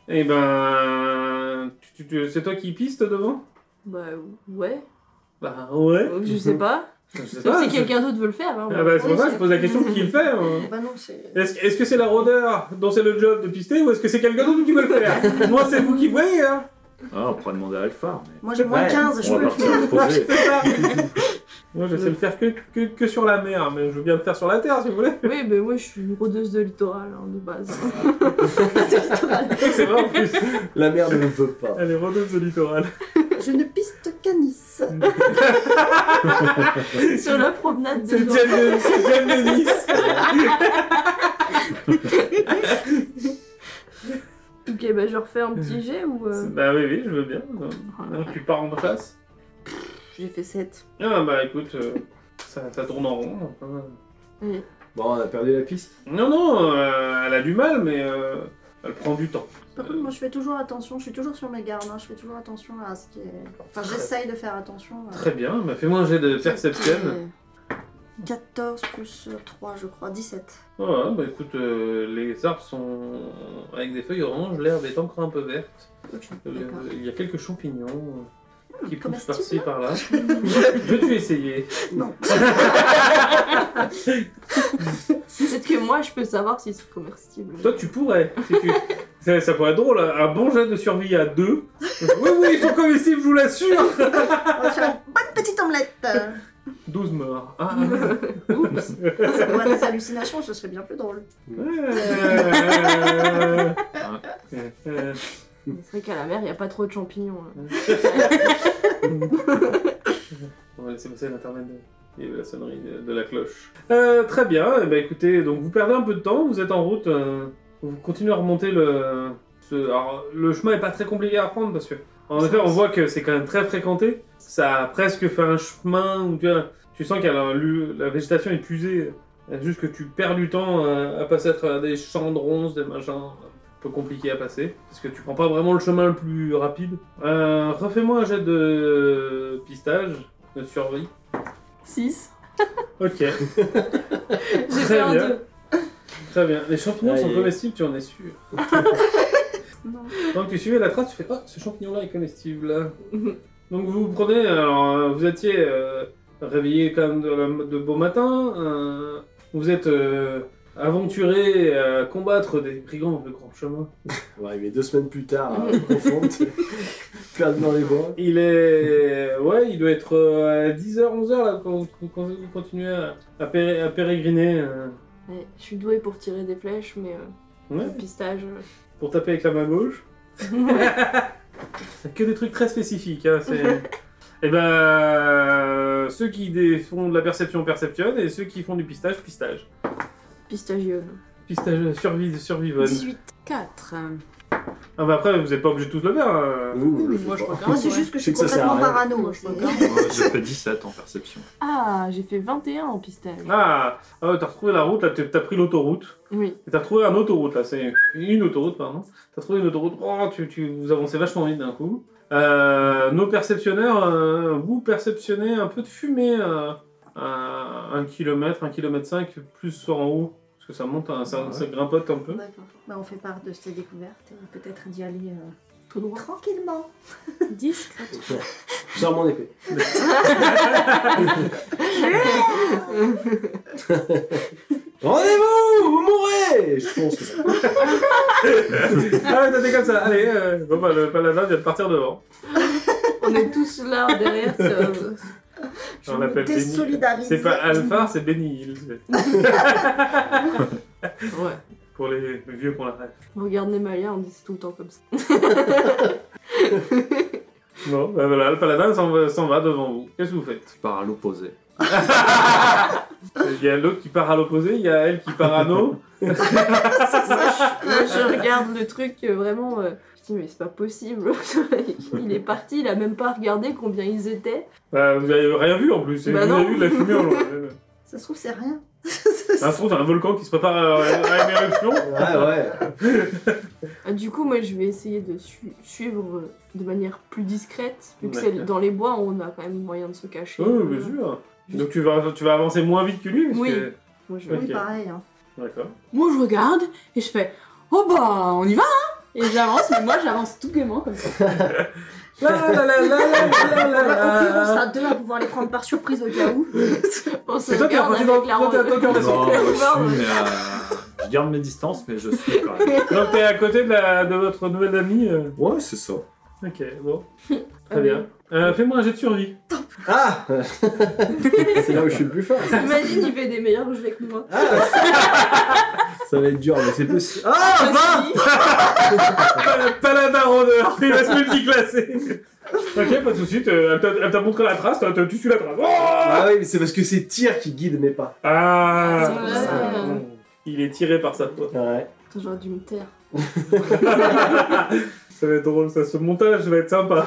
Speaker 1: Et ben. tu- tu- tu- C'est toi qui piste devant
Speaker 3: Bah ouais.
Speaker 1: Bah ouais.
Speaker 3: Euh, Je sais pas.
Speaker 1: Je sais
Speaker 3: Sauf
Speaker 1: pas.
Speaker 3: si quelqu'un d'autre veut le faire. hein.
Speaker 1: Ah bah, c'est pour
Speaker 5: Oui,
Speaker 1: ça que
Speaker 5: c'est-
Speaker 1: je pose la question qui le fait. moi.
Speaker 5: Bah non, c'est.
Speaker 1: Est-ce est-ce que c'est la rôdeur dont c'est le job de pister ou est-ce que c'est quelqu'un d'autre qui veut le faire Moi, c'est vous qui voyez, hein
Speaker 4: Ah, on pourrait demander à Alpha, mais.
Speaker 5: Moi j'ai moins
Speaker 2: Ouais.
Speaker 5: 15, je
Speaker 4: on
Speaker 5: peux
Speaker 4: va
Speaker 5: le
Speaker 4: partir
Speaker 5: faire.
Speaker 4: le
Speaker 1: Moi, je sais
Speaker 4: poser.
Speaker 1: pas. Moi, je sais le faire que, que, que sur la mer, mais je veux bien le faire sur la terre si vous voulez.
Speaker 3: Oui, mais moi je suis une rôdeuse de littoral hein, de base.
Speaker 1: C'est vrai en plus.
Speaker 2: La mère ne le veut pas.
Speaker 1: Elle est rôdeuse de littoral.
Speaker 5: Je ne piste qu'à Nice.
Speaker 3: Sur la promenade
Speaker 1: C'est
Speaker 3: des
Speaker 1: le
Speaker 3: gens.
Speaker 1: Jeff de, c'est Jeff de Nice.
Speaker 3: Ok, bah je refais un petit jet ou. euh,
Speaker 1: Bah oui, oui, je veux bien.
Speaker 3: oh là
Speaker 1: Non,
Speaker 3: là,
Speaker 1: tu pars en place.
Speaker 3: J'ai fait 7.
Speaker 1: Ah bah écoute, euh, ça, ça tourne en rond. hein.
Speaker 2: Bon, on a perdu la piste.
Speaker 1: Non, non, euh, elle a du mal, mais euh, elle prend du temps.
Speaker 5: Par contre, moi je fais toujours attention, je suis toujours sur mes gardes, hein, je fais toujours attention à ce qui est. Enfin, j'essaye de faire attention. euh.
Speaker 1: Très bien, bah fais-moi un jet de perception.
Speaker 6: euh,
Speaker 5: 14 plus euh, 3, je crois, 17.
Speaker 1: Voilà, bah écoute, euh, les arbres sont avec des feuilles oranges, l'herbe est encore un peu verte. Euh,
Speaker 5: D'accord.
Speaker 1: Il y a quelques champignons euh, qui poussent
Speaker 5: comestibles,
Speaker 1: par-ci, par-là. Veux-tu essayer
Speaker 5: Non.
Speaker 3: Peut-être que moi je peux savoir s'ils sont comestibles.
Speaker 1: Toi, tu pourrais. si tu- ça, ça pourrait être drôle, un bon jet de survie à deux. Oui, oui, ils sont comestibles, je vous l'assure
Speaker 5: On va faire une bonne petite omelette. euh.
Speaker 1: 12 morts. Ah,
Speaker 3: Oups.
Speaker 5: Ça pourrait être des hallucinations, ce serait bien plus drôle.
Speaker 1: euh, euh,
Speaker 3: Mais C'est vrai qu'à la mer, il n'y a pas trop de champignons. hein.
Speaker 1: On va laisser passer l'intermède et la sonnerie de, de la cloche. Euh, très bien, eh ben, écoutez, donc vous perdez un peu de temps, vous êtes en route, euh, vous continuez à remonter le. ce- alors, le chemin est pas très compliqué à prendre parce que, en effet, on voit que c'est quand même très fréquenté. Ça a presque fait un chemin où tu, as- tu sens que la végétation est usée. C'est Juste que tu perds du temps euh, à passer à travers des champs de ronces, des machins un peu compliqués à passer. Parce que tu prends pas vraiment le chemin le plus rapide. Euh, Refais-moi un jet de pistage, de survie.
Speaker 3: 6.
Speaker 1: Ok,
Speaker 3: J'ai
Speaker 1: Très
Speaker 3: fait un
Speaker 1: bien.
Speaker 3: 2.
Speaker 1: très bien. Les champignons sont
Speaker 2: Allez.
Speaker 1: comestibles, tu en es sûr. Donc tu suivais la trace, tu fais Ah, ce champignon-là est comestible. Donc vous vous prenez, alors euh, vous étiez euh, réveillé quand même de, la- de beau matin, euh, vous êtes euh, aventuré à combattre des brigands de grand chemin.
Speaker 2: On va arriver deux semaines plus tard à confondre. perdu dans les bois.
Speaker 1: Il est. Ouais, il doit être euh, à 10h, 11h là quand quand- quand vous continuez à, à péré- à pérégriner. euh,
Speaker 3: Ouais, je suis douée pour tirer des flèches, mais euh,
Speaker 1: ouais,
Speaker 3: le pistage. euh,
Speaker 1: pour taper avec la main gauche. que des trucs très spécifiques. Hein, c'est... et ben, euh, ceux qui dé- font de la perception, perception, et ceux qui font du pistage, pistage.
Speaker 3: Pistagionne.
Speaker 1: Pistage, survie, survivonne.
Speaker 5: 18.
Speaker 6: 4.
Speaker 1: Ah bah après, vous n'êtes pas obligé de tous le faire. hein.
Speaker 2: Nous, on le fait
Speaker 6: Moi je
Speaker 2: pas.
Speaker 6: regarde.
Speaker 5: Moi, c'est
Speaker 6: ouais.
Speaker 5: juste que je
Speaker 2: Je sais
Speaker 5: suis
Speaker 2: que ça sert à rien.
Speaker 5: complètement parano.
Speaker 6: Moi,
Speaker 5: c'est-
Speaker 6: je regarde.
Speaker 4: Moi, J'ai fait 17 en perception.
Speaker 3: Ah, j'ai fait 21 en pistage.
Speaker 1: Ah, ah ouais, t'as retrouvé la route, là, t'as t'as pris l'autoroute.
Speaker 3: Oui.
Speaker 1: Et T'as retrouvé un autoroute, là, c'est une autoroute, pardon. T'as trouvé une autoroute, oh, tu, tu- vous avancez vachement vite d'un coup. Euh, nos perceptionneurs, euh, vous perceptionnez un peu de fumée euh, à 1 km, 1 km 5, plus sur en haut, parce que ça monte, hein, ça,
Speaker 4: Ouais.
Speaker 1: ça grimpote un peu.
Speaker 5: D'accord. Bah, on fait part de ces découvertes et peut-être d'y aller euh,
Speaker 3: Tout droit.
Speaker 5: tranquillement.
Speaker 6: 10.
Speaker 2: Je sors mon épée. Rendez-vous Vous mourrez Je pense que ça.
Speaker 1: ah ouais, t'étais comme ça, allez, euh, bon, bah, le paladin vient de partir devant.
Speaker 3: On est tous là derrière. ce-
Speaker 5: Je
Speaker 1: On
Speaker 5: me
Speaker 1: l'appelle Benny.
Speaker 5: désolidarise.
Speaker 1: C'est pas Alpha, c'est Benny Hill, c'est
Speaker 3: Ouais.
Speaker 1: pour les vieux qu'on l'arrête.
Speaker 3: Regarde Nemalia, on dit c'est tout le temps comme ça.
Speaker 1: Bon, bah voilà, le paladin s'en va- s'en va devant vous. Qu'est-ce que vous faites
Speaker 4: Je pars à l'opposé.
Speaker 1: Il y a l'autre qui part à l'opposé, il y a elle qui part à nos.
Speaker 3: Là, je regarde le truc euh, vraiment. euh, Putain, mais c'est pas possible. il est parti, il a même pas regardé combien ils étaient.
Speaker 1: Bah, vous avez rien vu en plus.
Speaker 3: Bah
Speaker 1: vous
Speaker 3: non.
Speaker 1: avez vu de la fumée en loin.
Speaker 5: Ça se trouve, c'est rien.
Speaker 1: Ça se trouve, t'as un volcan qui se prépare à, à une éruption.
Speaker 2: Ah ouais.
Speaker 3: Ah, du coup, moi, je vais essayer de su- suivre euh, de manière plus discrète. Vu que c'est
Speaker 1: D'accord. Oh,
Speaker 3: dans les bois, on a quand même moyen de se cacher.
Speaker 1: Oui, bien sûr. Donc tu vas, tu vas avancer moins vite que lui parce
Speaker 3: Oui.
Speaker 1: que-
Speaker 3: Moi, je-
Speaker 1: Ouais.
Speaker 5: Oui, pareil. hein.
Speaker 1: D'accord.
Speaker 6: Moi, je regarde et je fais Oh bah, on y va, hein Et j'avance, mais moi, j'avance tout gaiement comme ça.
Speaker 1: La la la la la la
Speaker 5: On va conclure, on
Speaker 1: la
Speaker 5: sera deux à pouvoir les prendre par surprise au cas où.
Speaker 3: On se
Speaker 1: Mais toi, t'es
Speaker 3: regarde
Speaker 1: parti
Speaker 3: avec
Speaker 1: dans-
Speaker 3: la
Speaker 1: toi, t'es-
Speaker 3: ronde.
Speaker 1: toi, t'es en
Speaker 4: Non,
Speaker 3: Pardon.
Speaker 4: moi, je, suis, mais, euh, je garde mes distances, mais je suis quand même.
Speaker 1: Donc t'es à côté de, la, de votre nouvelle amie. euh.
Speaker 4: Ouais, c'est ça.
Speaker 1: Ok, bon.
Speaker 3: Ah,
Speaker 1: Très bien. Euh, Fais-moi un jet de survie.
Speaker 2: Ah C'est là où je suis le plus fort.
Speaker 3: mais Imagine, il fait des meilleurs jeux que moi.
Speaker 2: Ah, c'est- ça va être dur, mais c'est possible. Ah
Speaker 3: Vas-y.
Speaker 1: Pal- Paladin rôdeur, il va se multiclasser. ok, pas de soucis, t'es- elle t'a- elle t'a montré la trace, t'as- t'as- tu suis la trace. Oh
Speaker 2: Ah oui, mais c'est parce que c'est tir qui guide mes pas.
Speaker 1: ah
Speaker 3: C'est vrai.
Speaker 1: Ah. Il est tiré par sa foi.
Speaker 2: Ouais.
Speaker 3: Putain, J'aurais dû me taire.
Speaker 1: Ça va être drôle, ça. Ce montage va être sympa.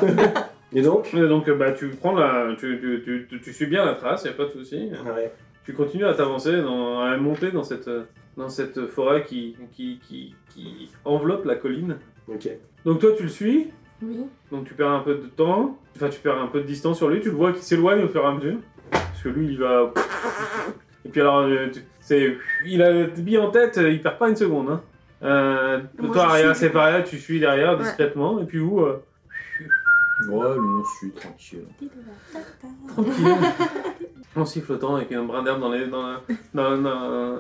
Speaker 2: Et donc
Speaker 1: Et donc, euh, bah, tu prends la. Tu, tu, tu, tu, tu suis bien la trace, y a pas de souci.
Speaker 2: Ouais.
Speaker 1: Tu continues à t'avancer, dans- à monter dans cette, dans cette forêt qui, qui, qui, qui enveloppe la colline.
Speaker 2: Ok.
Speaker 1: Donc, toi, tu le suis,
Speaker 3: Oui.
Speaker 1: donc tu perds un peu de temps, enfin, tu perds un peu de distance sur lui, tu le vois qui s'éloigne au fur et à mesure. Parce que lui, il va. Et puis, alors, euh, tu- c'est. Il a tes billes en tête, euh, il perd pas une seconde. Hein. Euh,
Speaker 5: Moi,
Speaker 1: toi,
Speaker 5: je
Speaker 1: Aria,
Speaker 5: suis.
Speaker 1: c'est pareil, tu suis derrière
Speaker 5: Ouais.
Speaker 1: discrètement, et puis vous. euh,
Speaker 4: Ouais, nous, on suit tranquille.
Speaker 1: en sifflotant avec un brin d'herbe dans, les- dans, la- dans, dans-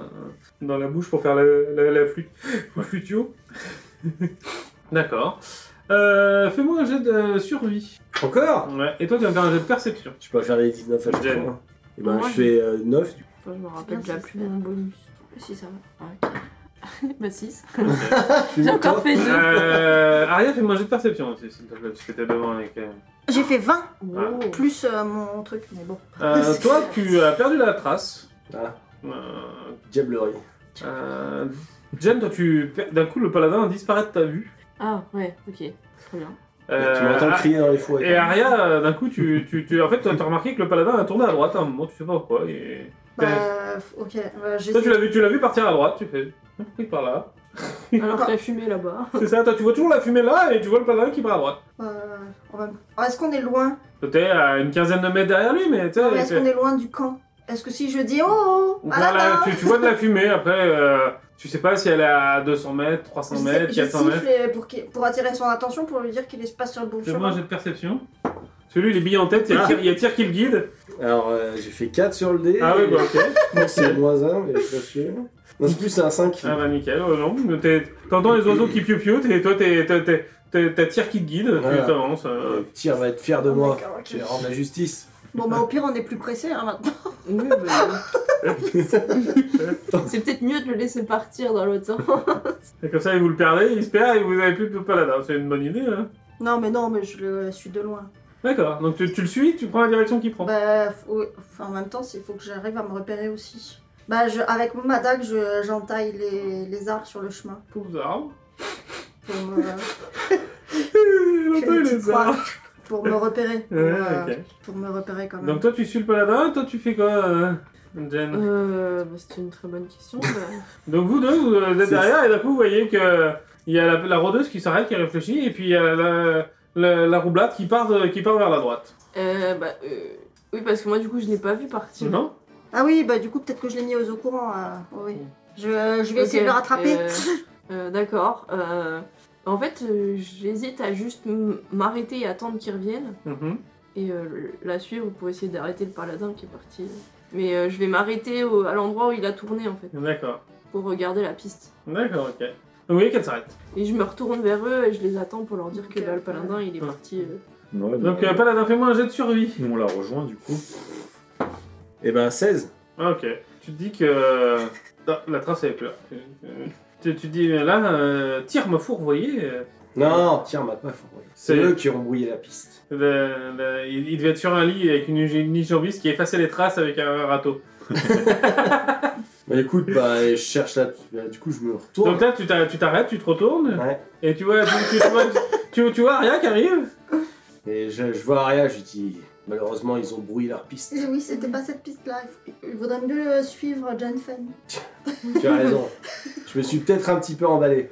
Speaker 1: dans la bouche pour faire la, la, la flûte. flutio. D'accord. Euh, Fais-moi un jet de survie.
Speaker 2: Encore
Speaker 1: Ouais. Et toi, tu vas me faire un jet de perception.
Speaker 2: Je peux pas faire les 19 à chaque
Speaker 1: J'aime.
Speaker 2: fois. Et ben,
Speaker 3: Moi,
Speaker 2: je fais euh, 9. du coup.
Speaker 3: Enfin, je me rappelle déjà
Speaker 5: Bien, c'est
Speaker 3: plus
Speaker 5: ça.
Speaker 3: mon bonus. Si, ça va. Ah, ok. bah, 6.
Speaker 2: Je suis
Speaker 3: J'ai encore
Speaker 2: content.
Speaker 3: fait 2.
Speaker 1: Euh, Aria, fais-moi un jet de perception aussi, s'il te plaît, parce que t'es devant avec. euh.
Speaker 5: J'ai fait
Speaker 3: Ah.
Speaker 5: 20 plus euh, mon truc, mais bon.
Speaker 1: Euh, toi, tu as perdu la trace.
Speaker 2: Ah,
Speaker 1: Euh,
Speaker 2: diablerie.
Speaker 1: euh, Jen, toi, tu per- d'un coup, le paladin disparaît de ta vue.
Speaker 3: Ah, ouais, ok. Très bien.
Speaker 1: Euh,
Speaker 2: tu m'entends
Speaker 1: Ar-
Speaker 2: crier dans les fours.
Speaker 1: Et Aria, euh, d'un coup, tu, tu, tu- en fait, t'as remarqué que le paladin a tourné à droite hein, à un moment, tu sais pas pourquoi. Et...
Speaker 5: Bah, ok, euh, j'ai
Speaker 1: Toi, tu l'as vu, tu l'as vu partir à droite, tu fais. Oui, par là.
Speaker 3: Alors que la fumée là-bas.
Speaker 1: C'est ça, toi, tu vois toujours la fumée là et tu vois le paladin qui part à droite.
Speaker 5: Euh, on va- Alors, Est-ce qu'on est loin
Speaker 1: Toi, T'es à une quinzaine de mètres derrière lui, mais tu sais,
Speaker 5: Non, mais Est-ce
Speaker 1: c'est-
Speaker 5: qu'on est loin du camp Est-ce que si je dis oh, oh
Speaker 1: Voilà,
Speaker 5: Aladdin
Speaker 1: tu, tu vois de la fumée après. euh, Tu sais pas si elle est à 200 mètres,
Speaker 5: Je
Speaker 1: 300
Speaker 5: sais-
Speaker 1: mètres,
Speaker 5: je
Speaker 1: 400 mètres.
Speaker 5: siffle, euh, pour, qu'il- pour attirer son attention, pour lui dire qu'il se passe sur le bon
Speaker 1: Fais-moi un
Speaker 5: chemin.
Speaker 1: jet de perception. Celui, il est billé en tête, il y a
Speaker 2: Ah.
Speaker 1: tir- il y a tir qui le guide.
Speaker 2: Alors, euh, j'ai fait 4 sur le dé.
Speaker 1: Ah oui, bah ok.
Speaker 2: Moi, c'est moins 1, mais je suis pas sûr. Non, c'est plus, c'est un 5.
Speaker 1: Ah bah nickel, euh, non, mais t'es- t'entends les oiseaux qui piou-pioutent et toi t'es- t'es- t'es- t'es- t'as tir qui te guide,
Speaker 2: Voilà.
Speaker 1: tu t'avances. euh,
Speaker 2: Le tir va être fier de
Speaker 5: Oh
Speaker 2: moi.
Speaker 5: d'accord, ok.
Speaker 2: Je vais rendre la justice.
Speaker 5: Bon, bah au pire, on est plus pressé hein, maintenant.
Speaker 3: Oui, bah, C'est peut-être mieux de le laisser partir dans le temps.
Speaker 1: et comme ça, vous le perdez, il se perd et vous avez plus de paladin. C'est une bonne idée, hein.
Speaker 5: Non, mais non, mais je le suis de loin.
Speaker 1: D'accord, donc tu, tu le suis, tu prends la direction qu'il prend.
Speaker 5: Bah, faut- enfin, en même temps, il faut que j'arrive à me repérer aussi. Bah, je, avec ma dague, je- j'entaille les, les arbres sur le chemin.
Speaker 1: Pour vos arbres.
Speaker 5: Pour me,
Speaker 1: Il
Speaker 5: j'ai
Speaker 1: entend
Speaker 5: une
Speaker 1: les
Speaker 5: petite
Speaker 1: arbres.
Speaker 5: croix pour me repérer. Pour,
Speaker 1: Ouais,
Speaker 5: euh,
Speaker 1: ok.
Speaker 5: pour me repérer quand même.
Speaker 1: Donc toi, tu suis le paladin, toi, tu fais quoi, euh, Jen
Speaker 3: Euh, bah, c'est une très bonne question. bah.
Speaker 1: Donc vous deux, vous euh, êtes
Speaker 2: C'est-
Speaker 1: derrière et d'un coup, vous voyez que euh, il y a la, la rôdeuse qui s'arrête, qui réfléchit, et puis il y a la, la- la roublade qui part, de- qui part vers la droite.
Speaker 3: Euh, bah, euh, Oui, parce que moi, du coup, je l'ai pas vu partir.
Speaker 1: Non
Speaker 5: Ah oui, bah du coup, peut-être que je l'ai mis aux eaux courants. euh, oui. Je, je vais
Speaker 3: Ok,
Speaker 5: essayer de le rattraper.
Speaker 3: euh, euh, D'accord. euh, en fait, euh, j'hésite à juste m- m'arrêter et attendre qu'il revienne
Speaker 1: Mhm.
Speaker 3: et euh, la suivre pour essayer d'arrêter le paladin qui est parti. Mais euh, je vais m'arrêter au- à l'endroit où il a tourné en fait
Speaker 1: D'accord,
Speaker 3: pour regarder la piste.
Speaker 1: d'accord, ok. Donc vous voyez qu'elle s'arrête.
Speaker 3: Et je me retourne vers eux et je les attends pour leur dire que
Speaker 5: Ok.
Speaker 3: bah, le paladin il est
Speaker 1: Ouais.
Speaker 3: parti. euh.
Speaker 4: Ouais,
Speaker 1: Donc
Speaker 4: bah,
Speaker 1: euh, Paladin, fais-moi un jet de survie.
Speaker 4: nous, on la rejoint, du coup.
Speaker 2: Et ben, 16.
Speaker 1: Ah, ok. Tu te dis que... euh, ah, la trace, elle est plus là. Euh, Tu, tu te dis, là, euh, tire m'a fourvoyé. euh,
Speaker 2: Non, tiens, m'a pas fourré. C'est
Speaker 1: C'est-
Speaker 2: eux qui ont brouillé la piste.
Speaker 1: le- le- il, il devait être sur un lit avec une, une jambiste qui effaçait les traces avec un râteau.
Speaker 2: Bah écoute, bah je cherche là, bah, du coup je me retourne.
Speaker 1: Donc là, tu t'ar- tu t'arrêtes, tu te retournes,
Speaker 2: Ouais.
Speaker 1: et tu vois, tu, tu- tu vois, tu- tu vois Aria qui arrive.
Speaker 2: Et je, je vois Aria, je lui dis malheureusement ils ont brouillé leur piste.
Speaker 5: Eh oui, c'était pas cette piste-là. Il faut- Il vaudrait mieux euh, suivre John Fenn.
Speaker 2: tu as raison. Je me suis peut-être un petit peu emballé.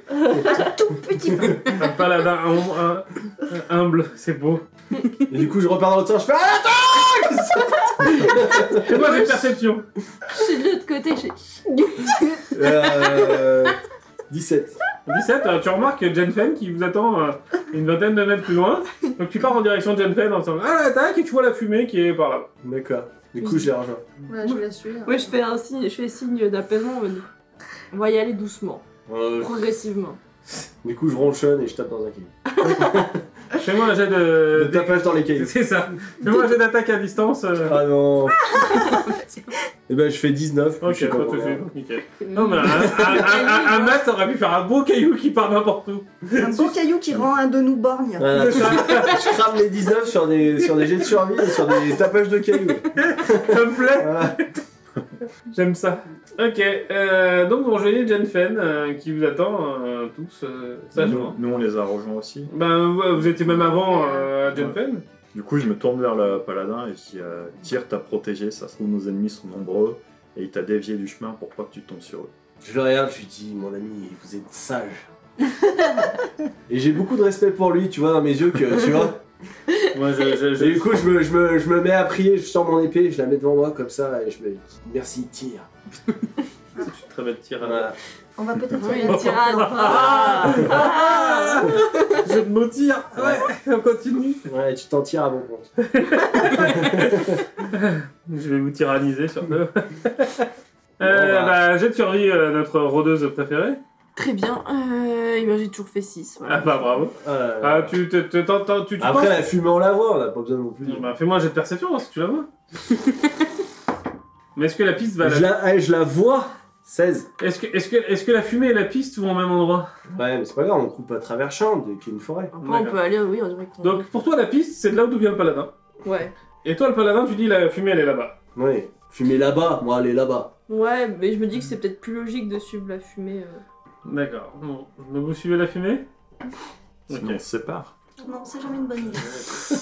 Speaker 5: Tout petit peu.
Speaker 1: Un paladin hum- un- un humble, c'est beau.
Speaker 2: Et du coup je repars dans l'autre sens, je fais Ah,
Speaker 1: C'est moi des perceptions.
Speaker 3: Je suis de l'autre côté, j'ai.
Speaker 2: Euh, 17.
Speaker 1: 17, euh, tu remarques Jenfen qui vous attend euh, une vingtaine de mètres plus loin. Donc tu pars en direction de Jenfen en disant Ah l'attaque et tu vois la fumée qui est par là.
Speaker 2: D'accord. Du coup, je les rejoins.
Speaker 5: Ouais, je vais la suivre.
Speaker 3: Ouais, je fais un signe, je fais signe d'apaisement. On va dire, on va y aller doucement,
Speaker 2: Euh,
Speaker 3: progressivement.
Speaker 2: du coup, je ronchonne et je tape dans un caillou.
Speaker 1: Fais-moi un jet
Speaker 2: Le
Speaker 1: de.
Speaker 2: tapage dans les cailloux.
Speaker 1: C'est ça. Fais-moi un jet d'attaque à distance. euh.
Speaker 2: Ah non Et ben, je fais 19. puis
Speaker 1: Ok, bah,
Speaker 2: je sais
Speaker 1: pas
Speaker 2: pas
Speaker 1: de
Speaker 2: combien.
Speaker 1: soucis, nickel. Non mais un, un, un, un- un mat aurait pu faire un beau caillou qui part n'importe où.
Speaker 5: Un beau caillou qui rend un de nous borgne.
Speaker 2: Voilà, je, je crame les 19 sur des, sur des jets de survie et sur des tapages de cailloux.
Speaker 1: Ça me plaît.
Speaker 2: Voilà.
Speaker 1: J'aime ça. Ok, euh, donc vous rejoignez Jenfen euh, qui vous attend euh, tous euh, sagement.
Speaker 4: Nous, nous, on les a rejoints aussi.
Speaker 1: Ben ouais, vous étiez même avant euh, à
Speaker 4: Ouais.
Speaker 1: Jenfen.
Speaker 4: Du coup, je me tourne vers le paladin et je dis euh, Tyr t'as protégé, ça se trouve, nos ennemis sont nombreux et il t'a dévié du chemin pour pas que tu tombes sur eux.
Speaker 2: Je le regarde, je lui dis, mon ami, vous êtes sage. et j'ai beaucoup de respect pour lui, tu vois, dans mes yeux, que tu vois.
Speaker 1: Moi, je, je,
Speaker 2: Et du coup, je me, je, me, je me mets à prier, je sors mon épée, je la mets devant moi comme ça et je me dis, merci, tire.
Speaker 1: suis très belle tir.
Speaker 2: Voilà.
Speaker 5: On va peut-être
Speaker 3: Oui,
Speaker 5: y aller.
Speaker 3: tirade. Ah, ah.
Speaker 1: Je de mots tir. Ouais, on continue.
Speaker 2: Ouais, tu t'en tires à bon compte.
Speaker 1: Je vais vous tyranniser sur le.
Speaker 2: Bon, bah.
Speaker 1: bah, j'ai de survie euh, notre rôdeuse préférée.
Speaker 3: Très bien. Euh, eh ben, j'ai toujours fait 6.
Speaker 1: Ah bah bravo.
Speaker 2: Euh,
Speaker 1: Ah, tu te, te- t'entends- tu, tu
Speaker 2: Après,
Speaker 1: penses
Speaker 2: la fumée, on la voit, on n'a pas besoin non plus.
Speaker 1: Bah, Fais-moi un jet de perception hein, si tu la vois. Mais est-ce que la piste va.
Speaker 2: Je,
Speaker 1: bah, La...
Speaker 2: la, eh, je la vois 16.
Speaker 1: Est-ce que, est que, est que la fumée et la piste vont au même endroit
Speaker 2: Ouais, mais c'est pas grave, on coupe à travers champ, dès qu'il y a une forêt.
Speaker 3: Après, on peut aller, oui, on dirait qu'on-
Speaker 1: Ah, Donc pour toi, la piste, c'est de là d'où vient le paladin.
Speaker 3: Ouais.
Speaker 1: Et toi, le paladin, tu dis la fumée, elle est là-bas.
Speaker 2: Oui, fumer là-bas, moi, aller là-bas.
Speaker 3: Ouais, mais je me dis que c'est peut-être plus logique de suivre la fumée. euh.
Speaker 1: D'accord. Bon. Donc vous suivez la fumée
Speaker 4: Sinon, on se sépare.
Speaker 5: Non, c'est jamais une bonne idée.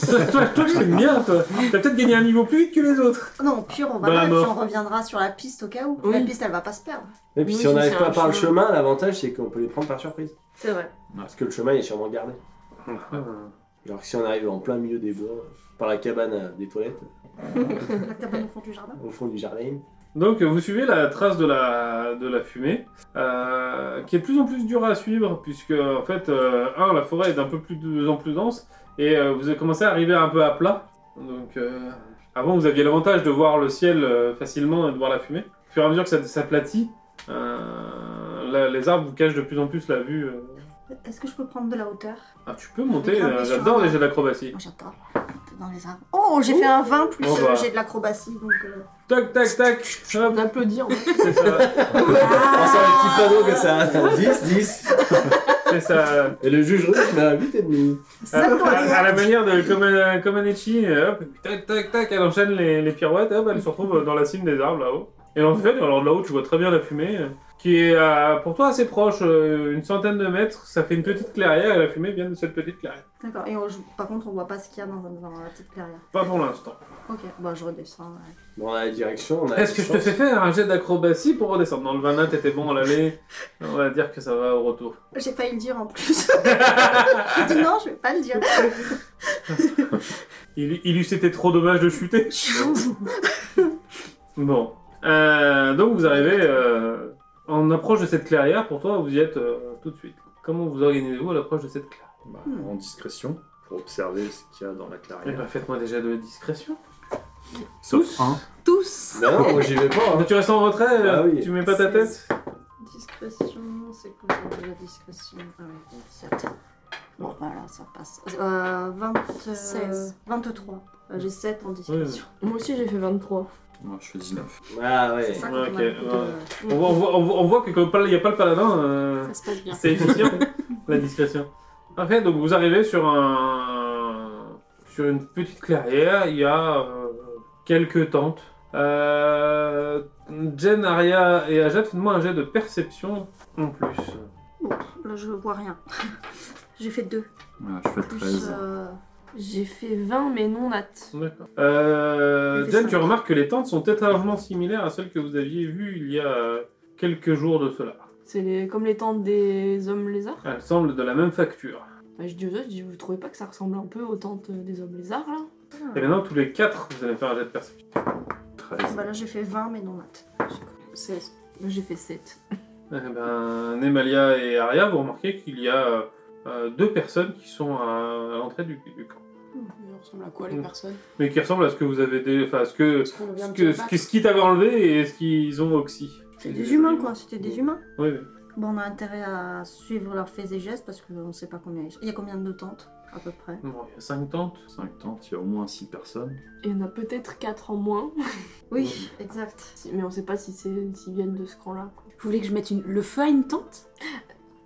Speaker 1: toi, toi, toi, je t'aime bien, toi. T'as peut-être gagné un niveau plus vite que les autres.
Speaker 5: Non, pire, on va
Speaker 1: Bah,
Speaker 5: pas, puis
Speaker 1: mort.
Speaker 5: on reviendra sur la piste au cas où.
Speaker 3: Oui.
Speaker 5: La piste, elle va pas se perdre.
Speaker 2: Et puis,
Speaker 3: Oui,
Speaker 2: si on
Speaker 3: si
Speaker 2: n'arrive
Speaker 3: c'est
Speaker 2: pas
Speaker 3: un
Speaker 2: par le
Speaker 3: chemin.
Speaker 2: chemin, l'avantage, c'est qu'on peut les prendre par surprise.
Speaker 3: C'est vrai.
Speaker 2: Parce que le chemin, il est sûrement gardé. Alors que si on arrive en plein milieu des bois, par la cabane euh, des toilettes,
Speaker 5: La cabane au fond du jardin.
Speaker 2: au fond du jardin.
Speaker 1: Donc euh, vous suivez la trace de la, de la fumée, euh, qui est de plus en plus dure à suivre, puisque en fait, euh, un, la forêt est un peu plus de plus en plus dense, et euh, vous commencez à arriver un peu à plat. Donc euh, avant, vous aviez l'avantage de voir le ciel euh, facilement et de voir la fumée. Au fur et à mesure que ça s'aplatit, euh, la- les arbres vous cachent de plus en plus la vue. euh.
Speaker 5: Est-ce que je peux prendre de la hauteur
Speaker 1: Ah, tu peux monter,
Speaker 5: Je vais
Speaker 1: euh,
Speaker 5: grimper sur
Speaker 1: j'adore
Speaker 5: un
Speaker 1: les jeux d'acrobatie.
Speaker 5: Moi, j'adore. Dans les arbres. Oh, j'ai fait un 20 plus
Speaker 1: Bon,
Speaker 5: euh,
Speaker 1: bah.
Speaker 5: j'ai de l'acrobatie. Donc, euh,
Speaker 1: Tac, tac, tac, hop,
Speaker 3: On applaudit. hein. en fait.
Speaker 1: c'est ça.
Speaker 6: Bah,
Speaker 2: On sort les petits panneaux comme
Speaker 1: Ah.
Speaker 2: ça, 10, 10.
Speaker 1: C'est ça.
Speaker 2: Et le juge russe, il met un 8,5.
Speaker 1: À,
Speaker 5: ça doit aller.
Speaker 1: Ah, à- à la manière de Koma- Komanechi, euh, hop, tac tac tac, elle enchaîne les, les pirouettes, hop, elle se retrouve dans la cime des arbres là-haut. Et en fait, alors là-haut, tu vois très bien la fumée, euh, qui est euh, pour toi assez proche, euh, une centaine de mètres, ça fait une petite clairière, et la fumée vient de cette petite clairière.
Speaker 5: D'accord. Et on joue- par contre, on voit pas ce qu'il y a dans, dans la petite clairière.
Speaker 1: Pas pour l'instant.
Speaker 5: Ok, bah je redescends. ouais.
Speaker 2: Dans la direction, on a.
Speaker 1: Est-ce que je te fais faire un jet d'acrobatie pour redescendre Dans le 29, t'étais bon à l'aller, on va dire que ça va au retour.
Speaker 5: J'ai failli le dire en plus. j'ai dit non, je vais pas le dire.
Speaker 1: Il, il eût c'était trop dommage de chuter. Bon. Euh, donc vous arrivez euh, en approche de cette clairière. Pour toi, vous y êtes euh, tout de suite. Comment vous organisez-vous à l'approche de cette clairière
Speaker 4: Bah,
Speaker 5: Hmm.
Speaker 4: En discrétion, pour observer ce qu'il y a dans la
Speaker 1: Eh
Speaker 4: clairière.
Speaker 1: ben, faites-moi déjà de discrétion.
Speaker 4: Sauf un.
Speaker 3: Tous.
Speaker 2: Bah non, moi, j'y vais pas. hein.
Speaker 1: tu restes en retrait
Speaker 2: Ah
Speaker 1: euh,
Speaker 2: oui.
Speaker 1: Tu mets pas ta tête
Speaker 3: Seize.
Speaker 5: Discrétion, c'est quoi ça de la discrétion Ah ouais, bon, sept. Bon, voilà, ça passe. Euh, 20, euh,
Speaker 3: Seize.
Speaker 5: 23. Euh, J'ai 7 en discrétion.
Speaker 3: Moi aussi, j'ai fait 23.
Speaker 4: Moi, je fais 19.
Speaker 2: Ah ouais.
Speaker 5: C'est ça
Speaker 1: Ouais,
Speaker 5: qu'on
Speaker 1: ok,
Speaker 5: m'a dit euh, de-
Speaker 1: ouais. on voit, on voit- on voit- on voit que comme il n'y a pas le paladin, euh,
Speaker 6: Ça se passe bien.
Speaker 1: c'est efficient la discrétion. Après, donc vous arrivez sur un sur une petite clairière. Il y a euh, quelques tentes Euh, Jen, Aria et Ajat, faites-moi un jet de perception en plus.
Speaker 5: Là, je vois rien. J'ai fait deux.
Speaker 4: Ah, je fais
Speaker 5: Plus.
Speaker 4: 13.
Speaker 5: euh,
Speaker 3: J'ai fait 20, mais non nat.
Speaker 1: D'accord. Euh,
Speaker 5: Il fait
Speaker 1: Jen,
Speaker 5: cinq.
Speaker 1: tu remarques que les tentes sont étrangement similaires à celles que vous aviez vues il y a euh, quelques jours de cela.
Speaker 3: C'est les- comme les tentes des hommes lézards.
Speaker 1: Elles semblent de la même facture.
Speaker 3: Bah, je dis aux autres, je dis, vous trouvez pas que ça ressemble un peu aux tentes euh, des hommes lézards là
Speaker 1: Et maintenant, tous les quatre, vous allez me faire un jet de perception.
Speaker 4: 13.
Speaker 5: bah là, j'ai fait 20, mais non mat.
Speaker 3: 16. J'ai fait 7.
Speaker 1: Eh ben, Nemalia et Aria, vous remarquez qu'il y a euh, euh, deux personnes qui sont à, à l'entrée du, du camp.
Speaker 6: Ils ressemblent à quoi les
Speaker 1: Mm.
Speaker 6: personnes
Speaker 1: Mais qui ressemblent à ce que vous avez... dé- Enfin, à ce que...
Speaker 6: Est-ce qu'on vient
Speaker 1: Ce
Speaker 6: de
Speaker 1: que,
Speaker 6: se
Speaker 1: ce,
Speaker 6: battre
Speaker 1: que- ce qui t'avait enlevé et ce qu'ils ont oxy.
Speaker 5: C'est des humains, quoi. C'était des humains.
Speaker 1: Oui, oui.
Speaker 5: Bon, on a intérêt à suivre leurs faits et gestes parce qu'on ne sait pas combien ils sont. Il y a combien de tentes, à peu près
Speaker 1: Bon, il y a cinq tentes.
Speaker 4: 5 tentes, il y a au moins 6 personnes.
Speaker 3: Et il y en a peut-être 4 en moins,
Speaker 5: Oui, exact.
Speaker 3: si- mais on sait pas si c'est s'ils viennent de ce camp là.
Speaker 6: Vous voulez que je mette une- le feu à une tente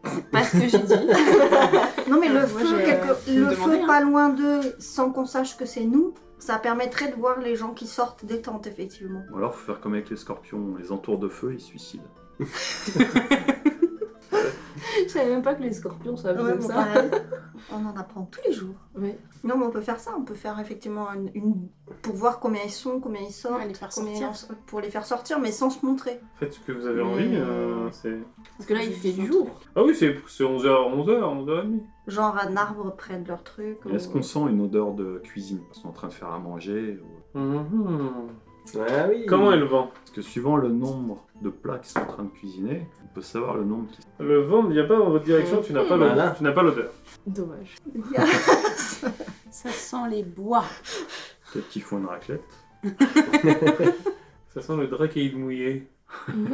Speaker 3: C'est pas ce que j'ai dit.
Speaker 5: Non, mais
Speaker 6: Euh,
Speaker 5: le
Speaker 6: moi,
Speaker 5: feu,
Speaker 6: j'ai-
Speaker 5: quelque-
Speaker 6: je me
Speaker 5: le
Speaker 6: demandais,
Speaker 5: feu
Speaker 6: hein.
Speaker 5: pas loin d'eux, sans qu'on sache que c'est nous, ça permettrait de voir les gens qui sortent des tentes, effectivement.
Speaker 4: Ou alors, faut faire comme avec les scorpions, on les entoure de feu, ils se suicident.
Speaker 3: je savais même pas que les scorpions
Speaker 6: Ah,
Speaker 3: ça faisait
Speaker 5: Ouais, bon,
Speaker 3: ça.
Speaker 5: pareil. on en apprend tous les jours.
Speaker 3: Ouais.
Speaker 5: Non, mais on peut faire ça. On peut faire effectivement une, une- pour voir combien ils sont, combien ils sortent,
Speaker 6: Ouais, les faire
Speaker 5: combien ils
Speaker 6: sortir.
Speaker 5: en- pour les faire sortir, mais sans se montrer.
Speaker 1: Faites ce que vous avez
Speaker 6: Mais,
Speaker 1: envie.
Speaker 6: euh,
Speaker 1: euh, c'est...
Speaker 3: Parce que là il fait du jour.
Speaker 1: Ah oui, c'est, c'est 11h, 11h, 11h30.
Speaker 5: Genre un arbre près de leur truc.
Speaker 4: Et
Speaker 5: ou-
Speaker 4: Est-ce qu'on sent une odeur de cuisine Ils sont en train de faire à manger ou-
Speaker 1: Mhm.
Speaker 2: Ah oui.
Speaker 1: Comment est le vent
Speaker 4: Parce que suivant le nombre de plats qu'ils sont en train de cuisiner, on peut savoir le nombre qui...
Speaker 1: Le vent ne vient pas dans votre direction, tu n'as pas, l'odeur-
Speaker 2: Voilà.
Speaker 1: tu n'as pas l'odeur.
Speaker 3: Dommage.
Speaker 5: Ah,
Speaker 6: Ça sent les bois.
Speaker 4: Peut-être qu'ils font une raclette.
Speaker 1: Ça sent le dracaïde mouillé. Il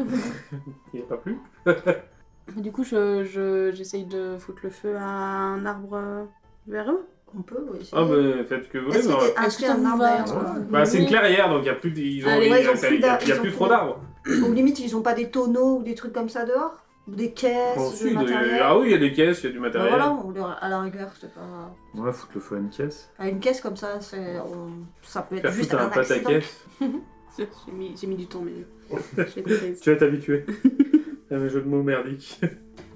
Speaker 1: n'y a pas plus
Speaker 6: Mais du coup, je, je- j'essaye de foutre le feu à un arbre euh, vers eux.
Speaker 5: On peut, oui.
Speaker 1: Ah, bah, mais faites ce que vous voulez.
Speaker 5: Est-ce qu'il y a
Speaker 1: mais-
Speaker 5: des- ah,
Speaker 6: Est-ce que
Speaker 5: est-ce qu'il y a
Speaker 6: ça
Speaker 5: un
Speaker 6: vous
Speaker 5: arbre
Speaker 6: va
Speaker 5: derrière
Speaker 4: Voilà.
Speaker 5: toi
Speaker 1: Bah, c'est une clairière, donc il n'y a plus, d- ils ont-
Speaker 6: Allez,
Speaker 1: il y a-
Speaker 5: ouais, ils ont
Speaker 1: ça-
Speaker 5: plus
Speaker 1: il y a-
Speaker 5: d'ar-
Speaker 1: il y a
Speaker 5: ils ont
Speaker 1: plus
Speaker 5: plus
Speaker 1: trop d'arbres.
Speaker 5: Ou limite, ils ont pas des tonneaux ou des trucs comme ça dehors Ou des caisses
Speaker 1: Bon,
Speaker 5: du
Speaker 1: Bah, si, des-
Speaker 5: matériel
Speaker 1: Ah oui, il y a des caisses, il y a du
Speaker 5: Bah
Speaker 1: matériel.
Speaker 5: voilà, on leur- à la rigueur, c'est pas...
Speaker 4: Ouais, foutre le feu à une caisse.
Speaker 5: À une caisse comme ça, c'est... on- ça peut être
Speaker 1: Faire
Speaker 5: juste
Speaker 1: tout un
Speaker 5: un
Speaker 1: pâte à
Speaker 5: accident.
Speaker 1: caisse.
Speaker 6: J'ai mis, j'ai mis du temps, mais j'ai compris.
Speaker 1: Tu vas t'habituer. à mes jeux de mots merdiques.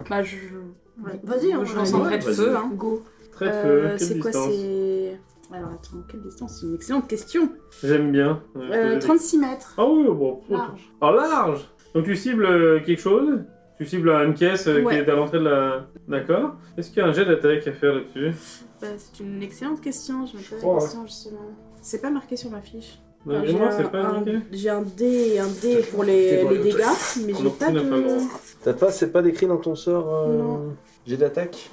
Speaker 6: Bah, je, je,
Speaker 5: Ouais, Vas-y,
Speaker 3: hein,
Speaker 5: on
Speaker 6: je
Speaker 5: va
Speaker 6: lance
Speaker 4: ouais,
Speaker 6: un vrai
Speaker 4: vas-y.
Speaker 6: feu. Hein.
Speaker 3: Go.
Speaker 1: Très
Speaker 6: Euh,
Speaker 1: feu, quelle
Speaker 6: c'est quoi
Speaker 1: distance
Speaker 6: C'est. Alors attends, quelle distance C'est une excellente question.
Speaker 1: J'aime bien. euh, poser
Speaker 6: Euh,
Speaker 1: des
Speaker 6: 36 mètres.
Speaker 1: Ah oui, bon.
Speaker 6: Large.
Speaker 1: Alors large Donc tu cibles euh, quelque chose Tu cibles euh, une caisse euh, qui
Speaker 6: Ouais.
Speaker 1: est à l'entrée de la... D'accord. Est-ce qu'il y a un jet d'attaque à faire là-dessus
Speaker 6: Bah, c'est une excellente question. Je me pose
Speaker 1: Oh,
Speaker 6: la
Speaker 1: ouais.
Speaker 6: question justement. C'est pas marqué sur ma fiche.
Speaker 1: Non,
Speaker 6: Alors,
Speaker 1: mais
Speaker 6: j'ai
Speaker 1: moi,
Speaker 6: un-
Speaker 1: c'est pas
Speaker 6: un-
Speaker 1: indiqué.
Speaker 6: J'ai un dé et un dé pour les,
Speaker 2: C'est pour
Speaker 6: les
Speaker 2: les
Speaker 6: dégâts, mais
Speaker 1: On
Speaker 6: j'ai
Speaker 1: obtient
Speaker 6: pas
Speaker 1: la fin
Speaker 6: de.
Speaker 1: grande.
Speaker 2: T'as pas, c'est pas décrit dans ton sort. euh,
Speaker 6: Non.
Speaker 2: J'ai d'attaque.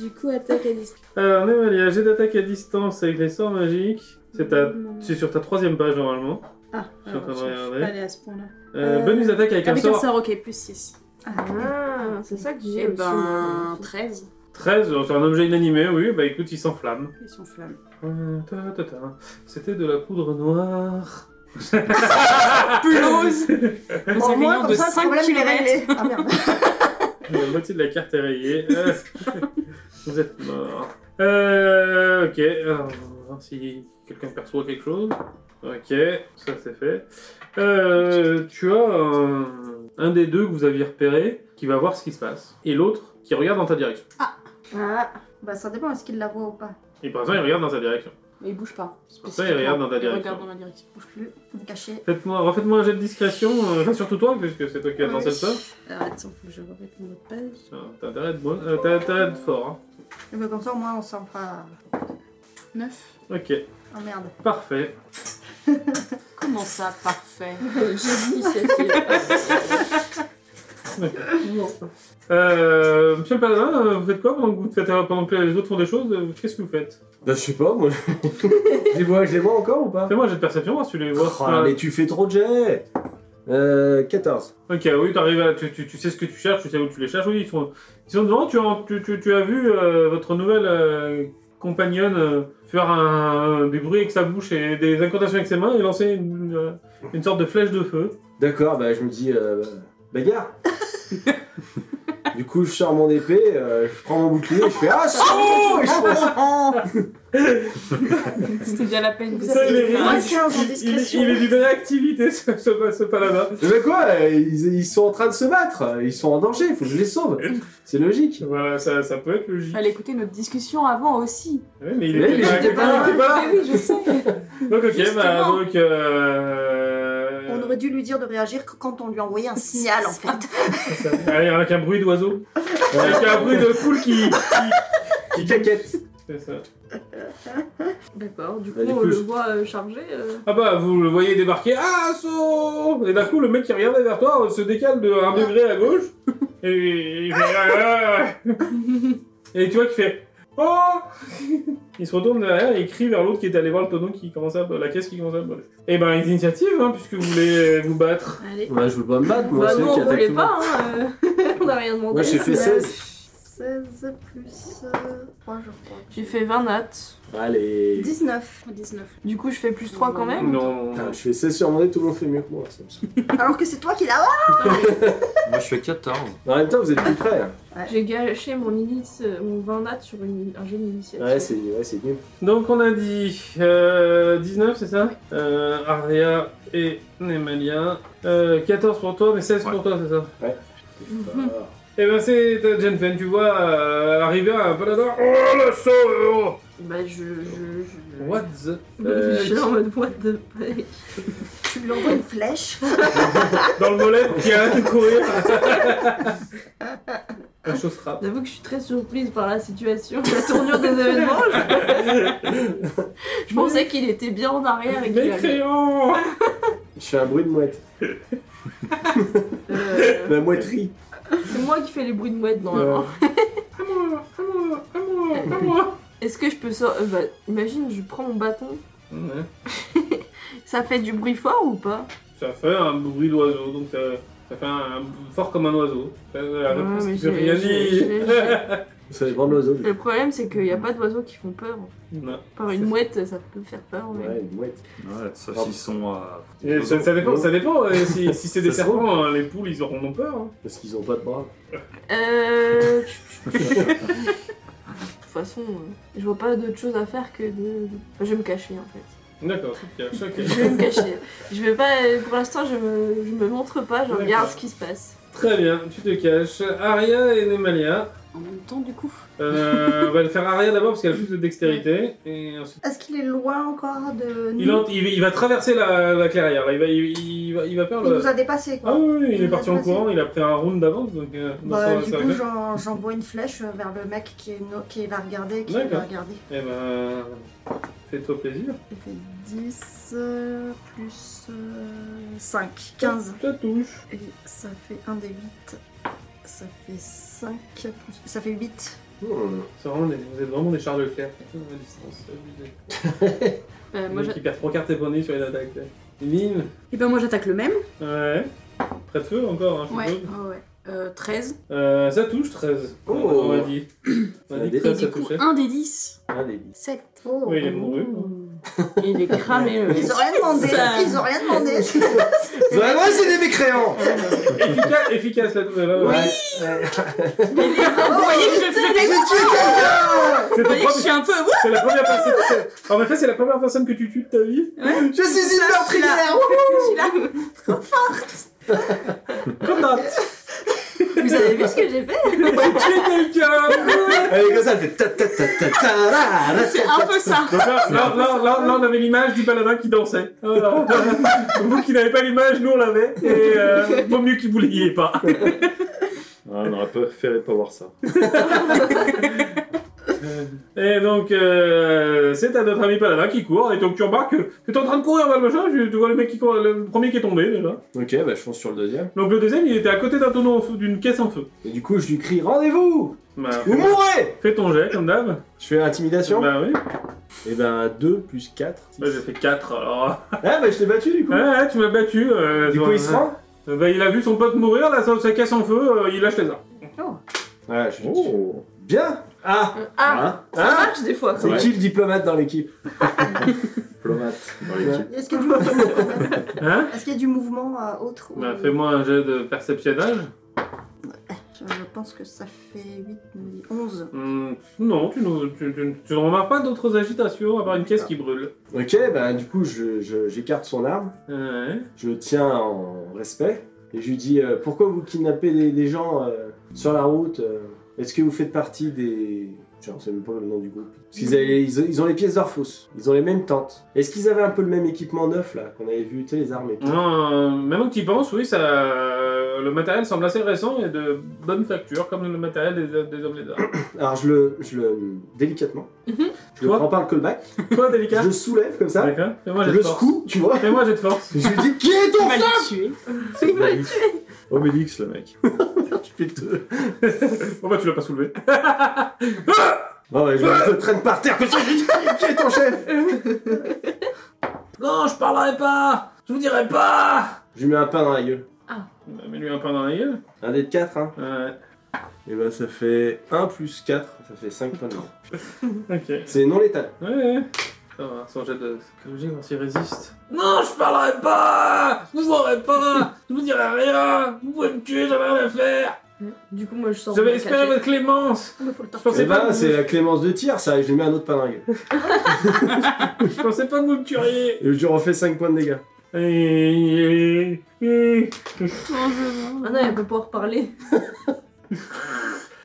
Speaker 6: Du coup, attaque à distance.
Speaker 1: Alors, Néma, il y a un jet d'attaque à distance avec les sorts magiques. C'est ta- c'est sur ta troisième page normalement.
Speaker 6: Ah,
Speaker 1: Je suis en train de
Speaker 6: alors, je je
Speaker 1: regarder.
Speaker 6: suis pas allée à ce point-là.
Speaker 1: Euh,
Speaker 6: Euh,
Speaker 1: bonus d'attaque avec,
Speaker 6: Avec
Speaker 1: un
Speaker 6: un
Speaker 1: sort.
Speaker 6: sort, ok, plus 6.
Speaker 3: Ah, c'est ça que j'ai.
Speaker 6: Et
Speaker 3: aussi,
Speaker 6: ben,
Speaker 3: euh,
Speaker 6: 13.
Speaker 1: 13, euh, c'est un objet inanimé, oui, bah écoute, il s'enflamme.
Speaker 6: Ils sont flammes.
Speaker 1: Hum, ta, ta, ta. C'était de la poudre noire.
Speaker 6: Plus
Speaker 5: Bon, au moins, comme ça, le problème, il est réglé. Ah merde.
Speaker 1: La moitié de la carte est rayée. Euh, vous êtes mort. Euh, ok. Alors, on va voir si quelqu'un perçoit quelque chose. Ok, ça c'est fait. Euh, tu as un, un des deux que vous aviez repéré qui va voir ce qui se passe. Et l'autre qui regarde dans ta direction.
Speaker 5: Ah, bah ça dépend, est-ce qu'il la voit ou pas
Speaker 1: Et pour l'instant, il regarde dans ta direction.
Speaker 6: Mais ils bougent pas.
Speaker 1: Pour ça, il regarde dans ta
Speaker 6: Ils
Speaker 1: direction.
Speaker 6: regardent dans ma direction.
Speaker 5: Bouge plus, on est caché.
Speaker 1: Faites-moi, refaites-moi un jet de discrétion. euh, Enfin, surtout toi, puisque c'est toi qui as lancé le
Speaker 6: Ouais.
Speaker 1: sort.
Speaker 6: Alors, attends, faut que je remette mon autre page.
Speaker 1: Ah, T'as intérêt à être bon- euh, t'as- t'as intérêt à être fort. hein.
Speaker 5: Et bah, comme ça, au moins, on s'en fera...
Speaker 6: 9.
Speaker 1: hein. Ok,
Speaker 5: Ah merde.
Speaker 1: parfait.
Speaker 6: Comment ça, parfait
Speaker 3: J'ai dit c'était.
Speaker 1: Euh, Monsieur le Paladin, euh, vous faites quoi pendant que, vous faites, pendant que les autres font des choses euh, Qu'est-ce que vous faites
Speaker 2: Bah, je sais pas, moi. je, les vois, je les vois encore ou pas
Speaker 1: Fais-moi un jet de perception, voir si tu les vois.
Speaker 2: Oh, mais tu fais trop de jets euh, 14.
Speaker 1: Ok, ah oui, t'arrives à- tu, tu, tu sais ce que tu cherches, tu sais où tu les cherches. Oui, ils sont, ils sont devant. Tu, en- tu, tu, tu as vu euh, votre nouvelle euh, compagnonne euh, faire un, des bruits avec sa bouche et des incantations avec ses mains et lancer une, euh, une sorte de flèche de feu.
Speaker 2: D'accord, bah je me dis euh, bagarre.
Speaker 5: Ah,
Speaker 2: du coup, je sors mon épée, euh, je prends mon bouclier, je fais ah saut et je fonce.
Speaker 6: C'était bien la peine.
Speaker 5: Vous
Speaker 6: de
Speaker 1: Ça, il est
Speaker 5: avez
Speaker 6: faire.
Speaker 5: moins
Speaker 1: réactif.
Speaker 5: 15 en
Speaker 1: Il,
Speaker 5: discrétion.
Speaker 1: il est d'une réactivité, ce, ce, ce paladin.
Speaker 2: Mais quoi euh, ils, ils sont en train de se battre, ils sont en danger, il faut que je les sauve. C'est logique.
Speaker 1: Voilà, ça, ça peut être logique.
Speaker 6: Fallait écouter notre discussion avant aussi.
Speaker 1: Oui, mais il
Speaker 2: Oui,
Speaker 1: était
Speaker 2: mais
Speaker 1: pas,
Speaker 2: j'étais
Speaker 1: il
Speaker 2: pas là.
Speaker 1: était
Speaker 6: Ah oui, je sais.
Speaker 1: Donc, ok,
Speaker 6: Justement.
Speaker 1: bah, donc. euh,
Speaker 5: On aurait dû lui dire de réagir que quand on lui envoyait un signal en fait.
Speaker 1: ça- Allez, avec un bruit d'oiseau. avec un bruit de foule qui. qui-
Speaker 2: Qui caquette
Speaker 1: C'est ça.
Speaker 3: D'accord, du coup,
Speaker 2: Bah, du
Speaker 3: on
Speaker 2: coup,
Speaker 3: le
Speaker 2: je-
Speaker 3: voit euh, chargé. euh.
Speaker 1: Ah bah, vous le voyez débarquer. Ah, saut Et d'un coup, le mec qui regardait vers toi euh, se décale de un degré à gauche. Et il fait, Ah, ah, ah. Et tu vois qu'il fait. Oh Il se retourne derrière et il crie vers l'autre qui est allé voir le tonneau qui commence à. la caisse qui commence à brûler. Et ben, initiative, hein, puisque vous voulez euh, vous battre.
Speaker 3: Allez.
Speaker 2: Bah, je veux pas me battre, moi,
Speaker 3: Bah,
Speaker 2: c'est
Speaker 3: nous,
Speaker 2: eux qui
Speaker 3: on
Speaker 2: attaquent
Speaker 3: voulait
Speaker 2: tout le monde.
Speaker 3: pas, hein. euh, on a rien demandé.
Speaker 2: Moi, j'ai fait
Speaker 3: Ouais.
Speaker 2: 16.
Speaker 5: 16 plus 3, je crois.
Speaker 3: J'ai fait 20 nattes.
Speaker 2: Allez.
Speaker 5: 19.
Speaker 6: 19.
Speaker 3: Du coup, je fais plus 3 quand même.
Speaker 1: Non.
Speaker 2: Putain, Ah, je fais 16 sur mon nez, tout le monde fait mieux que moi. ça me saoule.
Speaker 5: Alors que c'est toi qui l'as. Ah
Speaker 4: Moi, je fais 14.
Speaker 2: En même temps, vous êtes plus près. hein.
Speaker 3: J'ai gâché mon, init- euh, mon 20 nattes sur une- un jeu d'initiative.
Speaker 2: Ouais, c'est ouais, c'est nul.
Speaker 1: Donc on a dit euh, 19, c'est ça euh, Aria et Nemalia. Euh, 14 pour toi, mais 16
Speaker 4: Ouais.
Speaker 1: pour toi, c'est ça
Speaker 2: Putain.
Speaker 1: Et ben c'est ta Jenfen, tu vois euh, arriver à un paladin. Oh le saut euh, oh
Speaker 3: Bah, je. je, je...
Speaker 1: What the
Speaker 3: Je suis en mode what the fuck.
Speaker 5: Tu lui envoies une flèche.
Speaker 1: Dans le mollet, qui arrête de courir Un chose frappe.
Speaker 3: J'avoue que je suis très surprise par la situation, la tournure des événements. Je, je pensais qu'il était bien en arrière et qu'il
Speaker 1: Mes
Speaker 3: allait.
Speaker 1: crayons
Speaker 2: Je fais un bruit de mouette.
Speaker 3: Euh,
Speaker 2: La mouetterie.
Speaker 3: C'est moi qui fais les bruits de mouette normalement.
Speaker 2: Euh,
Speaker 1: À moi, à moi, à moi, à moi
Speaker 3: Est-ce que je peux sortir bah, Imagine, je prends mon bâton.
Speaker 1: Ouais.
Speaker 3: Ça fait du bruit fort ou pas
Speaker 1: Ça fait un bruit d'oiseau, donc ça, ça fait un, un- fort comme un oiseau. Ça, La
Speaker 3: Ouais,
Speaker 1: réponse,
Speaker 3: Ah, mais
Speaker 1: tu
Speaker 3: j'ai-
Speaker 1: peux rien
Speaker 3: j'ai-
Speaker 1: dire.
Speaker 3: j'ai-
Speaker 2: Ça dépend de l'oiseau.
Speaker 3: Le problème, c'est qu'il n'y a pas d'oiseaux qui font peur.
Speaker 1: Non.
Speaker 3: Par une mouette, ça peut faire peur. mais-
Speaker 2: Ouais, une mouette.
Speaker 4: Ouais, sauf s'ils sont. euh,
Speaker 1: Et ça, ça dépend, ça dépend. euh, si si c'est des
Speaker 2: Ça se trouve.
Speaker 1: serpents, hein, les poules, ils auront peur. hein.
Speaker 2: Parce qu'ils ont pas de bras.
Speaker 3: Euh... De toute façon, euh, je vois pas d'autre chose à faire que de. Enfin, je vais me cacher en fait.
Speaker 1: D'accord, ok, ok.
Speaker 3: Je vais me cacher. Je vais pas. euh, Pour l'instant, je me... je me montre pas, je
Speaker 1: D'accord.
Speaker 3: regarde ce qui se passe.
Speaker 1: Très bien, tu te caches. Aria et Nemalia.
Speaker 6: En même temps, du coup.
Speaker 1: Euh, on va le faire Aria d'abord parce qu'elle a plus de dextérité. Et ensuite...
Speaker 5: Est-ce qu'il est loin encore de nous
Speaker 1: il, en- il- il va traverser la, la clairière. là. Il va, il, il va, il va faire
Speaker 5: Il
Speaker 1: le.
Speaker 5: nous a dépassé quoi.
Speaker 1: Ah oui, oui, il est
Speaker 5: Il
Speaker 1: parti
Speaker 5: nous a
Speaker 1: en courant, il a pris un round d'avance. Donc, euh, dans
Speaker 5: Bah,
Speaker 1: son-
Speaker 5: du
Speaker 1: sa-
Speaker 5: coup, j'en- j'envoie une flèche vers le mec qui, est no- qui l'a regardé. Qui
Speaker 1: D'accord.
Speaker 5: l'a regardé.
Speaker 1: Eh ben, fais-toi plaisir.
Speaker 5: Ça fait 10 euh, plus euh, 5. 15.
Speaker 1: Ça touche.
Speaker 5: Et ça fait 1 des 8. Ça fait 5. Ça fait 8.
Speaker 2: Hmm.
Speaker 1: C'est vraiment des- vous êtes vraiment des chars de clair. À distance, abusé.
Speaker 6: Euh, moi,
Speaker 1: Le mec
Speaker 6: j'a-
Speaker 1: Qui perd 3 cartes et bonus sur une attaque. Lynn,
Speaker 6: Eh ben, moi, j'attaque le même.
Speaker 1: Ouais. Près de feu encore, hein, je
Speaker 6: Ouais,
Speaker 1: suppose.
Speaker 6: ouais, ouais. Euh, 13.
Speaker 1: Euh, ça touche 13.
Speaker 2: Oh.
Speaker 1: On m'a dit. On m'a dit que
Speaker 2: Et
Speaker 1: ça,
Speaker 6: Et
Speaker 1: ça
Speaker 6: du coup,
Speaker 1: touchait.
Speaker 6: 1 des 10.
Speaker 2: Ah, des lits.
Speaker 5: 7. Oh.
Speaker 1: Oui, il est mouru.
Speaker 3: Et il est cramé le.
Speaker 5: Ils ont rien demandé.
Speaker 6: Ça.
Speaker 5: Ils ont rien demandé.
Speaker 2: Vraiment, c'est des mécréants
Speaker 1: efficace, efficace la nouvelle. hein.
Speaker 2: Ouais.
Speaker 6: Vous voyez que je
Speaker 2: J'ai tué
Speaker 6: fais-
Speaker 2: quelqu'un
Speaker 1: C'est
Speaker 6: Vous
Speaker 1: ton
Speaker 6: voyez que je
Speaker 1: premier-
Speaker 6: suis un peu. Ouh
Speaker 1: c'est la première personne. c'est- En effet, c'est la première personne que tu tues de ta vie.
Speaker 2: Je suis une meurtrière
Speaker 6: Je suis là.
Speaker 1: Comment
Speaker 3: Vous avez vu ce que j'ai fait
Speaker 1: tu tues quelqu'un
Speaker 2: Elle est comme ça, elle fait ta ta ta ta ta la, la,
Speaker 6: C'est un peu ça.
Speaker 1: Donc là, là, là, là, là, on avait l'image du paladin qui dansait. Voilà. Vous qui n'avez pas l'image, nous on l'avait. Et euh, vaut mieux qu'il vous l'ayez pas.
Speaker 4: Ah, on aurait préféré pas voir ça.
Speaker 1: Et donc, euh, c'est à notre ami Paladin qui court, et donc tu remarques que t'es en train de courir vers le machin, tu, tu vois le mec qui court, le premier qui est tombé déjà.
Speaker 2: Ok, bah je fonce sur le deuxième.
Speaker 1: Donc le deuxième, il était à côté d'un tonneau, en feu- d'une caisse en feu.
Speaker 2: Et du coup, je lui crie Rendez-vous
Speaker 1: Bah,
Speaker 2: Vous
Speaker 1: fais,
Speaker 2: mourrez
Speaker 1: fais ton jet, comme d'hab.
Speaker 2: Je fais intimidation.
Speaker 1: Bah oui,
Speaker 2: Et ben 2 plus 4.
Speaker 1: Bah, j'ai fait 4, alors...
Speaker 2: Ah, bah je t'ai battu du coup.
Speaker 1: Ouais, ouais, tu m'as battu. euh,
Speaker 2: du
Speaker 1: tu
Speaker 2: coup,
Speaker 1: vois.
Speaker 2: il se rend
Speaker 1: Euh, Bah, il a vu son pote mourir, là, sa, sa caisse en feu, euh, il lâche les armes.
Speaker 2: Ouais, je
Speaker 4: Oh
Speaker 2: Bien Ah
Speaker 3: Ah
Speaker 2: Hein
Speaker 3: Ça
Speaker 2: Hein
Speaker 3: marche des fois.
Speaker 2: C'est
Speaker 4: Ouais.
Speaker 2: qui le diplomate dans l'équipe
Speaker 4: Diplomate dans l'équipe.
Speaker 5: Est-ce qu'il y a du mouvement
Speaker 1: Hein
Speaker 2: Bah,
Speaker 5: Est-ce qu'il y a du mouvement euh, autre ou-
Speaker 1: Bah, fais-moi un jet de perceptionnage.
Speaker 5: Je- Je pense que ça fait 8, 11.
Speaker 1: Hmm, non, tu ne, tu- tu- tu ne remarques pas d'autres agitations à part une caisse qui brûle.
Speaker 2: Ok, bah du coup, je- je- j'écarte son arme,
Speaker 1: Ouais.
Speaker 2: je le tiens en respect, et je lui dis euh, Pourquoi vous kidnappez des, des gens euh, sur la route euh, Est-ce que vous faites partie des. Je ne sais même pas le nom du groupe. Parce qu'ils avaient- ils, ont- ils ont les pièces d'or fausses, ils ont les mêmes tentes. Est-ce qu'ils avaient un peu le même équipement neuf là, qu'on avait vu, tu sais, les armes et tout
Speaker 1: Euh, maintenant que tu y penses, oui, ça, le matériel semble assez récent et de bonne facture, comme le matériel des, des hommes lézards.
Speaker 2: Alors je le. Je le délicatement.
Speaker 3: Mhm.
Speaker 2: Je le
Speaker 1: Toi
Speaker 2: prends par le callback,
Speaker 1: Toi, délicat.
Speaker 2: je le soulève comme ça,
Speaker 1: D'accord. Fais-moi
Speaker 2: je
Speaker 1: j'ai de
Speaker 2: le
Speaker 1: force.
Speaker 2: secoue, tu vois.
Speaker 1: Fais-moi j'ai de force.
Speaker 2: Je lui dis Qui est
Speaker 6: Il
Speaker 2: ton
Speaker 6: va
Speaker 2: frère
Speaker 6: le tuer.
Speaker 4: C'est Obélix. Obélix, le mec.
Speaker 2: Tu fais deux.
Speaker 1: Oh bah tu l'as pas soulevé.
Speaker 2: Ah ouais, je je le traîne par terre. Putain, Qui est ton chef
Speaker 1: Non, je parlerai pas. Je vous dirai pas.
Speaker 2: Je lui mets un pain dans la gueule.
Speaker 1: Bah, Mets-lui un pain dans la gueule.
Speaker 2: Un dé de 4, hein.
Speaker 1: Ouais.
Speaker 2: Et bah ça fait 1 plus 4, ça fait 5 points de vie.
Speaker 1: Ok. Ouais,
Speaker 2: C'est non létal.
Speaker 1: ouais. Ça va, son jet de. Comme j'ai, quand il résiste. Non, je parlerai pas. Je vous aurai pas. Je vous dirai rien. Vous pouvez me tuer, j'en ai rien à faire.
Speaker 3: Du coup, moi, je sors. de
Speaker 1: J'avais
Speaker 3: ma
Speaker 1: espéré
Speaker 3: cachette.
Speaker 1: votre clémence.
Speaker 5: Mais Ah, faut le
Speaker 1: Je pensais
Speaker 5: torturer.
Speaker 2: Et
Speaker 1: pas.
Speaker 2: bah
Speaker 1: que
Speaker 2: c'est
Speaker 1: vous-
Speaker 2: la clémence de tir, ça. Je lui mets un autre pain dans la gueule.
Speaker 1: Je pensais pas que vous me tueriez.
Speaker 2: Et je lui refais 5 points de dégâts.
Speaker 1: Eh, eh, eh.
Speaker 3: Ah non, elle peut pouvoir parler.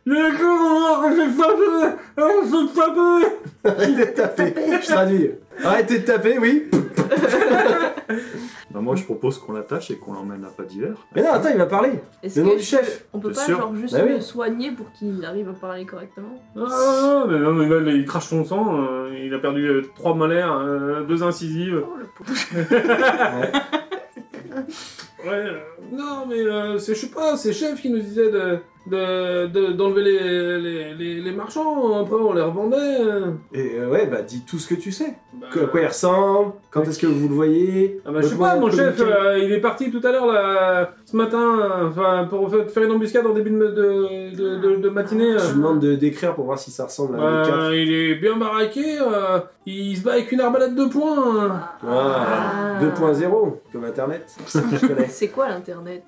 Speaker 1: Le con, on fait pas On fait pas
Speaker 2: Arrêtez de taper. Je traduis. Arrêtez de taper, oui.
Speaker 4: Bah, moi, je propose qu'on l'attache et qu'on l'emmène à pas d'hiver.
Speaker 2: Mais non, attends, il va parler.
Speaker 3: Est-ce
Speaker 2: Le nom
Speaker 3: que
Speaker 2: du chef.
Speaker 3: on peut
Speaker 4: T'es
Speaker 3: pas
Speaker 4: sûr
Speaker 3: genre juste
Speaker 2: Bah oui.
Speaker 3: le soigner pour qu'il arrive à parler correctement
Speaker 1: Ah, mais non, mais là, il crache son sang, euh, il a perdu euh, trois molaires, euh, deux incisives.
Speaker 5: Oh, le pauvre.
Speaker 1: Ouais, euh, non, mais euh, c'est, je sais pas, c'est Chef qui nous disait de, de, de- d'enlever les, les, les, les marchands, après on les revendait. euh.
Speaker 2: Et euh, ouais, bah dis tout ce que tu sais.
Speaker 1: Bah,
Speaker 2: Que- À quoi il ressemble Quand est-ce que vous le voyez
Speaker 1: ah bah, je sais pas, mon chef, euh, il est parti tout à l'heure, là, ce matin, euh, enfin, pour fa- faire une embuscade en début de, de, de, de- de matinée.
Speaker 2: Je
Speaker 1: euh.
Speaker 2: lui demande de décrire pour voir si ça ressemble à un
Speaker 1: Euh,
Speaker 2: dé de 4.
Speaker 1: il est bien baraqué, euh, il se bat avec une arbalète de poing. hein.
Speaker 2: Ah,
Speaker 3: Ah.
Speaker 2: 2.0, comme Internet. Je connais.
Speaker 3: C'est quoi l'internet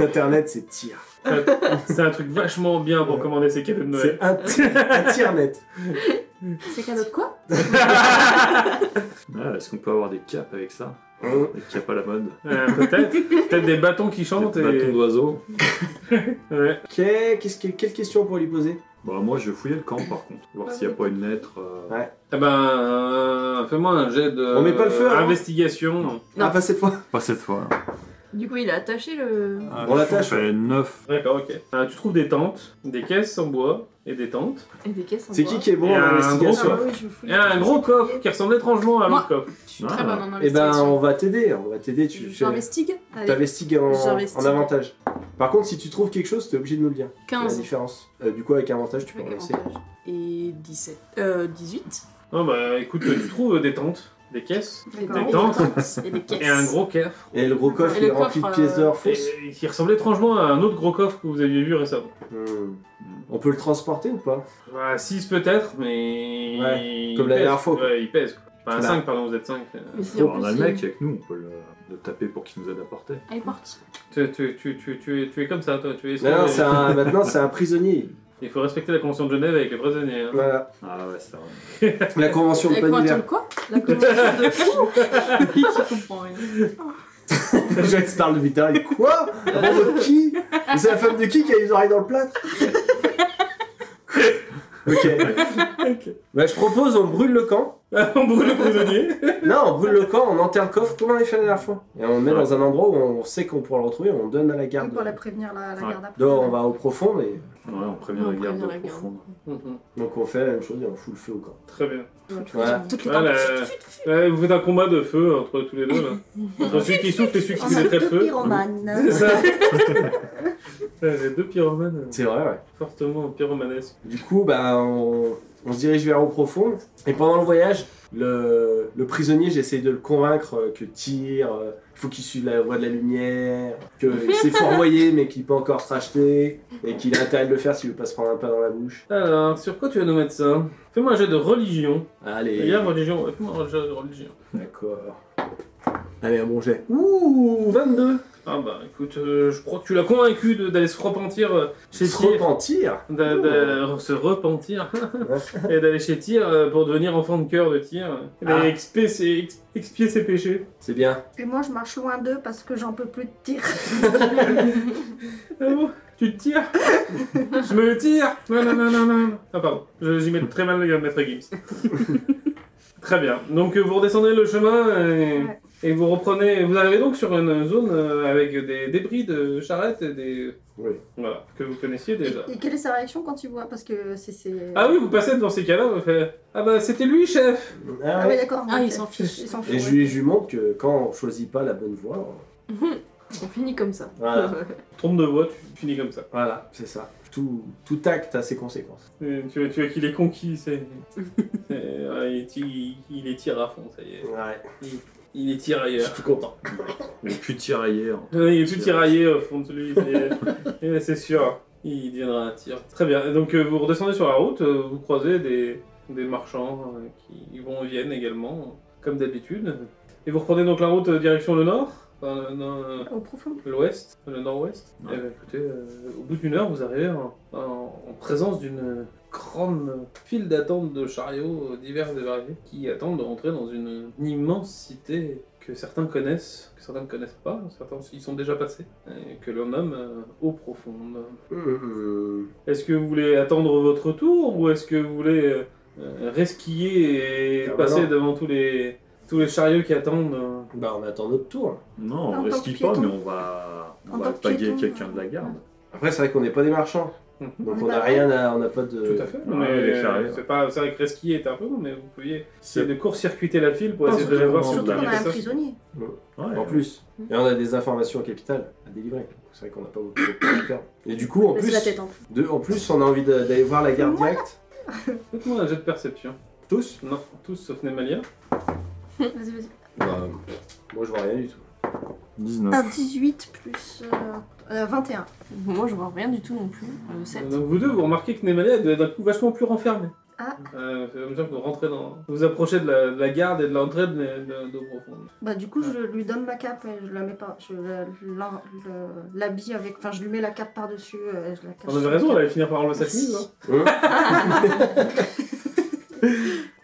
Speaker 2: Internet, c'est tir.
Speaker 6: Ah.
Speaker 1: C'est un truc vachement bien pour commander ses cadeaux de Noël.
Speaker 2: C'est un, tir net.
Speaker 6: C'est cadeau de quoi
Speaker 4: Ah, Est-ce qu'on peut avoir des capes avec ça
Speaker 2: Hein
Speaker 4: Des capes à la mode
Speaker 1: Euh, peut-être. peut-être des bâtons qui
Speaker 4: Des
Speaker 1: chantent.
Speaker 4: bâtons
Speaker 1: Et...
Speaker 4: d'oiseau
Speaker 1: Ouais.
Speaker 2: Ok, qu'est-ce que- quelle question pour lui poser
Speaker 4: Bah, moi, je vais fouiller le camp, par contre. Voir s'il n'y a pas une lettre. euh,
Speaker 2: Ouais.
Speaker 1: Eh ben, euh, fais-moi un jet de.
Speaker 2: On met pas le feu, hein.
Speaker 1: Investigation.
Speaker 3: Non.
Speaker 2: Ah, pas cette fois.
Speaker 4: Pas cette fois.
Speaker 3: Du coup, il a attaché le.
Speaker 2: On l'attache,
Speaker 4: Ça fait 9.
Speaker 1: D'accord, ok. Euh, tu trouves des tentes, des caisses en bois et des tentes.
Speaker 3: Et des caisses en
Speaker 2: C'est
Speaker 3: bois.
Speaker 2: qui qui est bon
Speaker 1: Et
Speaker 2: en
Speaker 1: un
Speaker 2: investigation
Speaker 1: gros
Speaker 5: Ah, bah oui, je fous
Speaker 1: Et un gros coffre qui ressemble étrangement à
Speaker 6: Moi.
Speaker 1: l'autre coffre.
Speaker 6: Je suis très
Speaker 4: Ah.
Speaker 6: bonne en
Speaker 2: Eh ben,
Speaker 6: investigation.
Speaker 2: on va t'aider. On va t'aider. Tu tu-
Speaker 6: J'investigue Allez,
Speaker 2: t'investigues en,
Speaker 6: J'investigue.
Speaker 2: en avantage. Par contre, si tu trouves quelque chose, t'es obligé de nous le dire. La
Speaker 6: 15.
Speaker 2: différence. Euh, du coup, avec avantage, tu peux
Speaker 6: Avec
Speaker 2: relancer.
Speaker 6: avantage. Et 17. Euh, 18.
Speaker 1: Non, bah écoute, tu trouves des tentes, des caisses,
Speaker 5: D'accord.
Speaker 1: des tentes
Speaker 6: Et des caisses.
Speaker 1: et un gros coffre.
Speaker 2: Et le gros coffre,
Speaker 6: Et
Speaker 2: il
Speaker 6: le
Speaker 2: est rempli de
Speaker 6: coffre,
Speaker 2: pièces d'or
Speaker 1: Et,
Speaker 2: fausses.
Speaker 1: et qui ressemble étrangement à un autre gros coffre que vous aviez vu récemment.
Speaker 2: Hmm. On peut le transporter ou pas
Speaker 1: Bah, 6 peut-être, mais.
Speaker 2: Ouais,
Speaker 1: il
Speaker 2: comme la
Speaker 1: pèse.
Speaker 2: dernière fois, quoi.
Speaker 1: Ouais, il pèse. Enfin,
Speaker 2: Là.
Speaker 1: 5, pardon, vous êtes Euh, 5.
Speaker 3: Mais si
Speaker 4: Bon,
Speaker 3: en
Speaker 4: on
Speaker 3: plus,
Speaker 4: a le
Speaker 3: il-
Speaker 4: mec avec nous, on peut le, le taper pour qu'il nous aide à porter.
Speaker 6: Allez, porte.
Speaker 1: Tu, tu, tu, tu, tu es, tu es comme ça, toi. Tu es
Speaker 2: Non, non,
Speaker 1: esclave.
Speaker 2: c'est un- maintenant, c'est un prisonnier.
Speaker 1: Il faut respecter la Convention de Genève avec les prisonniers. hein.
Speaker 2: Voilà.
Speaker 4: Ah ouais, c'est vrai.
Speaker 2: La convention de
Speaker 6: Avec moi, tu le
Speaker 2: Paniver.
Speaker 6: quoi
Speaker 3: La convention de fou qui comprend rien.
Speaker 2: Joyce parle de guitare. et Quoi La femme de qui Mais C'est la femme de qui qui a les oreilles dans le plâtre Ok. Bah, je propose, on brûle le camp.
Speaker 1: on brûle le prisonnier.
Speaker 2: Non, on brûle le camp, on enterre le coffre comme on avait fait la dernière fois. Et on le met
Speaker 4: Ouais.
Speaker 2: dans un endroit où on sait qu'on pourra le retrouver, on donne à la
Speaker 5: Oui,
Speaker 2: garde.
Speaker 5: pour la prévenir la, la
Speaker 4: Ouais.
Speaker 5: garde après.
Speaker 2: Dehors, on va au profond, et
Speaker 4: Ouais, on prévient
Speaker 3: On
Speaker 4: la garde
Speaker 3: prévient la
Speaker 4: au
Speaker 3: garde.
Speaker 4: profond.
Speaker 1: Mhm.
Speaker 2: donc on fait la même chose et on fout le feu au camp.
Speaker 1: Très bien.
Speaker 2: Voilà.
Speaker 6: Toutes les
Speaker 1: Ouais, Ah,
Speaker 6: dents.
Speaker 1: là, là, vous faites un combat de feu entre tous les deux. Là. Entre celui qui souffle et celui qui
Speaker 5: On
Speaker 1: vous
Speaker 5: a
Speaker 1: est très
Speaker 5: deux
Speaker 1: feu. C'est
Speaker 5: pyromanes.
Speaker 1: ça. Ouais, Les deux pyromanes, euh,
Speaker 2: C'est vrai, ouais.
Speaker 1: fortement pyromanesques.
Speaker 2: Du coup, bah, on, on se dirige vers au profond. Et pendant le voyage, le, le prisonnier, j'essaye de le convaincre euh, que tire, euh, faut qu'il suive la voie de la lumière, qu'il s'est fourvoyé mais qu'il peut encore se racheter, et qu'il a intérêt de le faire s'il veut pas se prendre un pain dans la bouche.
Speaker 1: Alors, sur quoi tu vas nous mettre ça Fais-moi un jeu de religion. euh,
Speaker 2: Allez,
Speaker 1: D'ailleurs, religion, ouais, fais-moi un jeu de religion.
Speaker 2: d'accord. Allez, un bon jet. Ouh, 22
Speaker 1: Ah bah écoute, euh, je crois que tu l'as convaincu de- d'aller se repentir euh, chez
Speaker 2: Se
Speaker 1: Tyr.
Speaker 2: repentir
Speaker 1: d'a- d'a- se repentir et d'aller chez Tyr euh, pour devenir enfant de cœur de Tyr. Et d'aller
Speaker 2: Ah.
Speaker 1: expier, ses, ex- expier ses péchés.
Speaker 2: C'est bien.
Speaker 5: Et moi, je marche loin d'eux parce que j'en peux plus de tir.
Speaker 1: Ah bon Tu te tires Je me le tire Non, non, non, non, non. Ah pardon, Je- j'y mets très mal le maître Gibbs. très bien. Donc euh, vous redescendez le chemin et,
Speaker 5: Ouais.
Speaker 1: et vous reprenez... Vous arrivez donc sur une zone euh, avec des débris de charrettes et des...
Speaker 2: Oui.
Speaker 1: Voilà, que vous connaissiez déjà.
Speaker 5: Et, et quelle est sa réaction quand il voit Parce que c'est. c'est-
Speaker 1: Ah oui, vous passez devant ces cadavres, vous faites Ah bah c'était lui, chef
Speaker 5: Ah oui, d'accord.
Speaker 6: Ah,
Speaker 5: ok.
Speaker 6: il s'en fiche.
Speaker 5: Il s'en fout,
Speaker 2: Et je
Speaker 5: ouais.
Speaker 2: lui, je lui montre que quand on choisit pas la bonne voie, on-
Speaker 3: On finit comme ça.
Speaker 2: voilà,
Speaker 1: Trompe de voix, tu finis comme ça.
Speaker 2: voilà c'est ça. Tout, tout acte a ses conséquences.
Speaker 1: Et Euh, Tu vois, tu vois qu'il est conquis, c'est. c'est- ouais, il, ti- il est tiré à fond, ça y est.
Speaker 2: Ouais,
Speaker 1: Il est
Speaker 2: je suis
Speaker 1: tirailleur.
Speaker 2: tout content.
Speaker 4: Et puis hein. tirailleur.
Speaker 1: Ouais, Il est plus tiraillé au fond de lui, ça y est. Et ouais, c'est sûr, il deviendra un tir. Très bien, Et donc euh, vous redescendez sur la route, euh, vous croisez des, des marchands euh, qui vont et viennent également, comme d'habitude. Et vous reprenez donc la route euh, direction le nord euh, Enfin, le- non,
Speaker 5: Au profond.
Speaker 1: L'ouest, le nord-ouest.
Speaker 4: Ouais.
Speaker 1: Eh ben, écoutez, euh, au bout d'une heure, vous arrivez en, en- en présence d'une grande file d'attente de chariots euh, divers et variés qui attendent de rentrer dans une, une immense cité que certains connaissent, que certains ne connaissent pas, certains y sont déjà passés, et que l'on nomme euh, Eau Profonde.
Speaker 2: Hum,
Speaker 1: Est-ce que vous voulez attendre votre tour ou est-ce que vous voulez euh, resquiller et
Speaker 2: Ah bah
Speaker 1: passer
Speaker 2: non.
Speaker 1: devant tous les, tous les chariots qui attendent euh,
Speaker 2: hum. Bah, on attend notre tour.
Speaker 4: Non,
Speaker 5: En
Speaker 4: on
Speaker 5: tant que
Speaker 4: risque pas,
Speaker 5: piéton.
Speaker 4: mais on va, on
Speaker 5: En
Speaker 4: va
Speaker 5: tant que
Speaker 4: taguer
Speaker 5: piéton,
Speaker 4: quelqu'un de la
Speaker 5: ouais.
Speaker 4: garde.
Speaker 2: Après, c'est vrai qu'on n'est pas des marchands.
Speaker 1: Mhm.
Speaker 2: Donc,
Speaker 5: On
Speaker 2: on
Speaker 5: est
Speaker 2: n'a
Speaker 5: pas-
Speaker 2: rien à. On n'a pas de.
Speaker 1: Tout à fait. Euh,
Speaker 4: Ouais,
Speaker 1: Mais
Speaker 4: avec la
Speaker 1: euh,
Speaker 4: règle.
Speaker 1: c'est pas c'est vrai que Reski est un peu long, mais vous pouviez essayer
Speaker 4: C'est-
Speaker 1: de court-circuiter la file pour
Speaker 4: Ah,
Speaker 1: essayer de
Speaker 4: surtout
Speaker 1: voir
Speaker 4: qu'on-
Speaker 1: si vous
Speaker 5: Surtout
Speaker 4: bah,
Speaker 5: qu'on
Speaker 1: pouviez
Speaker 5: a un
Speaker 1: faire ça.
Speaker 5: prisonnier.
Speaker 4: Ouais,
Speaker 2: En plus.
Speaker 5: Hum.
Speaker 2: Et on a des informations capitales à délivrer. C'est vrai qu'on n'a pas beaucoup de temps. Et du coup, en
Speaker 5: C'est
Speaker 2: plus,
Speaker 5: la tête hein. en plus.
Speaker 2: de- en plus, on a envie de- d'aller voir la garde
Speaker 5: Moi.
Speaker 2: directe.
Speaker 1: Faites-moi un jet de perception.
Speaker 2: Tous
Speaker 1: Non, tous sauf Nemalia.
Speaker 5: Vas-y, vas-y.
Speaker 2: Bah, moi, je vois rien du tout.
Speaker 4: 19.
Speaker 5: Un 18 plus. euh, euh, 21.
Speaker 3: Moi, je vois rien du tout non plus. Euh, 7.
Speaker 1: Donc vous deux, vous remarquez que Nemalia est d'un coup vachement plus renfermée.
Speaker 5: Ah.
Speaker 1: Euh, c'est comme ça que vous rentrez dans... Vous vous approchez de la, de la garde et de l'entrée de, de, d'eau profonde.
Speaker 5: Bah, du coup, je lui donne ma cape et je la mets pas. Je la- la- le- l'habille avec. Enfin, je lui mets la cape par-dessus. euh, et je la cache.
Speaker 1: On avait raison, elle allait finir par enlever sa chemise. hein.
Speaker 2: Hein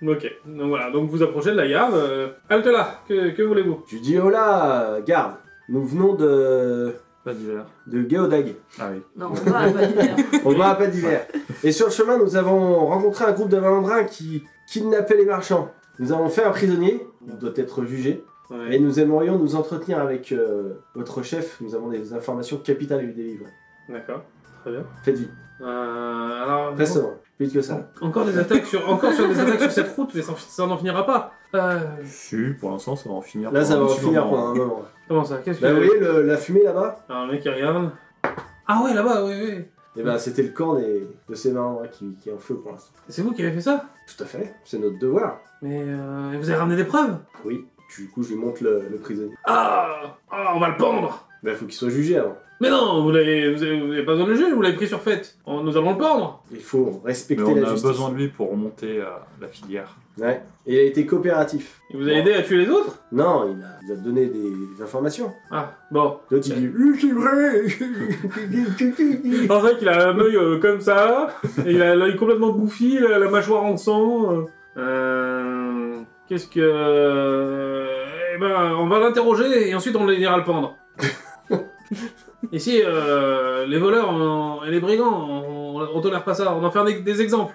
Speaker 1: Ok, donc voilà, donc vous approchez de la garde. euh, Halte là, que, que voulez-vous
Speaker 2: Je lui dis oh là, garde, nous venons de,
Speaker 4: Pas d'hiver.
Speaker 2: de Gaodag.
Speaker 4: Ah oui.
Speaker 3: Non, on va à Valivert.
Speaker 2: On va à pas d'hiver. Et sur le chemin, nous avons rencontré un groupe de malandrins qui kidnappaient les marchands. Nous avons fait un prisonnier, il doit être jugé, et
Speaker 1: Ouais.
Speaker 2: nous aimerions nous entretenir avec euh, votre chef. Nous avons des informations capitales à lui délivrer.
Speaker 1: D'accord, très bien.
Speaker 2: Faites vite,
Speaker 1: Euh,
Speaker 4: Ah
Speaker 1: alors,
Speaker 2: restement, plus vite que ça.
Speaker 1: Encore des attaques sur, encore sur des attaques sur cette route, mais ça, ça n'en finira pas. Euh,
Speaker 4: Si, pour l'instant, ça va en finir.
Speaker 2: Là,
Speaker 4: pour
Speaker 2: ça
Speaker 4: un
Speaker 2: va en
Speaker 4: petit
Speaker 2: finir
Speaker 4: moment.
Speaker 2: pendant
Speaker 4: hein.
Speaker 2: un moment.
Speaker 1: comment ça Qu'est-ce que
Speaker 2: Bah, vous voyez le- la fumée là-bas
Speaker 1: Alors le mec il regarde. Ah ouais là-bas, oui oui.
Speaker 2: Et ben, c'était le camp des, de ces malandrins qui, qui est en feu pour l'instant.
Speaker 1: C'est vous qui avez fait ça
Speaker 2: Tout à fait, c'est notre devoir.
Speaker 1: Mais euh, vous avez ramené des preuves
Speaker 2: Oui, du coup, je lui montre le, le prisonnier.
Speaker 1: Ah Ah on va le pendre.
Speaker 2: Bah, faut qu'il soit jugé avant.
Speaker 1: Mais non, vous l'avez, vous avez, vous avez pas besoin de le juger, vous l'avez pris sur fête. On- nous allons le pendre.
Speaker 2: Il faut respecter
Speaker 4: Mais on
Speaker 2: la
Speaker 4: a
Speaker 2: justice.
Speaker 4: besoin de lui pour remonter euh, la filière.
Speaker 2: Ouais. Et il a été coopératif.
Speaker 1: Il vous a aidé à tuer les autres
Speaker 2: Non, il a, il a donné des informations.
Speaker 1: Ah bon.
Speaker 2: L'autre, il dit Oui, c'est vrai
Speaker 1: En fait, il a un œil euh, comme ça, et il a l'œil complètement bouffi, la, la mâchoire en sang. euh. Euh, Qu'est-ce que. Eh ben, on va l'interroger et ensuite on ira le pendre. Ici, euh, les voleurs on- et les brigands, on, on tolère pas ça, on en fait un ex- des exemples.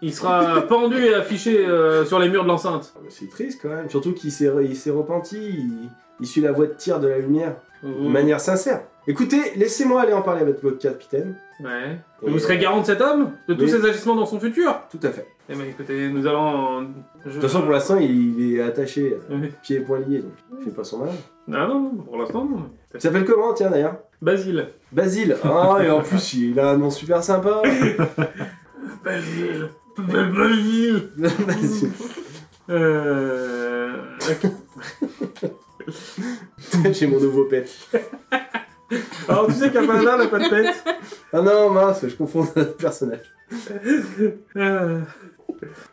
Speaker 1: Il sera pendu et affiché euh, sur les murs de l'enceinte.
Speaker 2: C'est triste quand même, surtout qu'il s'est il s'est repenti, il, il suit la voie de tir de la lumière, de
Speaker 1: Vous,
Speaker 2: manière sincère. Écoutez, laissez-moi aller en parler avec votre capitaine.
Speaker 1: Ouais.
Speaker 2: Et-
Speaker 1: vous serez garant de cet homme De tous
Speaker 2: Oui.
Speaker 1: ses agissements dans son futur
Speaker 2: Tout à fait.
Speaker 1: Eh ben écoutez, nous allons. euh,
Speaker 2: De toute façon, pour l'instant, il, il est attaché, euh,
Speaker 1: Oui.
Speaker 2: pieds et poings liés, donc il fait pas son mal.
Speaker 1: Ah non, non, pour l'instant, non.
Speaker 2: Il s'appelle comment, tiens, d'ailleurs
Speaker 1: Basile.
Speaker 2: Basile. Ah, et en plus, il a un nom super sympa.
Speaker 1: Basile Basile
Speaker 2: Basile.
Speaker 1: Euh... ok.
Speaker 2: J'ai mon nouveau pet.
Speaker 1: Alors tu sais qu'un panda n'a pas de tête
Speaker 2: Ah non, mince, je confonds le personnage.
Speaker 1: Euh,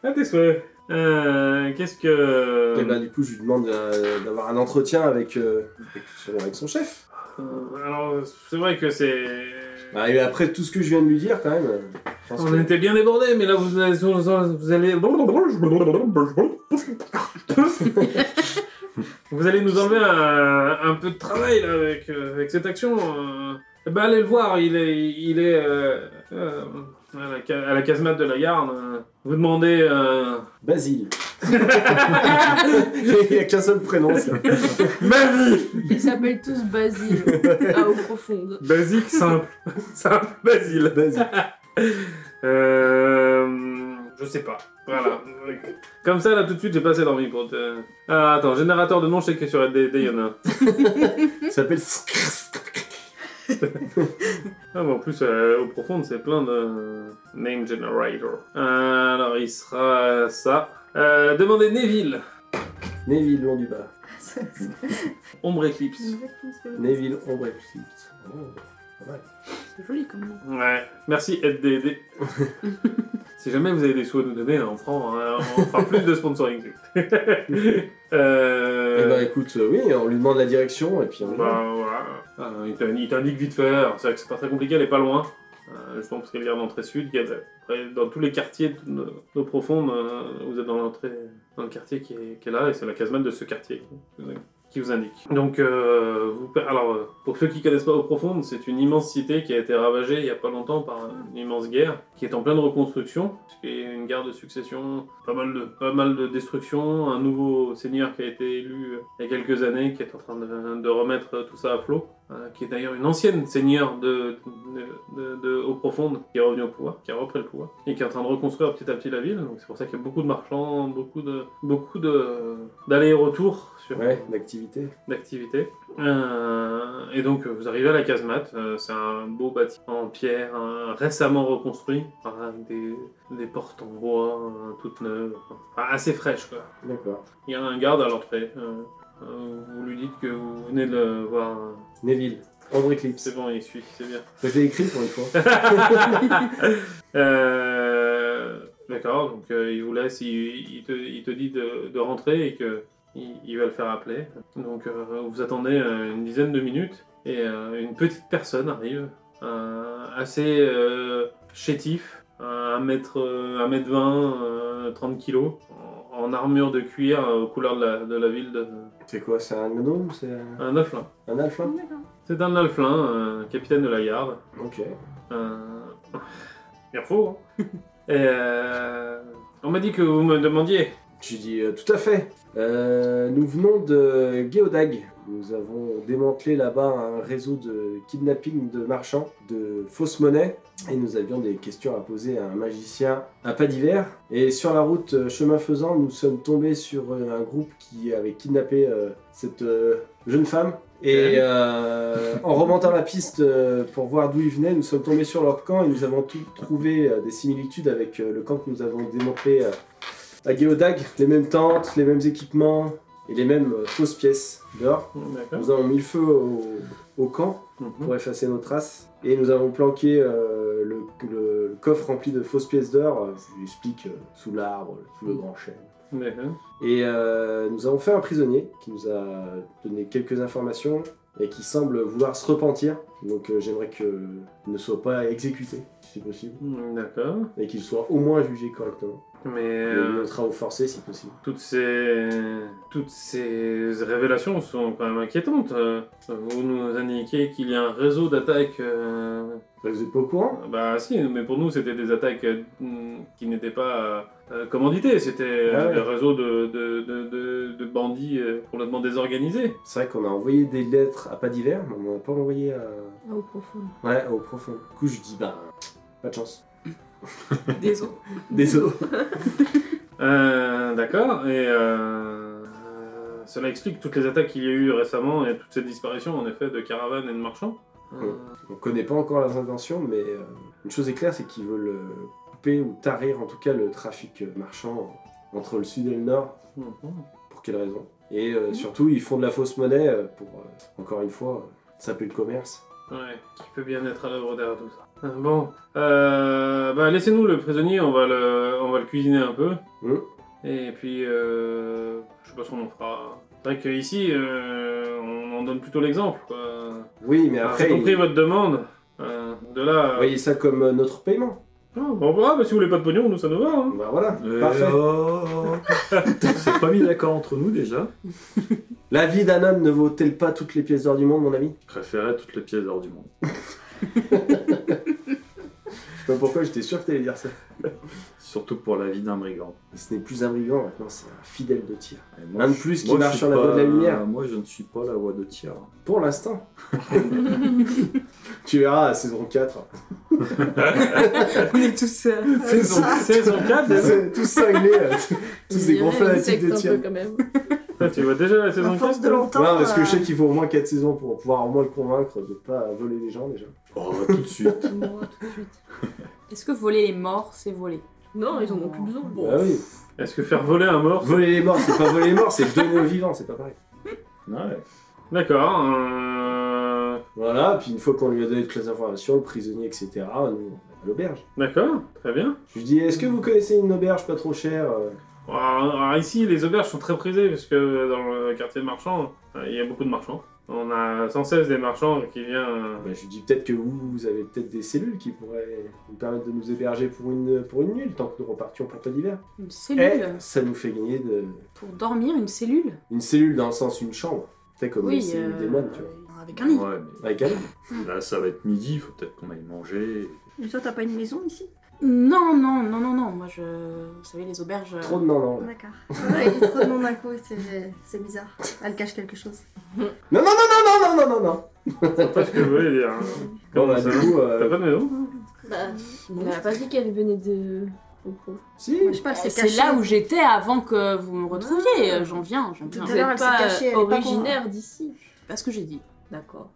Speaker 1: À tes souhaits. Euh, Qu'est-ce que.
Speaker 2: Et bah, du coup, je lui demande euh, d'avoir un entretien avec, euh, avec son- avec son chef.
Speaker 1: Euh, alors, c'est vrai que c'est.
Speaker 2: Bah, et après tout ce que je viens de lui dire, quand même, euh, je pense
Speaker 1: On
Speaker 2: que-
Speaker 1: était bien débordés, mais là vous allez. Vous allez, vous allez nous enlever un, un peu de travail là, avec, euh, avec cette action. euh. Eh ben, allez le voir, il est, il est euh, euh, à, la, ca- à la casemate de la garde. euh. Vous demandez. euh,
Speaker 2: Basile. Il n'y a qu'un seul prénom, ça.
Speaker 3: Ils s'appellent tous Basile, à eau profonde.
Speaker 1: Basique, simple. simple, Basile.
Speaker 2: Basile.
Speaker 1: Euh, je sais pas. Voilà. Comme ça, là, tout de suite, j'ai pas assez d'envie pour te... Ah, attends, générateur de nom, je sais que sur LDD, il y en a un.
Speaker 2: Ça s'appelle.
Speaker 1: Ah, mais en plus, euh, au profond, c'est plein de... Name generator. Euh, alors, il sera euh, ça. Euh, demandez Neville.
Speaker 2: Neville, loin du bas.
Speaker 5: C'est- c'est
Speaker 1: Ombre Eclipse.
Speaker 5: exactement ce que-
Speaker 2: Neville, ombre eclipse. Oh, pas mal.
Speaker 6: C'est joli comme nom.
Speaker 1: Ouais. Merci, LDD. si jamais vous avez des sous à nous donner, on prend, hein, on fera plus de sponsoring. euh...
Speaker 2: Eh ben écoute, euh, oui, on lui demande la direction et puis on.
Speaker 1: Bah voilà. Euh, il t'in- il t'indique vite fait. Alors, C'est vrai que c'est pas très compliqué, elle est pas loin. Euh, justement parce qu'elle est l'entrée sud. Il y a, après, dans tous les quartiers de, de profonde, euh, vous êtes dans l'entrée, dans le quartier qui est, qui est là, et c'est la casemate de ce quartier qui vous, qui vous indique. Donc, euh, vous per- alors euh, pour ceux qui connaissent pas au profonde, c'est une immense cité qui a été ravagée il y a pas longtemps par une immense guerre, qui est en pleine reconstruction, parce qu'il y a eu une guerre de succession, pas mal de, pas mal de destruction, un nouveau seigneur qui a été élu euh, il y a quelques années, qui est en train de, de remettre euh, tout ça à flot, euh, qui est d'ailleurs une ancienne seigneur de, de, de, de Eau Profonde, qui est revenue au pouvoir, qui a repris le pouvoir, et qui est en train de reconstruire petit à petit la ville, donc c'est pour ça qu'il y a beaucoup de marchands, beaucoup de, beaucoup de, d'allers-retours sur,
Speaker 2: Ouais, l'activité.
Speaker 1: d'activité. Euh, et donc euh, vous arrivez à la casemate, euh, c'est un beau bâtiment en pierre, euh, récemment reconstruit, enfin, avec des, des portes en bois, euh, toutes neuves, enfin, assez fraîches quoi.
Speaker 2: D'accord.
Speaker 1: Il y a un garde à l'entrée, euh, euh, vous lui dites que vous venez de le voir, euh,
Speaker 2: Neville, ombre eclipse.
Speaker 1: c'est bon il suit, c'est bien.
Speaker 2: Ça, J'ai écrit pour une fois.
Speaker 1: Euh, D'accord, donc euh, il vous laisse, il, il te, il te dit de, de rentrer et que il, il va le faire appeler. Donc euh, vous attendez euh, une dizaine de minutes et euh, une petite personne arrive, euh, assez euh, chétif, à 1 mètre, euh, 1 mètre 20, euh, 30 kilos, en, en armure de cuir euh, aux couleurs de la, de la ville de...
Speaker 2: C'est quoi C'est un gnome C'est un
Speaker 1: Un alflin.
Speaker 2: un alpha
Speaker 5: hein.
Speaker 1: C'est un alflin, euh, capitaine de la garde.
Speaker 2: Ok.
Speaker 1: Euh... Il faut. hein. Et, euh, On m'a dit que vous me demandiez.
Speaker 2: Je dis euh, tout à fait. Euh, nous venons de Geodag. Nous avons démantelé là-bas un réseau de kidnapping de marchands, de fausses monnaies. Et nous avions des questions à poser à un magicien à pas d'hiver. Et sur la route, euh, chemin faisant, nous sommes tombés sur euh, un groupe qui avait kidnappé euh, cette euh, jeune femme. Et euh, en remontant la piste euh, pour voir d'où ils venaient, nous sommes tombés sur leur camp et nous avons tout trouvé euh, des similitudes avec euh, le camp que nous avons démantelé euh, à Geodag, les mêmes tentes, les mêmes équipements et les mêmes euh, fausses pièces dehors.
Speaker 1: D'accord.
Speaker 2: Nous avons mis le feu au, au camp
Speaker 1: Mmh.
Speaker 2: pour effacer nos traces et nous avons planqué euh, le, le- le coffre rempli de fausses pièces d'or, euh, je vous explique, euh, sous l'arbre, sous le grand chêne.
Speaker 1: D'accord.
Speaker 2: Et euh, nous avons fait un prisonnier qui nous a donné quelques informations et qui semble vouloir se repentir. Donc euh, j'aimerais qu'il ne soit pas exécuté, si c'est possible,
Speaker 1: D'accord.
Speaker 2: et qu'il soit au moins jugé correctement.
Speaker 1: Mais
Speaker 2: Et
Speaker 1: euh,
Speaker 2: le travaux forcé, si possible.
Speaker 1: toutes ces toutes ces révélations sont quand même inquiétantes. Euh, Vous nous indiquez qu'il y a un réseau d'attaques. euh,
Speaker 2: Bah, vous êtes pas au courant
Speaker 1: Bah si, mais pour nous c'était des attaques euh, qui n'étaient pas euh, commanditées. C'était euh,
Speaker 2: Ah Ouais.
Speaker 1: des réseaux de de, de, de- de bandits euh, complètement désorganisés.
Speaker 2: C'est vrai qu'on a envoyé des lettres à pas d'hiver, mais on n'en a pas envoyé à...
Speaker 3: À eau profonde.
Speaker 2: Ouais, au profond. Du coup, je dis, bah, pas de chance.
Speaker 6: Désolé.
Speaker 2: Désolé.
Speaker 1: Euh, D'accord. Et euh, euh, cela explique toutes les attaques qu'il y a eu récemment et toutes ces disparitions, en effet, de caravanes et de marchands. Euh,
Speaker 2: On connaît pas encore leurs intentions, mais euh, une chose est claire, c'est qu'ils veulent euh, couper ou tarir en tout cas le trafic euh, marchand entre le sud et le nord.
Speaker 1: mhm.
Speaker 2: Pour quelle raison Et euh, surtout, ils font de la fausse monnaie euh, pour, euh, encore une fois, euh, saper le commerce.
Speaker 1: Ouais, qui peut bien être à l'œuvre derrière tout ça. Euh, Bon, Euh, bah, laissez-nous le prisonnier, on va le, on va le cuisiner un peu.
Speaker 2: Hum
Speaker 1: Et puis, euh, je sais pas ce qu'on en fera. C'est vrai qu'ici, euh, on en donne plutôt l'exemple. quoi.
Speaker 2: Oui, mais
Speaker 1: J'ai
Speaker 2: après,
Speaker 1: compris
Speaker 2: il-
Speaker 1: votre demande. Euh, de là. euh,
Speaker 2: voyez ça comme euh, notre paiement.
Speaker 1: ah, bon, bah, bah, si vous voulez pas de pognon, nous ça nous va. hein.
Speaker 2: Bah voilà,
Speaker 4: Euh,
Speaker 2: parfait.
Speaker 4: oh. On s'est pas mis d'accord entre nous déjà.
Speaker 2: La vie d'un homme ne vaut-elle pas toutes les pièces d'or du monde, mon ami
Speaker 4: Je préférais toutes les pièces d'or du monde.
Speaker 2: Je sais pas pourquoi, j'étais sûr que t'allais dire ça.
Speaker 4: Surtout pour la vie d'un brigand.
Speaker 2: Ce n'est plus un brigand maintenant, c'est un fidèle de tir.
Speaker 4: Et
Speaker 2: Un de
Speaker 4: je-
Speaker 2: plus qui
Speaker 4: je
Speaker 2: marche
Speaker 4: suis euh,
Speaker 2: sur la voie de la lumière.
Speaker 4: Moi, je ne suis pas la voie de tir.
Speaker 2: Pour l'instant. tu verras à saison 4.
Speaker 6: On est tous seuls.
Speaker 5: Euh,
Speaker 2: saison,
Speaker 1: Saison 4, déjà
Speaker 2: tous cinglés, là, tous- euh, tous
Speaker 3: Ah, bah Il
Speaker 2: ces
Speaker 3: y
Speaker 2: grands
Speaker 3: avait une
Speaker 2: fanatiques de
Speaker 3: secte un
Speaker 2: tir.
Speaker 3: peu, quand même.
Speaker 1: Ah, Tu vois déjà la
Speaker 5: À
Speaker 1: saison
Speaker 5: force
Speaker 1: 4
Speaker 5: de
Speaker 2: Ouais,
Speaker 5: l'entendre.
Speaker 2: parce que je sais
Speaker 5: euh,
Speaker 2: qu'il faut au moins 4 saisons pour pouvoir au moins le convaincre de pas voler les gens déjà.
Speaker 4: Oh, tout de suite.
Speaker 6: Moi, tout de suite. Est-ce que voler les morts, c'est voler
Speaker 3: Non, ils en ont plus besoin.
Speaker 2: Bah oui.
Speaker 1: Est-ce que faire voler un mort
Speaker 2: Voler les morts, c'est pas voler les morts, c'est donner aux vivants, c'est pas pareil.
Speaker 4: Ouais.
Speaker 1: D'accord. euh,
Speaker 2: Voilà, puis une fois qu'on lui a donné toutes les informations, le prisonnier, etc., nous, on va à l'auberge.
Speaker 1: D'accord, très bien.
Speaker 2: Je lui dis, est-ce que vous connaissez une auberge pas trop chère euh,
Speaker 1: Alors, alors ici, les auberges sont très prisées parce que dans le quartier marchand, euh, il y a beaucoup de marchands. On a sans cesse des marchands qui viennent.
Speaker 2: Bah, je lui dis peut-être que vous, vous avez peut-être des cellules qui pourraient nous permettre de nous héberger pour une, pour une nuit, tant que nous repartions pour pas d'hiver.
Speaker 6: Une
Speaker 2: Et
Speaker 6: cellule
Speaker 2: Eh, ça nous fait gagner de...
Speaker 6: Pour dormir, une cellule
Speaker 2: une cellule dans le sens une chambre. C'est comme les
Speaker 6: Oui.
Speaker 2: cellules
Speaker 6: euh,
Speaker 2: des moines, tu vois.
Speaker 6: Avec un lit.
Speaker 4: Ouais, mais
Speaker 2: Avec elle.
Speaker 4: là, ça va être midi. Il faut peut-être qu'on aille manger.
Speaker 5: Mais toi, t'as pas une maison ici
Speaker 6: Non, non, non, non, non. Moi, je. Vous savez, les auberges. euh,
Speaker 2: Trop de non, non. là.
Speaker 5: D'accord. Ouais, il dit trop de noms d'un coup, c'est c'est bizarre. Elle cache quelque chose.
Speaker 2: Non, non, non, non, non, non, non, non, non.
Speaker 1: C'est pas ce que je voulais dire. hein.
Speaker 2: Bon,
Speaker 1: Comment
Speaker 2: bah,
Speaker 1: ça
Speaker 2: du coup, euh,
Speaker 1: T'as pas de maison
Speaker 3: Bah, on n'avait pas dit qu'elle venait de. au pauvre.
Speaker 2: si.
Speaker 5: Moi, je parle, c'est
Speaker 6: euh, C'est
Speaker 5: caché.
Speaker 6: là où j'étais avant que vous me retrouviez. Euh, J'en viens, j'en
Speaker 5: Tout
Speaker 6: viens.
Speaker 5: à
Speaker 3: Vous
Speaker 5: l'heure,
Speaker 3: n'êtes
Speaker 5: elle s'est
Speaker 3: pas
Speaker 5: cachée, elle est pas
Speaker 3: originaire d'ici.
Speaker 6: C'est Pas ce que j'ai dit.
Speaker 3: D'accord.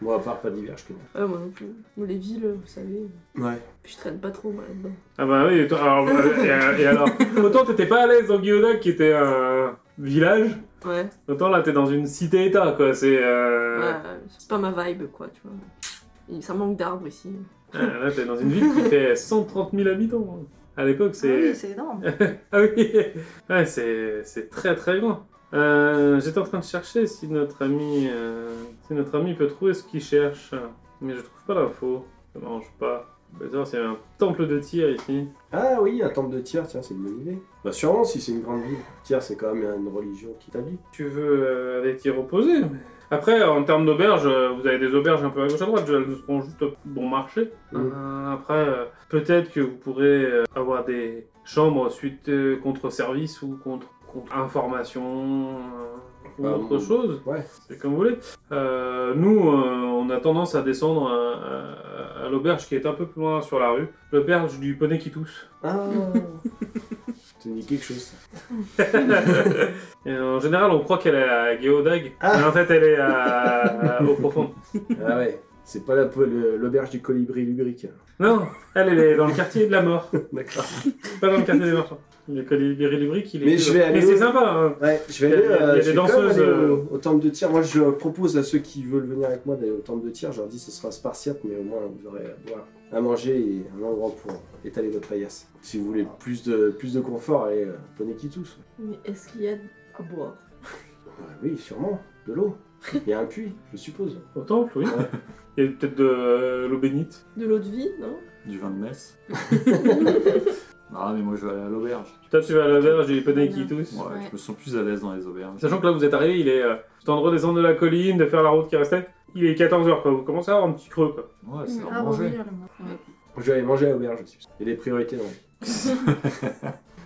Speaker 2: Bon, à part pas d'hiver, je connais.
Speaker 3: Ouais, moi non plus. Moi, Les villes, vous savez,
Speaker 2: Ouais.
Speaker 3: je traîne pas trop moi là-dedans.
Speaker 1: Ah bah oui, et toi- alors, euh, et, euh, et alors Autant t'étais pas à l'aise dans Guyodac qui était un village,
Speaker 3: Ouais,
Speaker 1: autant là t'es dans une cité-état quoi, c'est... Euh...
Speaker 3: ouais, c'est pas ma vibe quoi, tu vois. Et ça manque d'arbres ici.
Speaker 1: euh, Là t'es dans une ville qui fait 130 000 habitants. hein. À l'époque
Speaker 5: Ah
Speaker 1: c'est...
Speaker 5: oui, c'est énorme.
Speaker 1: Ah oui Ouais, c'est, c'est très très grand. Euh, j'étais en train de chercher si notre ami, euh, si notre ami peut trouver ce qu'il cherche, mais je trouve pas l'info, ça m'arrange pas. Je vais savoir s'il y a un temple de tir ici.
Speaker 2: Ah oui, un temple de tir, tiens, c'est une bonne idée. Bah, sûrement, si c'est une grande ville. Tir, c'est quand même une religion qui t'habille.
Speaker 1: tu veux euh, aller t'y reposer. Après, en termes d'auberges, euh, vous avez des auberges un peu à gauche à droite, elles seront juste bon marché.
Speaker 2: Mhm.
Speaker 1: Euh, après, euh, peut-être que vous pourrez euh, avoir des chambres suite euh, contre service ou contre, contre information euh, ou
Speaker 2: Ah,
Speaker 1: autre
Speaker 2: bon.
Speaker 1: chose.
Speaker 2: Ouais.
Speaker 1: C'est comme vous voulez. Euh, nous, euh, on a tendance à descendre euh, à, à- à l'auberge qui est un peu plus loin sur la rue, l'auberge du poney qui tousse.
Speaker 2: Ah. T'as dit quelque chose. ça.
Speaker 1: Et en général, on croit qu'elle est à Geodag,
Speaker 2: Ah.
Speaker 1: mais en fait, elle est à... au profond.
Speaker 2: Ah ouais. C'est pas la po- le- l'auberge du colibri lubrique.
Speaker 1: Non, elle, elle est dans le quartier de la mort,
Speaker 2: D'accord.
Speaker 1: pas dans le quartier des marchands. Le colibri lubrique, il est.
Speaker 2: Mais je vais aller
Speaker 1: Mais c'est
Speaker 2: au-
Speaker 1: sympa. hein.
Speaker 2: Ouais, je vais
Speaker 1: Il y a- il
Speaker 2: aller,
Speaker 1: y a
Speaker 2: euh,
Speaker 1: des
Speaker 2: je vais quand même
Speaker 1: danseuses,
Speaker 2: aller
Speaker 1: euh.
Speaker 2: au, au temple de tir. Moi, je propose à ceux qui veulent venir avec moi d'aller au temple de tir. Je leur dis ce sera spartiate, mais au moins vous aurez à boire, à manger et un endroit pour étaler votre paillasse. Si vous voulez plus de, plus de confort, allez, euh, poney qui tousse.
Speaker 3: Mais est-ce qu'il y a à boire
Speaker 2: Ouais, Euh, oui, sûrement. De l'eau. Il y a un puits, je suppose.
Speaker 1: Au temple, oui.
Speaker 2: Ouais.
Speaker 1: Il y a peut-être de euh, l'eau bénite.
Speaker 3: De l'eau de vie, non
Speaker 4: Du vin de messe. ah, mais moi, je vais aller à l'auberge.
Speaker 1: Toi, tu vas à l'auberge du poney qui tousse.
Speaker 4: Ouais,
Speaker 6: Ouais.
Speaker 4: Je me sens plus à l'aise dans les auberges.
Speaker 1: Sachant que là, vous êtes arrivé, il est. euh, Cet endroit de descendre de la colline, de faire la route qui restait, il est 14h, quoi. Vous commencez à avoir un petit creux, quoi.
Speaker 4: Ouais, c'est
Speaker 5: Ah,
Speaker 4: leur
Speaker 5: bon, oui,
Speaker 4: manger.
Speaker 5: alors, moi.
Speaker 2: Je vais aller manger à l'auberge, je suppose. Il y a des priorités dans la vie.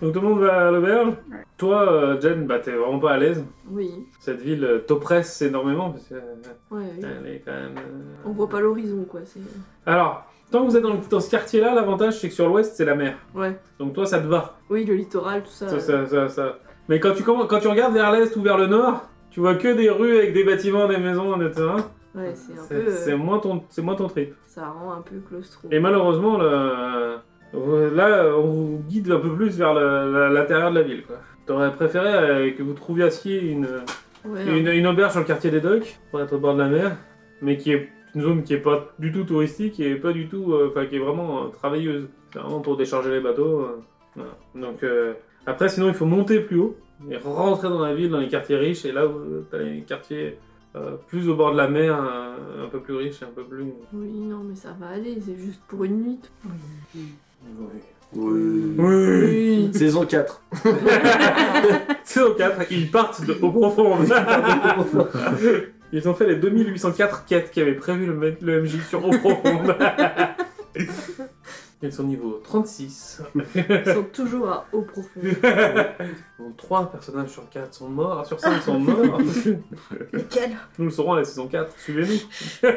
Speaker 1: Donc, tout le monde va à l'auberge. Toi, euh, Jen, bah, t'es vraiment pas à l'aise.
Speaker 3: Oui.
Speaker 1: Cette ville euh, t'oppresse énormément, parce que. euh,
Speaker 3: Ouais, oui.
Speaker 1: Elle est quand même. euh,
Speaker 3: On voit pas l'horizon quoi, c'est.
Speaker 1: Alors, tant que vous êtes dans, le- dans ce quartier-là, l'avantage c'est que sur l'ouest c'est la mer.
Speaker 3: Ouais.
Speaker 1: Donc toi ça te va.
Speaker 3: Oui, le littoral, tout ça.
Speaker 1: Ça, ça- ça- ça. Mais quand tu, comm- quand tu regardes vers l'est ou vers le nord, tu vois que des rues avec des bâtiments, des maisons, etc.
Speaker 3: Ouais, c'est un
Speaker 1: C'est-
Speaker 3: peu. euh,
Speaker 1: C'est moins, ton- c'est moins ton trip.
Speaker 3: ça rend un peu claustro.
Speaker 1: Et malheureusement, le- là on vous guide un peu plus vers le- la- l'intérieur de la ville. quoi. T'aurais préféré euh, que vous trouvassiez une,
Speaker 3: Ouais, hein.
Speaker 1: une, une auberge sur le quartier des docks, pour être au bord de la mer, mais qui est une zone qui est pas du tout touristique et pas du tout, euh, enfin qui est vraiment euh, travailleuse. C'est vraiment pour décharger les bateaux. euh, voilà. Donc euh, Après, sinon, il faut monter plus haut et rentrer dans la ville, dans les quartiers riches, et là, où t'as les quartiers euh, plus au bord de la mer, euh, un peu plus riches, et un peu plus.
Speaker 3: Oui, non, mais ça va aller, c'est juste pour une nuit.
Speaker 2: Oui.
Speaker 1: Oui
Speaker 2: Saison 4.
Speaker 1: CO4, ils partent de, au profond. Ah. Ils ont fait les 2804 quêtes qu'avait prévu le, mec- le MJ sur Eau Profonde. Ils sont niveau 36.
Speaker 3: Ils sont toujours à eau profonde.
Speaker 1: Donc 3 personnages sur 4 sont morts, sur 5 sont morts.
Speaker 5: Lesquels
Speaker 1: Nous le saurons à la saison 4, suivez-nous.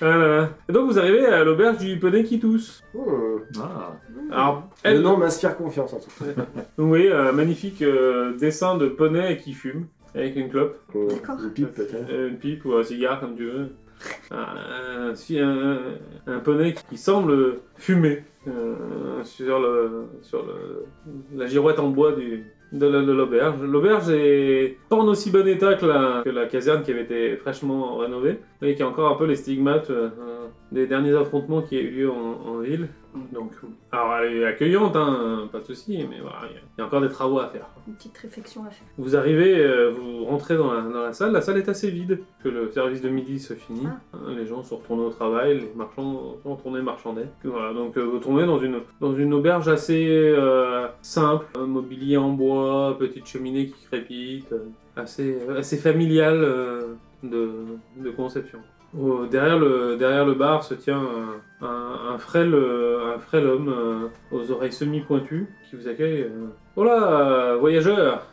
Speaker 1: Ah là là. Et donc vous arrivez à l'auberge du poney qui tousse.
Speaker 2: Hmm.
Speaker 4: Ah,
Speaker 1: Alors,
Speaker 2: Le
Speaker 1: elle,
Speaker 2: nom m'inspire confiance en tout cas.
Speaker 1: oui, un magnifique euh, dessin de poney qui fume avec une clope.
Speaker 5: D'accord.
Speaker 2: Une pipe peut-être.
Speaker 1: Euh, Une pipe ou un cigare, comme tu veux. Un, un- si- un- un poney qui semble fumer euh, sur, le, sur le, la girouette en bois du- de la- de l'auberge. L'auberge est pas en aussi bon état que la, que la caserne qui avait été fraîchement rénovée, mais qui a encore un peu les stigmates euh, euh, des derniers affrontements qui ont eu lieu en, en ville. Donc, alors elle est accueillante, hein, pas de souci, mais voilà, il y a- il y a encore des travaux à faire.
Speaker 5: Une petite réflexion à faire.
Speaker 1: Vous arrivez, euh, vous rentrez dans la, dans la salle, la salle est assez vide, que le service de midi se finit, Hein, les gens sont retournés au travail, les marchands sont retournés marchander. Que Voilà, donc euh, vous tombez dans une, dans une auberge assez euh, simple, un mobilier en bois, petite cheminée qui crépite, euh, assez, euh, assez familiale euh, de, de conception. Au- derrière, le, derrière le bar se tient un, un- un frêle, euh, un frêle homme euh, aux oreilles semi-pointues qui vous accueille. euh. Oh là, voyageur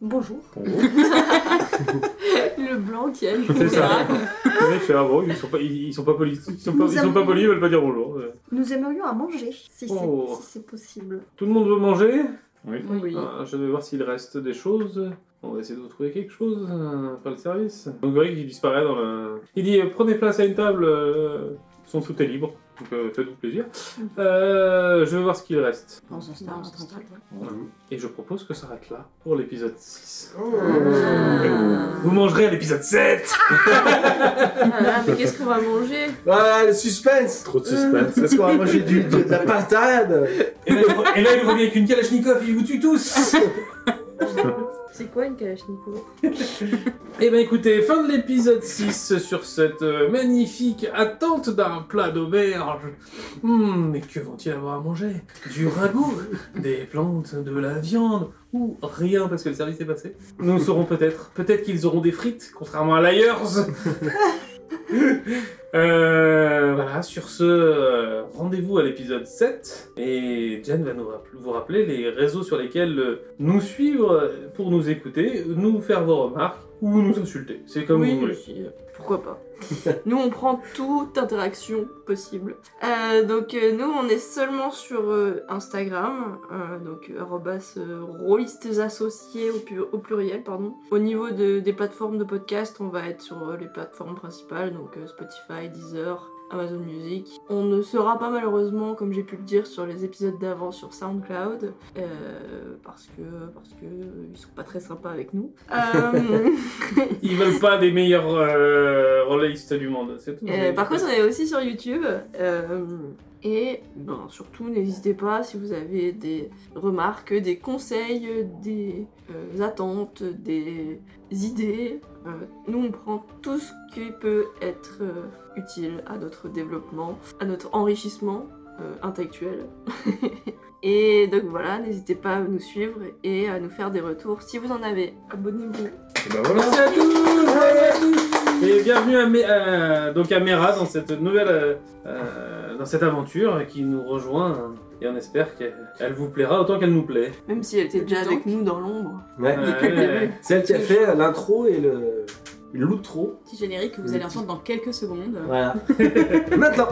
Speaker 5: Bonjour.
Speaker 3: le blanc qui a une
Speaker 1: C'est ça.
Speaker 3: caméra.
Speaker 1: Les mecs, je fais, ah bon, ils sont pas, ils, ils sont pas polis, ils sont pas,
Speaker 5: Nous
Speaker 1: ils sont
Speaker 5: avons-
Speaker 1: pas polis, ils veulent pas dire bonjour. Euh,
Speaker 5: Nous aimerions à manger, si c'est
Speaker 1: Oh.
Speaker 5: si c'est possible.
Speaker 1: Tout le monde veut manger.
Speaker 4: oui.
Speaker 3: Oui.
Speaker 1: Ah, je vais voir s'il reste des choses. On va essayer de vous trouver quelque chose euh, après le service. Donc Greg, il disparaît dans le. Il dit euh, prenez place à une table. euh, son tout est libre, donc euh, faites-vous plaisir. Euh, je vais voir ce qu'il reste.
Speaker 6: Dans un star,
Speaker 3: Non,
Speaker 6: dans un star.
Speaker 1: Et je propose que ça arrête là pour l'épisode 6.
Speaker 3: Ah.
Speaker 1: Vous mangerez à l'épisode 7
Speaker 3: Ah, mais qu'est-ce qu'on va manger
Speaker 2: Ah, le suspense
Speaker 4: Trop de suspense.
Speaker 2: Est-ce qu'on va manger du, de, de la patate
Speaker 1: et là, il- et là, il revient avec une Kalachnikov, il vous tue tous
Speaker 3: C'est quoi une kalachnikov
Speaker 1: Eh ben écoutez, fin de l'épisode 6 sur cette euh, magnifique attente d'un plat d'auberge. Hmm, mais que vont-ils avoir à manger Du ragoût, des plantes, de la viande ou rien parce que le service est passé. Nous saurons peut-être. Peut-être qu'ils auront des frites, contrairement à l'ailleurs. Euh, voilà, sur ce, euh, rendez-vous à l'épisode 7 et Jen va nous rapp- vous rappeler les réseaux sur lesquels euh, nous suivre euh, pour nous écouter, nous faire vos remarques ou nous insulter. C'est comme
Speaker 3: Oui,
Speaker 1: vous voulez.
Speaker 3: si, euh, pourquoi pas. nous, on prend toute interaction possible. Euh, donc, euh, nous, on est seulement sur euh, Instagram, euh, donc arrobas, euh, rôlistes associés au, pu- au pluriel, pardon. Au niveau de- des plateformes de podcast, on va être sur euh, les plateformes principales, donc euh, Spotify, Deezer. Amazon Music. On ne sera pas malheureusement, comme j'ai pu le dire, sur les épisodes d'avant sur SoundCloud euh, parce que parce que euh, ils sont pas très sympas avec nous. Euh,
Speaker 1: Ils veulent pas des meilleurs euh, relayistes du monde, c'est tout.
Speaker 3: Euh, par contre, on est aussi sur YouTube. euh, et ben, surtout, n'hésitez pas si vous avez des remarques, des conseils, des euh, attentes, des idées. Euh, nous, on prend tout ce qui peut être euh, utile à notre développement, à notre enrichissement euh, intellectuel. et donc voilà, n'hésitez pas à nous suivre et à nous faire des retours. Si vous en avez, abonnez-vous.
Speaker 4: Et ben voilà.
Speaker 1: Merci à tous Et bienvenue à, Mé- à- donc à Mera dans cette nouvelle euh, euh, dans cette aventure qui nous rejoint hein. et on espère qu'elle elle vous plaira autant qu'elle nous plaît.
Speaker 3: Même si elle était déjà
Speaker 6: Donc.
Speaker 3: avec nous dans l'ombre.
Speaker 2: Ouais.
Speaker 1: Euh,
Speaker 2: Celle qui a fait l'intro et le l'outro.
Speaker 6: Petit générique que vous allez entendre dans quelques secondes.
Speaker 2: Voilà. Maintenant